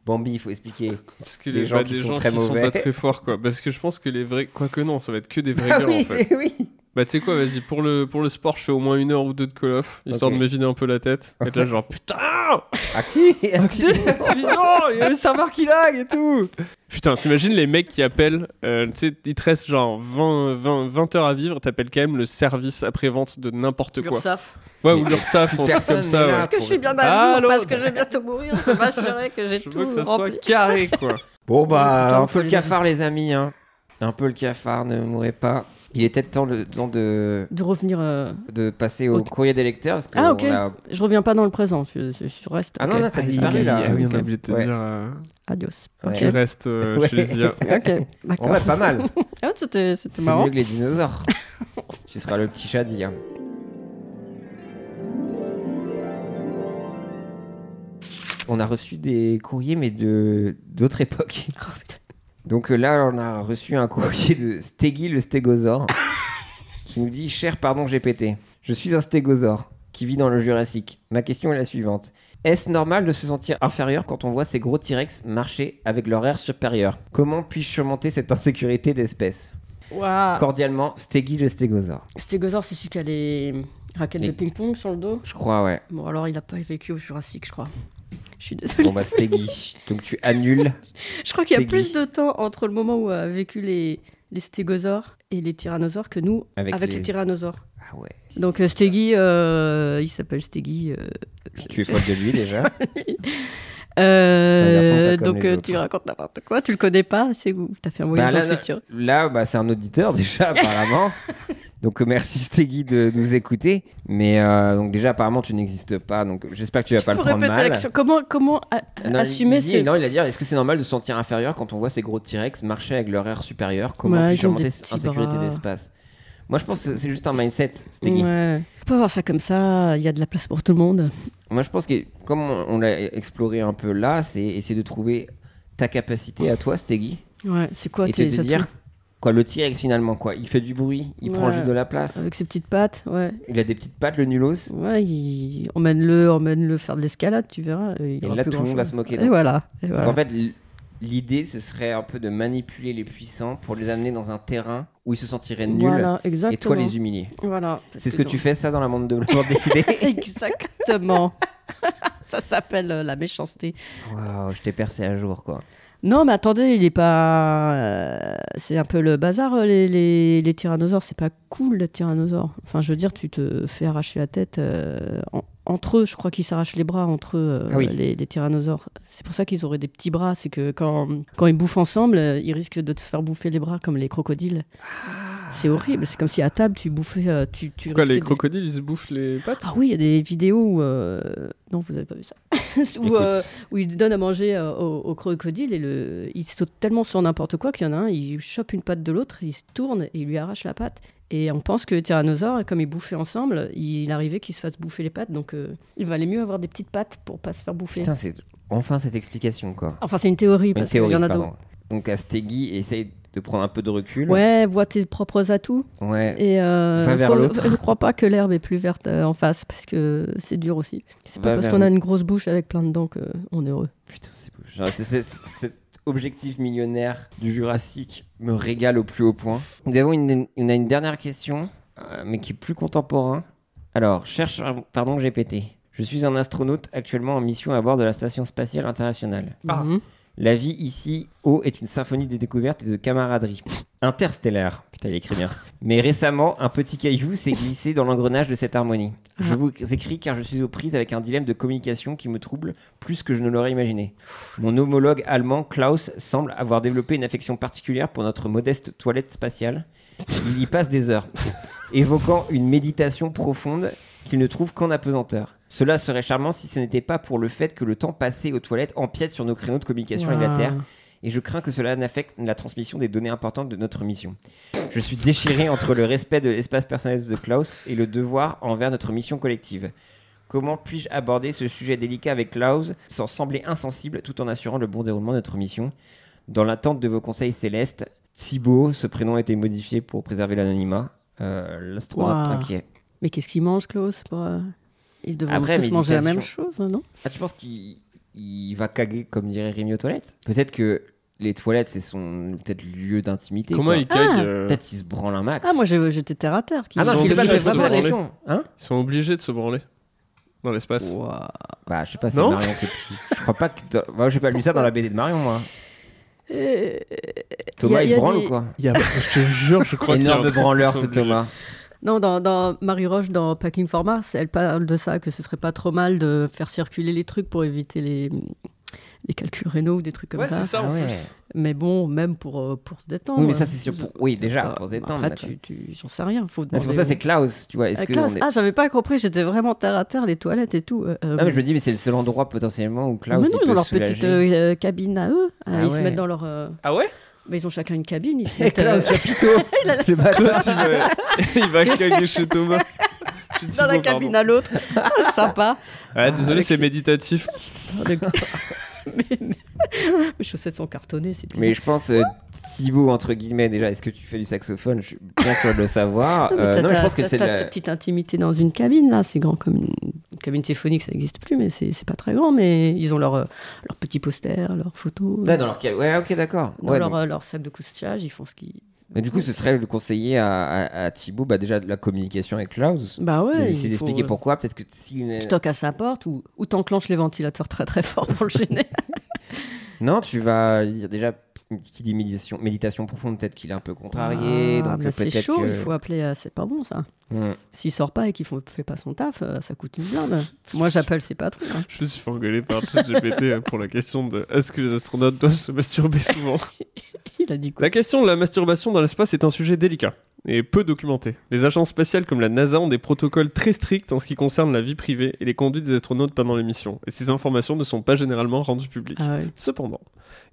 S2: Bambi, il faut
S5: <laughs>
S2: expliquer.
S5: Parce que
S2: Des
S5: les
S2: gens
S5: gens,
S2: qui
S5: des
S2: sont
S5: gens
S2: très
S5: qui sont
S2: mauvais.
S5: pas très forts, quoi. Parce que je pense que les vrais. Quoique non, ça va être que des vrais
S2: Ah
S5: gars,
S2: oui,
S5: en fait.
S2: oui.
S5: Bah, tu sais quoi, vas-y, pour le, pour le sport, je fais au moins une heure ou deux de Call of, histoire
S2: Ok.
S5: de me vider un peu la tête. Et là, genre, <laughs> putain
S2: À qui
S5: Activision, il y a le serveur qui lag et tout Putain, t'imagines les mecs qui appellent, euh, tu sais, il te reste genre 20, 20, 20 heures à vivre, t'appelles quand même le service après-vente de n'importe quoi.
S3: L'URSSAF.
S5: Ouais,
S2: Mais
S5: ou l'URSSAF,
S2: plus
S5: ou un truc
S2: personne
S5: comme ça.
S2: n'est là
S5: ouais.
S2: Parce
S10: que je suis bien à
S3: Ah,
S5: Allô
S10: jour parce que je vais bientôt mourir. Je peux m'assurer que j'ai
S5: Je
S10: tout
S5: veux que ça
S10: rempli.
S5: soit carré,
S2: <laughs>
S5: quoi.
S2: Bon bah,
S5: Attends,
S2: un peu le
S5: faut
S2: cafard les amis, hein. Un peu le cafard, ne mourrez pas. Il est peut-être temps, le- temps de,
S3: De revenir. euh,
S2: de passer au
S3: Ok.
S2: courrier des lecteurs. Parce que
S3: Ah, ok.
S2: on a-
S3: Je reviens pas dans le présent. Je, je- je reste.
S2: Ah non,
S3: ok.
S2: non, ça
S3: Ah,
S2: disparaît,
S3: ok.
S2: là.
S5: Ah oui, on
S2: Ok.
S5: a oublié de te
S2: Ouais.
S5: dire. euh,
S3: Adios.
S2: Ouais.
S3: Ok.
S5: Tu restes euh,
S2: Ouais.
S5: chez les
S2: <laughs>
S5: IA.
S3: Ok, d'accord.
S2: On va pas mal.
S3: Ah, c'était c'était
S2: C'est
S3: marrant.
S2: mieux que les dinosaures. <laughs> tu seras le petit hein. chat d'hier. On a reçu des courriers, mais de d'autres époques.
S3: Oh,
S2: Donc euh, là, on a reçu un courrier de Steggy le stégosaure <coughs> qui nous dit Cher pardon, j'ai pété. Je suis un stégosaure qui vit dans le Jurassique. Ma question est la suivante Est-ce normal de se sentir inférieur quand on voit ces gros T-Rex marcher avec leur air supérieur Comment puis-je surmonter cette insécurité d'espèce
S3: Waouh.
S2: Cordialement, Steggy le stégosaure.
S3: Stégosaure, c'est celui qui a les raquettes
S2: Les-
S3: de ping-pong sur le dos.
S2: Je crois, ouais.
S3: Bon, alors il a pas vécu au Jurassique, je crois. Je suis désolée.
S2: Bon bah Steggy, <laughs> donc tu annules.
S3: <laughs> Je crois qu'il y a
S2: Steggy.
S3: plus de temps entre le moment où a vécu les, les stégosaures et les tyrannosaures que nous
S2: Avec
S3: avec,
S2: les-
S3: les... tyrannosaures.
S2: Ah ouais.
S3: Donc euh, Steggy, euh, il s'appelle Steggy. euh,
S2: Tu es folle de lui déjà.
S3: euh,
S2: C'est un garçon pas comme
S3: donc
S2: les
S3: euh,
S2: autres.
S3: tu racontes n'importe quoi, tu le connais pas, c'est où T'as fait un
S2: Bah,
S3: voyage
S2: là,
S3: dans le
S2: là-
S3: futur.
S2: là, bah, c'est un auditeur <laughs> déjà apparemment. donc euh, merci Steggy de nous écouter. Mais euh, donc déjà apparemment tu n'existes pas. Donc j'espère que tu vas pas le
S3: Pour
S2: prendre
S3: répéter la
S2: mal.
S3: question, comment, comment a-
S2: Ah non, il-
S3: assumer
S2: il dit-
S3: ces...
S2: Non, il a dit est-ce que c'est normal de se sentir inférieur quand on voit ces gros T-Rex marcher avec leur air supérieur Comment
S3: Ouais,
S2: puis-je
S3: ils ont
S2: surmonter
S3: des
S2: cette
S3: petits
S2: insécurité
S3: bras.
S2: d'espace Moi je pense que c'est juste un mindset, Steggy.
S3: Ouais. On peut avoir ça comme ça, il y a de la place pour tout le monde.
S2: Moi, je pense que comme on on l'a exploré un peu là, c'est essayer de trouver ta capacité à toi, Steggy.
S3: Ouais, c'est quoi
S2: Et te
S3: tes- ça te
S2: dire quoi, le T-Rex finalement, quoi. Il fait du bruit, il prend
S3: Ouais. Ah
S2: juste de la place.
S3: Avec ses petites pattes, ouais.
S2: Il a des petites pattes, le nulos.
S3: Ouais, il- emmène-le, emmène-le faire de l'escalade, tu verras. euh, il y
S2: Et
S3: aura
S2: là,
S3: plus
S2: tout le monde va
S3: grand-chose.
S2: se moquer.
S3: Et
S2: d'eux.
S3: voilà. et
S2: Donc,
S3: voilà.
S2: en fait, l- l'idée, ce serait un peu de manipuler les puissants pour les amener dans un terrain où ils se sentiraient nuls
S3: Voilà,
S2: et toi
S3: exactement.
S2: les humilier.
S3: Voilà.
S2: C'est ce que tu fais, ça, dans la monde de l'ordre
S3: <laughs>
S2: décidé
S3: Exactement. ça s'appelle euh, la méchanceté.
S2: Waouh, je t'ai percé à jour, quoi.
S3: Non, mais attendez, il est pas. euh, C'est un peu le bazar, euh, les, les, les tyrannosaures. C'est pas cool, les tyrannosaures. Enfin, je veux dire, tu te fais arracher la tête euh, en- entre eux. Je crois qu'ils s'arrachent les bras entre eux, euh,
S2: Ah oui.
S3: les, les tyrannosaures. C'est pour ça qu'ils auraient des petits bras. C'est que quand, quand ils bouffent ensemble, euh, ils risquent de te faire bouffer les bras comme les crocodiles.
S2: Ah.
S3: C'est horrible. C'est comme si à table, tu bouffais. euh, tu, tu
S5: Pourquoi les
S3: risquais de-
S5: crocodiles, ils se bouffent les pattes
S2: Oh,
S3: Ah oui, il y a des vidéos où. euh, Non, vous avez pas vu ça. <laughs> où, euh, où ils donnent à manger euh, au, au crocodile et le... il saute tellement sur n'importe quoi qu'il y en a un, il chope une patte de l'autre, il se tourne et il lui arrache la patte. Et on pense que le tyrannosaure, comme ils bouffaient ensemble, il arrivait qu'il se fasse bouffer les pattes. Donc euh, il valait mieux avoir des petites pattes pour pas se faire bouffer.
S2: Putain, c'est enfin cette explication, quoi.
S3: Enfin, c'est une théorie,
S2: Une
S3: parce qu'il
S2: théorie,
S3: y en a
S2: pardon.
S3: d'autres.
S2: Donc Astegui essaye de prendre un peu de recul.
S3: Ouais, vois tes propres atouts.
S2: Ouais.
S3: Et euh,
S2: Va vers
S3: faut-
S2: l'autre.
S3: <laughs> ne crois pas que l'herbe est plus verte euh, en face, parce que c'est dur aussi. C'est pas
S2: Va
S3: parce
S2: vers
S3: qu'on a
S2: l'autre.
S3: une grosse bouche avec plein de dents qu'on est heureux.
S2: Putain, c'est beau. Genre, c'est- c'est- c'est- cet objectif millionnaire du Jurassique me régale au plus haut point. Nous avons une, on a une dernière question, euh, mais qui est plus contemporain. Alors, cherche, pardon, j'ai pété. Je suis un astronaute actuellement en mission à bord de la Station Spatiale Internationale.
S3: Ah. Mhm.
S2: La vie ici, haut, est une symphonie des découvertes et de camaraderie. Interstellaire. Putain, il écrit bien. Mais récemment, un petit caillou s'est glissé dans l'engrenage de cette harmonie. Je vous écris car je suis aux prises avec un dilemme de communication qui me trouble plus que je ne l'aurais imaginé. Mon homologue allemand, Klaus, semble avoir développé une affection particulière pour notre modeste toilette spatiale. Il y passe des heures, évoquant une méditation profonde qu'il ne trouve qu'en apesanteur. Cela serait charmant si ce n'était pas pour le fait que le temps passé aux toilettes empiète sur nos créneaux de communication avec la
S11: Waouh.
S2: Terre, et je crains que cela n'affecte la transmission des données importantes de notre mission. Je suis déchiré entre le respect de l'espace personnel de Klaus et le devoir envers notre mission collective. Comment puis-je aborder ce sujet délicat avec Klaus sans sembler insensible tout en assurant le bon déroulement de notre mission Dans l'attente de vos conseils célestes, Thibaut, ce prénom a été modifié pour préserver l'anonymat, euh, l'astronaute
S3: Ouah.
S2: inquiet.
S3: Mais qu'est-ce qu'il mange, Klaus pour, euh, Ils devront
S2: Après,
S3: tous manger la
S2: méditation.
S3: même chose, hein, non
S2: Ah, tu penses qu'il il va caguer, comme dirait Rémi aux toilettes Peut-être que les toilettes, c'est son peut-être lieu d'intimité.
S5: Comment
S2: quoi.
S5: il cague, Ah. euh
S2: Peut-être qu'il se branle un max.
S3: Ah, moi j'ai- j'étais terre à terre. qu'il-
S2: Ah non,
S5: Ils
S2: je
S5: sont
S2: sais pas,
S5: obligés
S2: je
S5: de
S2: pose
S5: se
S2: pas la
S5: branler.
S2: question. Hein
S5: Ils sont obligés de se branler dans l'espace.
S2: Bah, je sais pas, c'est
S5: Non
S2: Marion qui est petit. Je crois pas que. dans- Bah, j'ai pas lu ça dans la BD de Marion, moi.
S3: Euh,
S2: Thomas,
S3: y a-
S2: il
S3: y
S2: se
S3: a
S2: branle
S3: des-
S2: ou quoi
S5: Je te jure, je crois qu'il y a un
S2: Énorme
S5: truc
S2: branleur,
S5: qu'ils
S2: ce
S5: sont obligés.
S2: Thomas.
S3: Non, dans, dans Marie Roche, dans Packing for Mars, elle parle de ça, que ce serait pas trop mal de faire circuler les trucs pour éviter les, les calculs rénaux ou des trucs comme
S2: Ouais,
S3: ça.
S5: <laughs>
S2: c'est ça, en Ah ouais. plus.
S3: Mais bon, euh, même pour, euh, pour se détendre.
S2: Oui, mais ça, c'est sûr. Pour... Oui, déjà,
S3: Ah,
S2: pour se détendre.
S3: Après,
S2: d'accord.
S3: tu, tu- j'en sais rien. Faut
S2: Ah, c'est pour
S3: demander
S2: ça,
S3: au-
S2: c'est Klaus, tu vois. Est-ce
S3: Ah,
S2: que
S3: Klaus.
S2: on est-
S3: Ah, j'avais pas compris, j'étais vraiment terre à terre, les toilettes et tout. euh,
S2: Non, mais je me dis, mais c'est le seul endroit potentiellement où Klaus.
S3: Ah, mais non,
S2: il
S3: ils
S2: peut
S3: ont leur
S2: se soulager.
S3: petite euh, cabine à eux.
S2: Ah
S3: ils se
S2: ouais.
S3: mettent dans leur. euh,
S5: Ah ouais
S3: mais ils ont chacun une cabine. Ils
S2: <laughs>
S3: se
S2: Et
S3: mettent. euh,
S2: Klaus, chapiteau.
S3: <laughs> Il a la
S2: Le
S3: sorte.
S2: bâtard,
S5: il va- Il va caguer chez Thomas. Chez
S3: dans la
S5: Thibaut,
S3: cabine
S5: pardon.
S2: <laughs>
S3: à l'autre. Ah, Sympa.
S5: Ah, désolé,
S3: Avec
S5: c'est
S3: ses-
S5: méditatif.
S3: Mes <laughs> mes chaussettes sont cartonnées, c'est bizarre.
S2: Mais je pense, euh, Thibaut, entre guillemets, déjà, est-ce que tu fais du saxophone Je suis bien sûr de le savoir.
S3: Non, mais
S2: Euh,
S3: t'as
S2: non, mais je
S3: ta-
S2: pense que
S3: t'as-
S2: c'est
S3: t'as
S2: la-
S3: ta petite intimité dans une cabine, là. C'est grand comme une, une cabine téléphonique, ça n'existe plus, mais c'est c'est pas très grand. Mais ils ont leur, euh, leur petit poster, leurs photos.
S2: Là, dans leur ca- Ouais, ok, d'accord.
S3: Dans
S2: Bah, Ouais,
S3: leur,
S2: donc-
S3: euh, leur sac de couchage, ils font ce qu'ils.
S2: Mais du coup, ce serait le conseiller à, à, à Thibaut, bah, déjà, de la communication avec Klaus.
S3: Bah ouais,
S2: Et
S3: il
S2: Essayer
S3: faut,
S2: d'expliquer
S3: euh,
S2: pourquoi. Peut-être que si.
S3: Tu toques à sa porte ou, ou t'enclenches les ventilateurs très très fort pour le gêner.
S2: Non, tu vas lui dire déjà qui dit méditation, méditation profonde, peut-être qu'il est un peu contrarié.
S3: Ah,
S2: donc
S3: mais
S2: euh,
S3: c'est
S2: peut-être
S3: chaud,
S2: que-
S3: il faut appeler. euh, c'est pas bon ça.
S2: Hmm.
S3: S'il sort pas et qu'il ne fait pas son taf, euh, ça coûte une blinde. Moi j'appelle ses patrons. hein.
S5: Je me suis fait engueuler par ChatGPT euh, pour la question de est-ce que les astronautes doivent se masturber souvent
S3: Il a dit
S5: La question de la masturbation dans l'espace est un sujet délicat et peu documenté. Les agences spatiales comme la NASA ont des protocoles très stricts en ce qui concerne la vie privée et les conduites des astronautes pendant les missions, et ces informations ne sont pas généralement rendues publiques.
S3: Ah ouais.
S5: Cependant,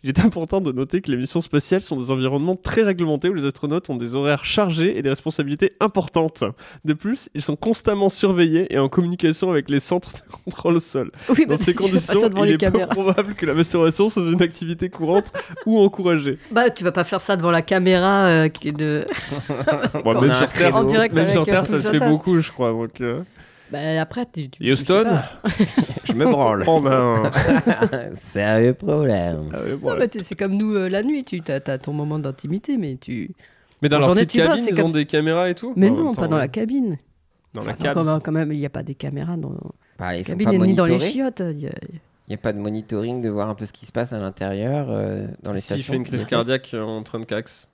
S5: il est important de noter que les missions spatiales sont des environnements très réglementés où les astronautes ont des horaires chargés et des responsabilités importantes. De plus, ils sont constamment surveillés et en communication avec les centres de contrôle
S3: <laughs>
S5: au sol.
S3: Oui,
S5: Dans
S3: parce
S5: ces
S3: que tu fais pas
S5: conditions,
S3: ça devant
S5: il
S3: les
S5: est peu
S3: caméras.
S5: probable que la masturbation soit une activité
S3: <laughs>
S5: courante ou encouragée.
S3: Bah, tu vas pas faire ça devant la caméra euh, qui est de.
S5: Bon, même sur hein. Terre,
S3: En direct
S5: même
S3: avec,
S5: sur
S3: euh,
S5: Terre, ça se fait
S3: Jotas.
S5: beaucoup, je crois. Donc, euh,
S3: Bah, après, tu. tu-
S5: Houston,
S3: je sais pas.
S2: Je me branle.
S5: Oh ben.
S2: Sérieux problème.
S3: Non, mais t'es- c'est comme nous euh, la nuit, tu as, ton moment d'intimité, mais tu.
S5: Mais dans
S3: En
S5: leur
S3: journée,
S5: petite
S3: tu bosses,
S5: cabine,
S3: c'est
S5: ils
S3: comme
S5: ont
S3: si-
S5: des caméras et tout
S3: Mais
S5: Bah, En
S3: non,
S5: même
S3: pas
S5: temps,
S3: dans
S5: ouais.
S3: la cabine.
S5: Dans
S3: Enfin,
S5: la cave.
S3: Quand même- quand même, il n'y a pas des caméras dans
S2: Bah,
S3: la
S2: ils sont
S3: cabine
S2: pas
S3: et ni dans les
S2: monitorés.
S3: chiottes. il y a-
S2: Il n'y a pas de monitoring de voir un peu ce qui se passe à l'intérieur euh, dans les
S5: S'il
S2: stations.
S5: fait une crise
S2: PSS.
S5: cardiaque euh, en train de cax.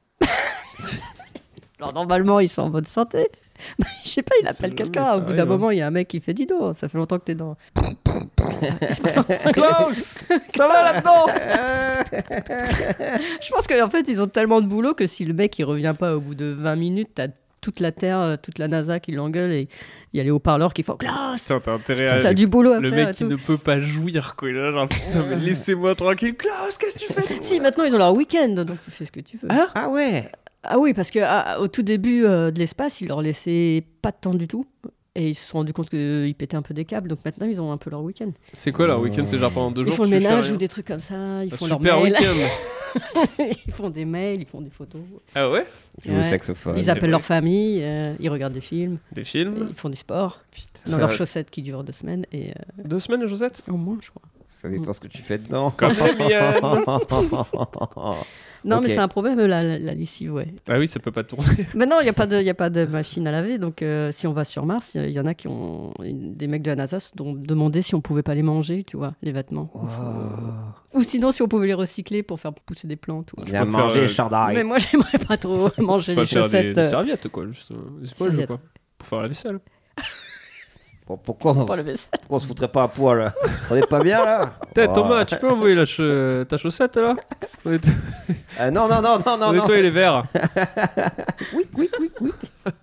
S3: Alors, normalement, ils sont en bonne santé. <laughs> Mais Je sais pas, il appelle
S5: jamais,
S3: quelqu'un.
S5: ça
S3: Au bout d'un
S5: arrive,
S3: moment, il y a un mec qui fait dis donc, ça fait longtemps que t'es dans. <laughs>
S5: Klaus Ça va là-dedans
S3: Je pense qu'en fait, ils ont tellement de boulot que si le mec il revient pas au bout de 20 minutes, t'as toute la Terre, euh, toute la NASA qui l'engueule et il y a les haut-parleurs qui font Klaus
S5: Putain, t'as intérêt
S3: Putain,
S5: à.
S3: t'as du boulot à
S5: le
S3: faire
S5: Le
S3: et
S5: mec qui
S3: tout.
S5: ne peut pas jouir, quoi. Il est là, <laughs> genre, putain, mais laissez-moi tranquille. Klaus, qu'est-ce que tu fais
S3: Si, maintenant ils ont leur week-end, donc tu fais ce que tu veux.
S5: Hein
S2: Ah, ouais
S3: Ah oui, parce que ah, au tout début euh, de l'espace, ils leur laissaient pas de temps du tout. Et ils se sont rendus compte qu'ils pétaient un peu des câbles, donc maintenant ils ont un peu leur week-end.
S5: C'est quoi leur week-end C'est genre pendant deux
S3: Ils
S5: jours
S3: font le
S5: tu fais
S3: ménage
S5: rien
S3: ou des trucs comme ça, ils
S5: Un
S3: font
S5: super
S3: leur mail.
S5: week-end.
S3: <laughs> ils font des mails, ils font des photos.
S5: <laughs> Ah ouais
S2: Ils jouent au saxophone.
S3: Ils
S2: C'est
S3: appellent
S2: vrai.
S3: leur famille, euh, ils regardent des films.
S5: Des films
S3: Ils font du sport.
S5: Putain.
S3: Dans
S5: Ça-
S3: leurs chaussettes qui durent deux semaines. Et, euh,
S5: <laughs> Deux semaines les chaussettes
S3: Au moins, je crois.
S2: Ça dépend ce que tu fais dedans. <laughs> Oh.
S5: Comme les miennes.
S3: Non, mais
S2: Ok.
S3: c'est un problème, la, la, la lessive, ouais.
S5: <laughs> Ah oui, ça peut pas tourner.
S3: Mais non, il n'y a, pas de- y a pas de machine à laver. Donc, euh, si on va sur Mars, il y, en a qui ont. Des mecs de la NASA se ont demandé si on pouvait pas les manger, tu vois, les vêtements. Ou- Ou sinon, si on pouvait les recycler pour faire pousser des plantes. ou-
S2: Il a mangé le chandail.
S3: Mais moi, <laughs> j'aimerais
S2: <laughs>
S3: pas trop manger
S5: Pas
S3: les
S5: faire des,
S3: chaussettes.
S5: des
S3: euh,
S5: serviettes, quoi. Juste, euh, des éponges,
S3: serviettes.
S5: quoi. Pour faire la vaisselle.
S2: Bon, pourquoi, on,
S3: Pas le vaisselle.
S2: pourquoi on se foutrait pas à poil On est pas bien là
S5: <laughs> T'es
S2: Oh.
S5: Thomas, tu peux envoyer la che- ta chaussette
S3: <laughs>
S5: là
S2: Euh, Non, non, non, non, non. non.
S5: Nettoyer les verres.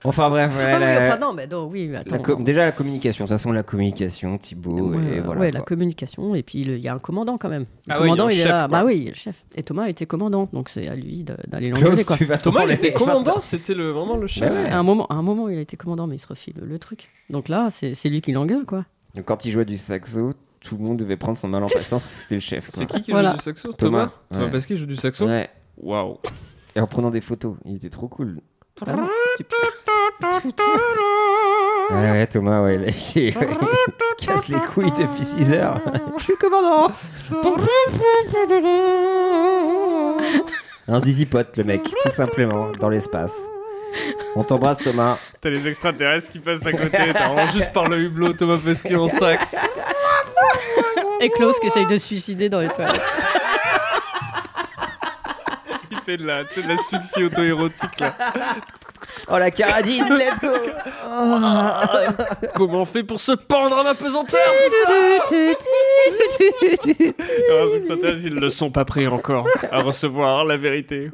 S2: Enfin bref, ouais,
S3: Ah oui,
S2: la-
S3: <laughs> enfin, non, mais non, oui,
S2: euh, la
S3: mais attends.
S2: com-
S3: non.
S2: déjà la communication, de toute façon la communication, Thibaut,
S3: Ouais,
S2: et voilà.
S3: euh,
S2: quoi.
S3: ouais, la communication, et puis le- il y a un commandant quand même. Le
S2: Ah ouais,
S3: commandant,
S2: il
S3: il,
S2: y a un
S3: est
S2: chef,
S3: là.
S2: quoi.
S3: Bah oui, il est le chef. Et Thomas était commandant, donc c'est à lui de- d'aller
S2: Klaus,
S3: l'engueuler. quoi.
S2: tu vas
S5: Thomas, il
S2: les-
S5: était Bah commandant, c'était le, vraiment le chef.
S3: Ouais, à, un moment, à un moment, il a été commandant, mais il se refile le truc. Donc là, c'est c'est lui qui l'engueule, quoi.
S2: Donc, quand il jouait du saxo, tout le monde devait prendre son mal en patience parce que c'était le chef.
S5: C'est qui qui
S3: Voilà.
S5: joue du saxo Thomas Thomas,
S2: ouais.
S5: Pasquier joue du saxo
S2: Ouais.
S5: Waouh.
S2: Et en prenant des photos, il était trop cool. Ouais, ouais, Thomas, ouais, il, il- il casse les couilles depuis 6 heures. Je suis commandant Un zizipote, le mec, tout simplement, dans l'espace. On t'embrasse, Thomas.
S5: T'as les extraterrestres qui passent à côté, <laughs> t'as vraiment <laughs> juste par le hublot Thomas Pesquet en sax.
S3: Et Klaus qui essaye de se suicider dans les toilettes.
S5: Il fait de la, tu sais, de l'asphyxie auto-érotique là.
S2: Oh, la caradine, let's go
S5: Comment on fait pour se pendre en <laughs> apesanteur Ah, Alors, les extraterrestres, ils ne sont pas prêts encore à recevoir la vérité.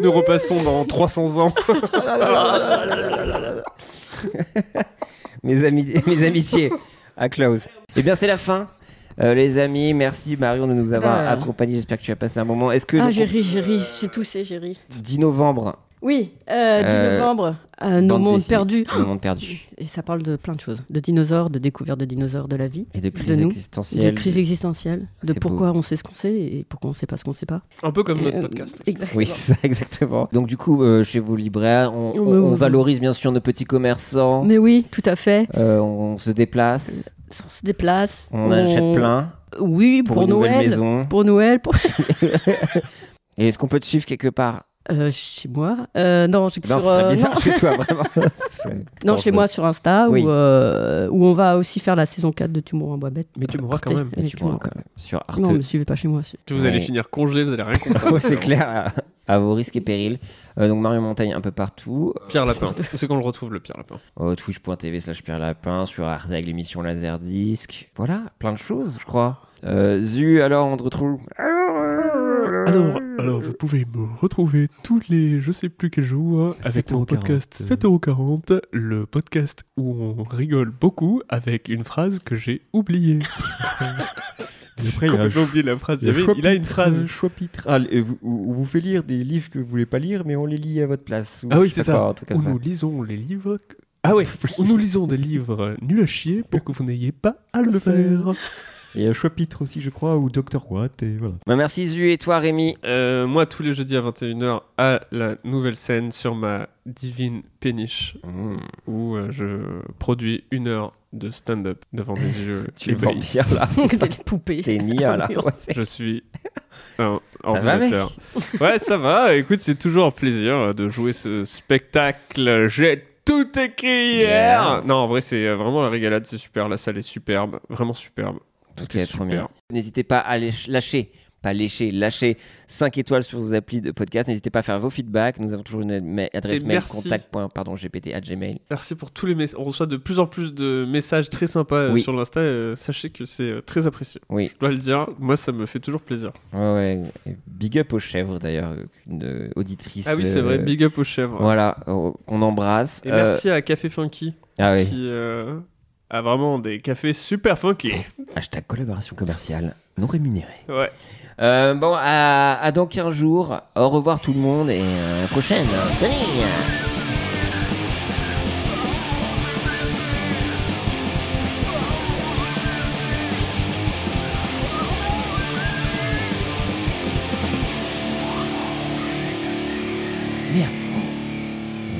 S5: Nous repassons dans 300 ans.
S2: <laughs> mes, ami- mes amitiés à Klaus. Eh bien, c'est la fin. Euh, les amis, merci Marion de nous avoir
S3: Ah.
S2: accompagnés. J'espère que tu as passé un moment. Est-ce que
S3: Ah,
S2: donc,
S3: j'ai ri, j'ai ri. J'ai toussé, j'ai ri.
S2: 10 novembre,
S3: Oui, euh, 10
S2: Euh,
S3: novembre, euh, Nos
S2: bande
S3: mondes
S2: dessinée.
S3: perdus.
S2: Nos mondes perdus.
S3: Et ça parle de plein de choses. De dinosaures, de découverte de dinosaures, de la vie.
S2: Et de crise
S3: nous,
S2: existentielle.
S3: De crise existentielle. De
S2: C'est
S3: pourquoi on sait ce qu'on sait et pourquoi on sait pas ce qu'on sait pas.
S5: Un peu comme
S3: Et,
S5: notre
S3: euh,
S5: podcast.
S3: Exactement.
S2: Oui, c'est ça, <laughs> exactement. Donc, du coup, euh, chez vous, libraires, on,
S3: Oh,
S2: on-
S3: mais
S2: on
S3: oui.
S2: valorise bien sûr nos petits commerçants.
S3: Mais oui, tout à fait.
S2: Euh, on, on se déplace.
S3: On se déplace.
S2: On en achète plein.
S3: Oui,
S2: Pour
S3: pour,
S2: une nouvelle
S3: Noël.
S2: maison.
S3: Pour Noël. Pour...
S2: Et est-ce qu'on peut te suivre quelque part
S3: Euh, chez moi Euh, Non, je-
S2: Non,
S3: sur,
S2: c'est
S3: euh,
S2: bizarre
S3: non.
S2: chez
S3: <laughs>
S2: toi, vraiment. C'est-
S3: Non, chez moi sur Insta,
S2: Oui.
S3: où, euh, où on va aussi faire la saison 4 de Tumour en bois bête.
S5: Mais tu me vois
S3: Arte.
S5: quand même.
S3: Mais tu me vois quand même.
S2: Sur Arte.
S3: Non, me suivez pas chez moi. c'est-
S5: Vous allez
S2: Ouais.
S5: finir congelé, vous allez rien
S2: <laughs>
S5: comprendre.
S2: Ouais, c'est clair, à, à vos risques et périls. Euh, donc Mario Montagne un peu partout.
S5: Pierre Lapin. Où c'est qu'on le retrouve, le Pierre Lapin
S2: Euh, Twitch.tv slash Pierre Lapin, sur Arte avec l'émission Laserdisc. Voilà, plein de choses, je crois. Euh, Zu, alors on te retrouve.
S5: Alors, alors, vous pouvez me retrouver tous les je sais plus quels jours avec mon podcast 7,40€, le podcast où on rigole beaucoup avec une phrase que j'ai <laughs> oubliée.
S14: Après, il y a un
S5: complètement
S14: ch-
S5: oublié la phrase. Il,
S14: il y
S5: y
S14: a
S5: avait- il a une
S14: chapitre,
S5: phrase.
S14: euh, chapitre. Ah, et vous- on vous fait lire des livres que vous voulez pas lire, mais on les lit à votre place. ou
S5: Ah oui,
S14: je sais
S5: c'est
S14: pas,
S5: ça.
S14: un truc comme
S5: Où
S14: ça.
S5: nous lisons les livres. que- Ah
S14: <laughs>
S5: ouais, où nous lisons des livres euh, nuls à chier pour que vous n'ayez pas à le faire.
S14: Et un chapitre aussi, je crois, ou Dr. Watt, et voilà.
S2: Bah, merci Zu et toi Rémi.
S5: Euh, moi, tous les jeudis à 21h, à la nouvelle scène sur ma divine péniche,
S14: Mmh,
S5: où euh, je produis une heure de stand-up devant mes <laughs> yeux.
S2: Tu es
S5: ébahis.
S2: vampire là.
S3: T'es des poupées.
S2: T'es une IA, là.
S14: <laughs>
S2: Ouais, c'est-
S5: Je suis un
S2: va, mec
S5: ordinateur. ouais, ça va. Écoute, c'est toujours un plaisir euh, de jouer ce spectacle. J'ai tout écrit hier.
S2: Yeah.
S5: Non, en vrai, c'est euh, vraiment la régalade. C'est super. La salle est superbe. Vraiment superbe. Tout
S2: Ok,
S5: est
S2: trop
S5: super.
S2: bien. N'hésitez pas à lâch- lâcher, pas lécher, lâcher 5 étoiles sur vos applis de podcast. N'hésitez pas à faire vos feedbacks. Nous avons toujours une ma- adresse
S5: Et
S2: mail
S5: merci.
S2: contact. point- Pardon, gpt à gmail.
S5: Merci pour tous les messages. On reçoit de plus en plus de messages très sympas euh,
S2: Oui.
S5: sur l'Insta. euh, sachez que c'est euh, très apprécié.
S2: Oui.
S5: Je dois le dire. Moi, ça me fait toujours plaisir.
S2: Ouais, ouais. Et Big up aux chèvres d'ailleurs, une euh, auditrice. euh,
S5: Ah oui, c'est vrai, big up aux chèvres.
S2: Voilà, euh, qu'on embrasse.
S5: Et
S2: Euh,
S5: merci à Café Funky.
S2: Ah oui.
S5: Qui euh, a vraiment des cafés super funky.
S2: Hashtag collaboration commerciale non rémunérée.
S5: Ouais.
S2: Euh, bon, à, à dans 15 jours. Au revoir tout le monde et euh, à la prochaine. Salut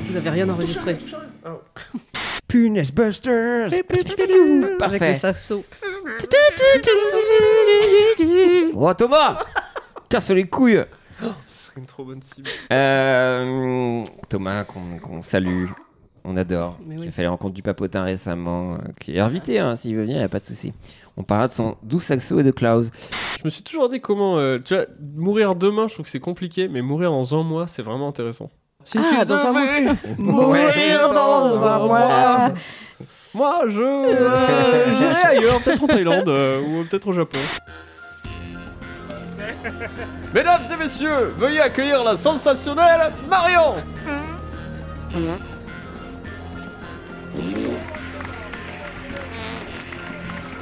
S3: Vous avez rien enregistré.
S11: Punaise Busters
S3: Avec le
S11: Parfait.
S3: saxo.
S11: Oh Thomas Casse les couilles
S5: Ce serait une trop bonne cible.
S11: Euh, Thomas, qu'on qu'on salue, on adore.
S5: Mais
S11: Il
S5: oui.
S11: a fait la rencontre du papotin récemment, euh, qui est invité, hein, s'il veut venir, il n'y a pas de souci. On parlera de son doux saxo et de Klaus.
S5: Je me suis toujours dit comment. euh, tu vois, mourir demain, je trouve que c'est compliqué, mais mourir dans un mois, c'est vraiment intéressant. Si
S7: Ah,
S5: tu
S7: dans un
S5: devais
S7: mois.
S5: mourir dans un mois. Moi, je. euh, J'irai ailleurs, peut-être en Thaïlande euh, ou peut-être au Japon. <laughs> Mesdames et messieurs, veuillez accueillir la sensationnelle Marion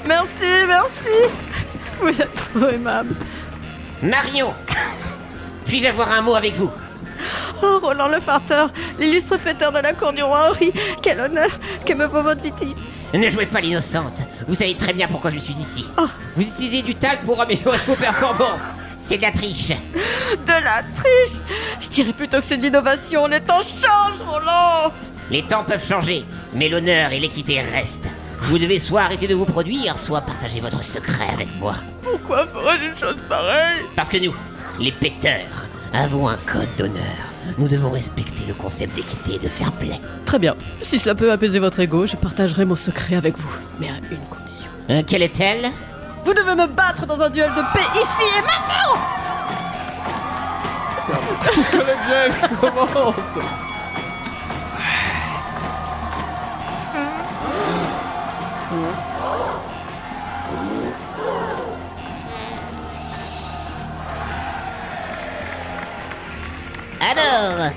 S12: Merci, merci. Vous êtes trop aimable.
S11: Marion Puis-je avoir un mot avec vous
S12: Oh, Roland le farteur, l'illustre fêteur de la cour du roi Henri, quel honneur que me vaut votre visite.
S11: Ne jouez pas l'innocente Vous savez très bien pourquoi je suis ici.
S12: Ah.
S11: Vous utilisez du talc pour améliorer vos performances C'est de la triche
S12: De la triche Je dirais plutôt que c'est de l'innovation, les temps changent, Roland
S11: Les temps peuvent changer, mais l'honneur et l'équité restent. Vous devez soit arrêter de vous produire, soit partager votre secret avec moi.
S12: Pourquoi ferais-je une chose pareille
S11: Parce que nous, les péteurs, avons un code d'honneur. Nous devons respecter le concept d'équité et de fair play.
S3: Très bien. Si cela peut apaiser votre ego, je partagerai mon secret avec vous. Mais à une condition.
S11: Euh, quelle est-elle
S3: Vous devez me battre dans un duel de paix ici et maintenant
S5: commence
S11: Alors,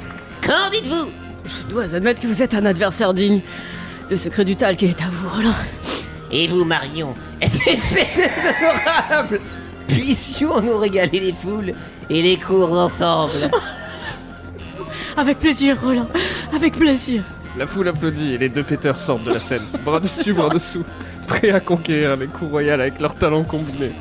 S11: qu'en dites-vous
S3: Je dois admettre que vous êtes un adversaire digne. Le secret du talc est à vous, Roland.
S11: Et vous, Marion, êtes déshonorable Puissions nous régaler les foules et les cours ensemble
S3: <laughs> Avec plaisir, Roland. Avec plaisir.
S5: La foule applaudit et les deux péteurs sortent de la scène, bras dessus, bras dessous, prêts à conquérir les coups royales avec leurs talents combinés.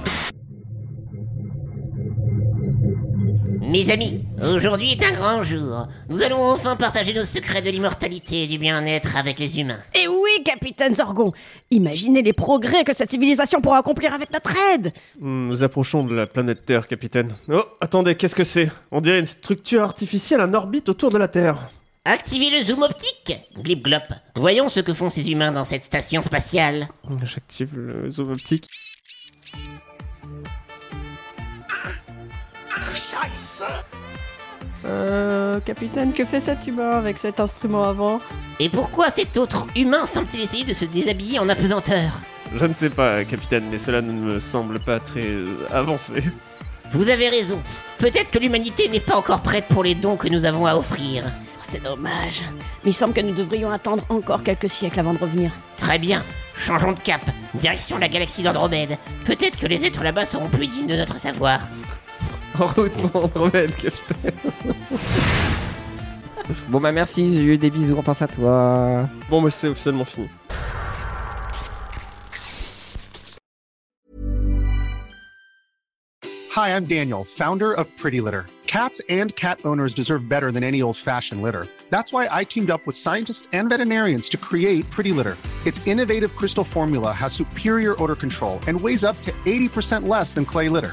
S11: Mes amis, aujourd'hui est un grand jour. Nous allons enfin partager nos secrets de l'immortalité et du bien-être avec les humains.
S10: Et oui, capitaine Zorgon, imaginez les progrès que cette civilisation pourra accomplir avec notre aide.
S3: Oh,
S5: Nous approchons de la planète Terre, capitaine. Oh, attendez, qu'est-ce que c'est On dirait une structure artificielle en orbite autour de la Terre.
S11: Activez le zoom optique Glip-glop, voyons ce que font ces humains dans cette station spatiale.
S5: J'active le zoom optique.
S12: Euh, capitaine, que fait cet humain avec cet instrument avant
S11: Et pourquoi cet autre humain semble-t-il essayer de se déshabiller en apesanteur
S5: Je ne sais pas, capitaine, mais cela ne me semble pas très euh, avancé.
S11: Vous avez raison. Peut-être que l'humanité n'est pas encore prête pour les dons que nous avons à offrir.
S10: C'est dommage. Mais il semble que nous devrions attendre encore quelques siècles avant de revenir.
S11: Très bien, changeons de cap. Direction la galaxie d'Andromède. Peut-être que les êtres là-bas seront plus dignes de notre savoir.
S5: En route pour Andromède, capitaine.
S2: Bon bah merci, j'ai eu des bisous, on pense à toi.
S5: Bon, mais c'est officiellement fini.
S8: Hi, I'm Daniel, founder of Pretty Litter. Cats and cat owners deserve better than any old fashioned litter. That's why I teamed up with scientists and veterinarians to create Pretty Litter. Its innovative crystal formula has superior odor control and weighs up to 80% less than clay litter.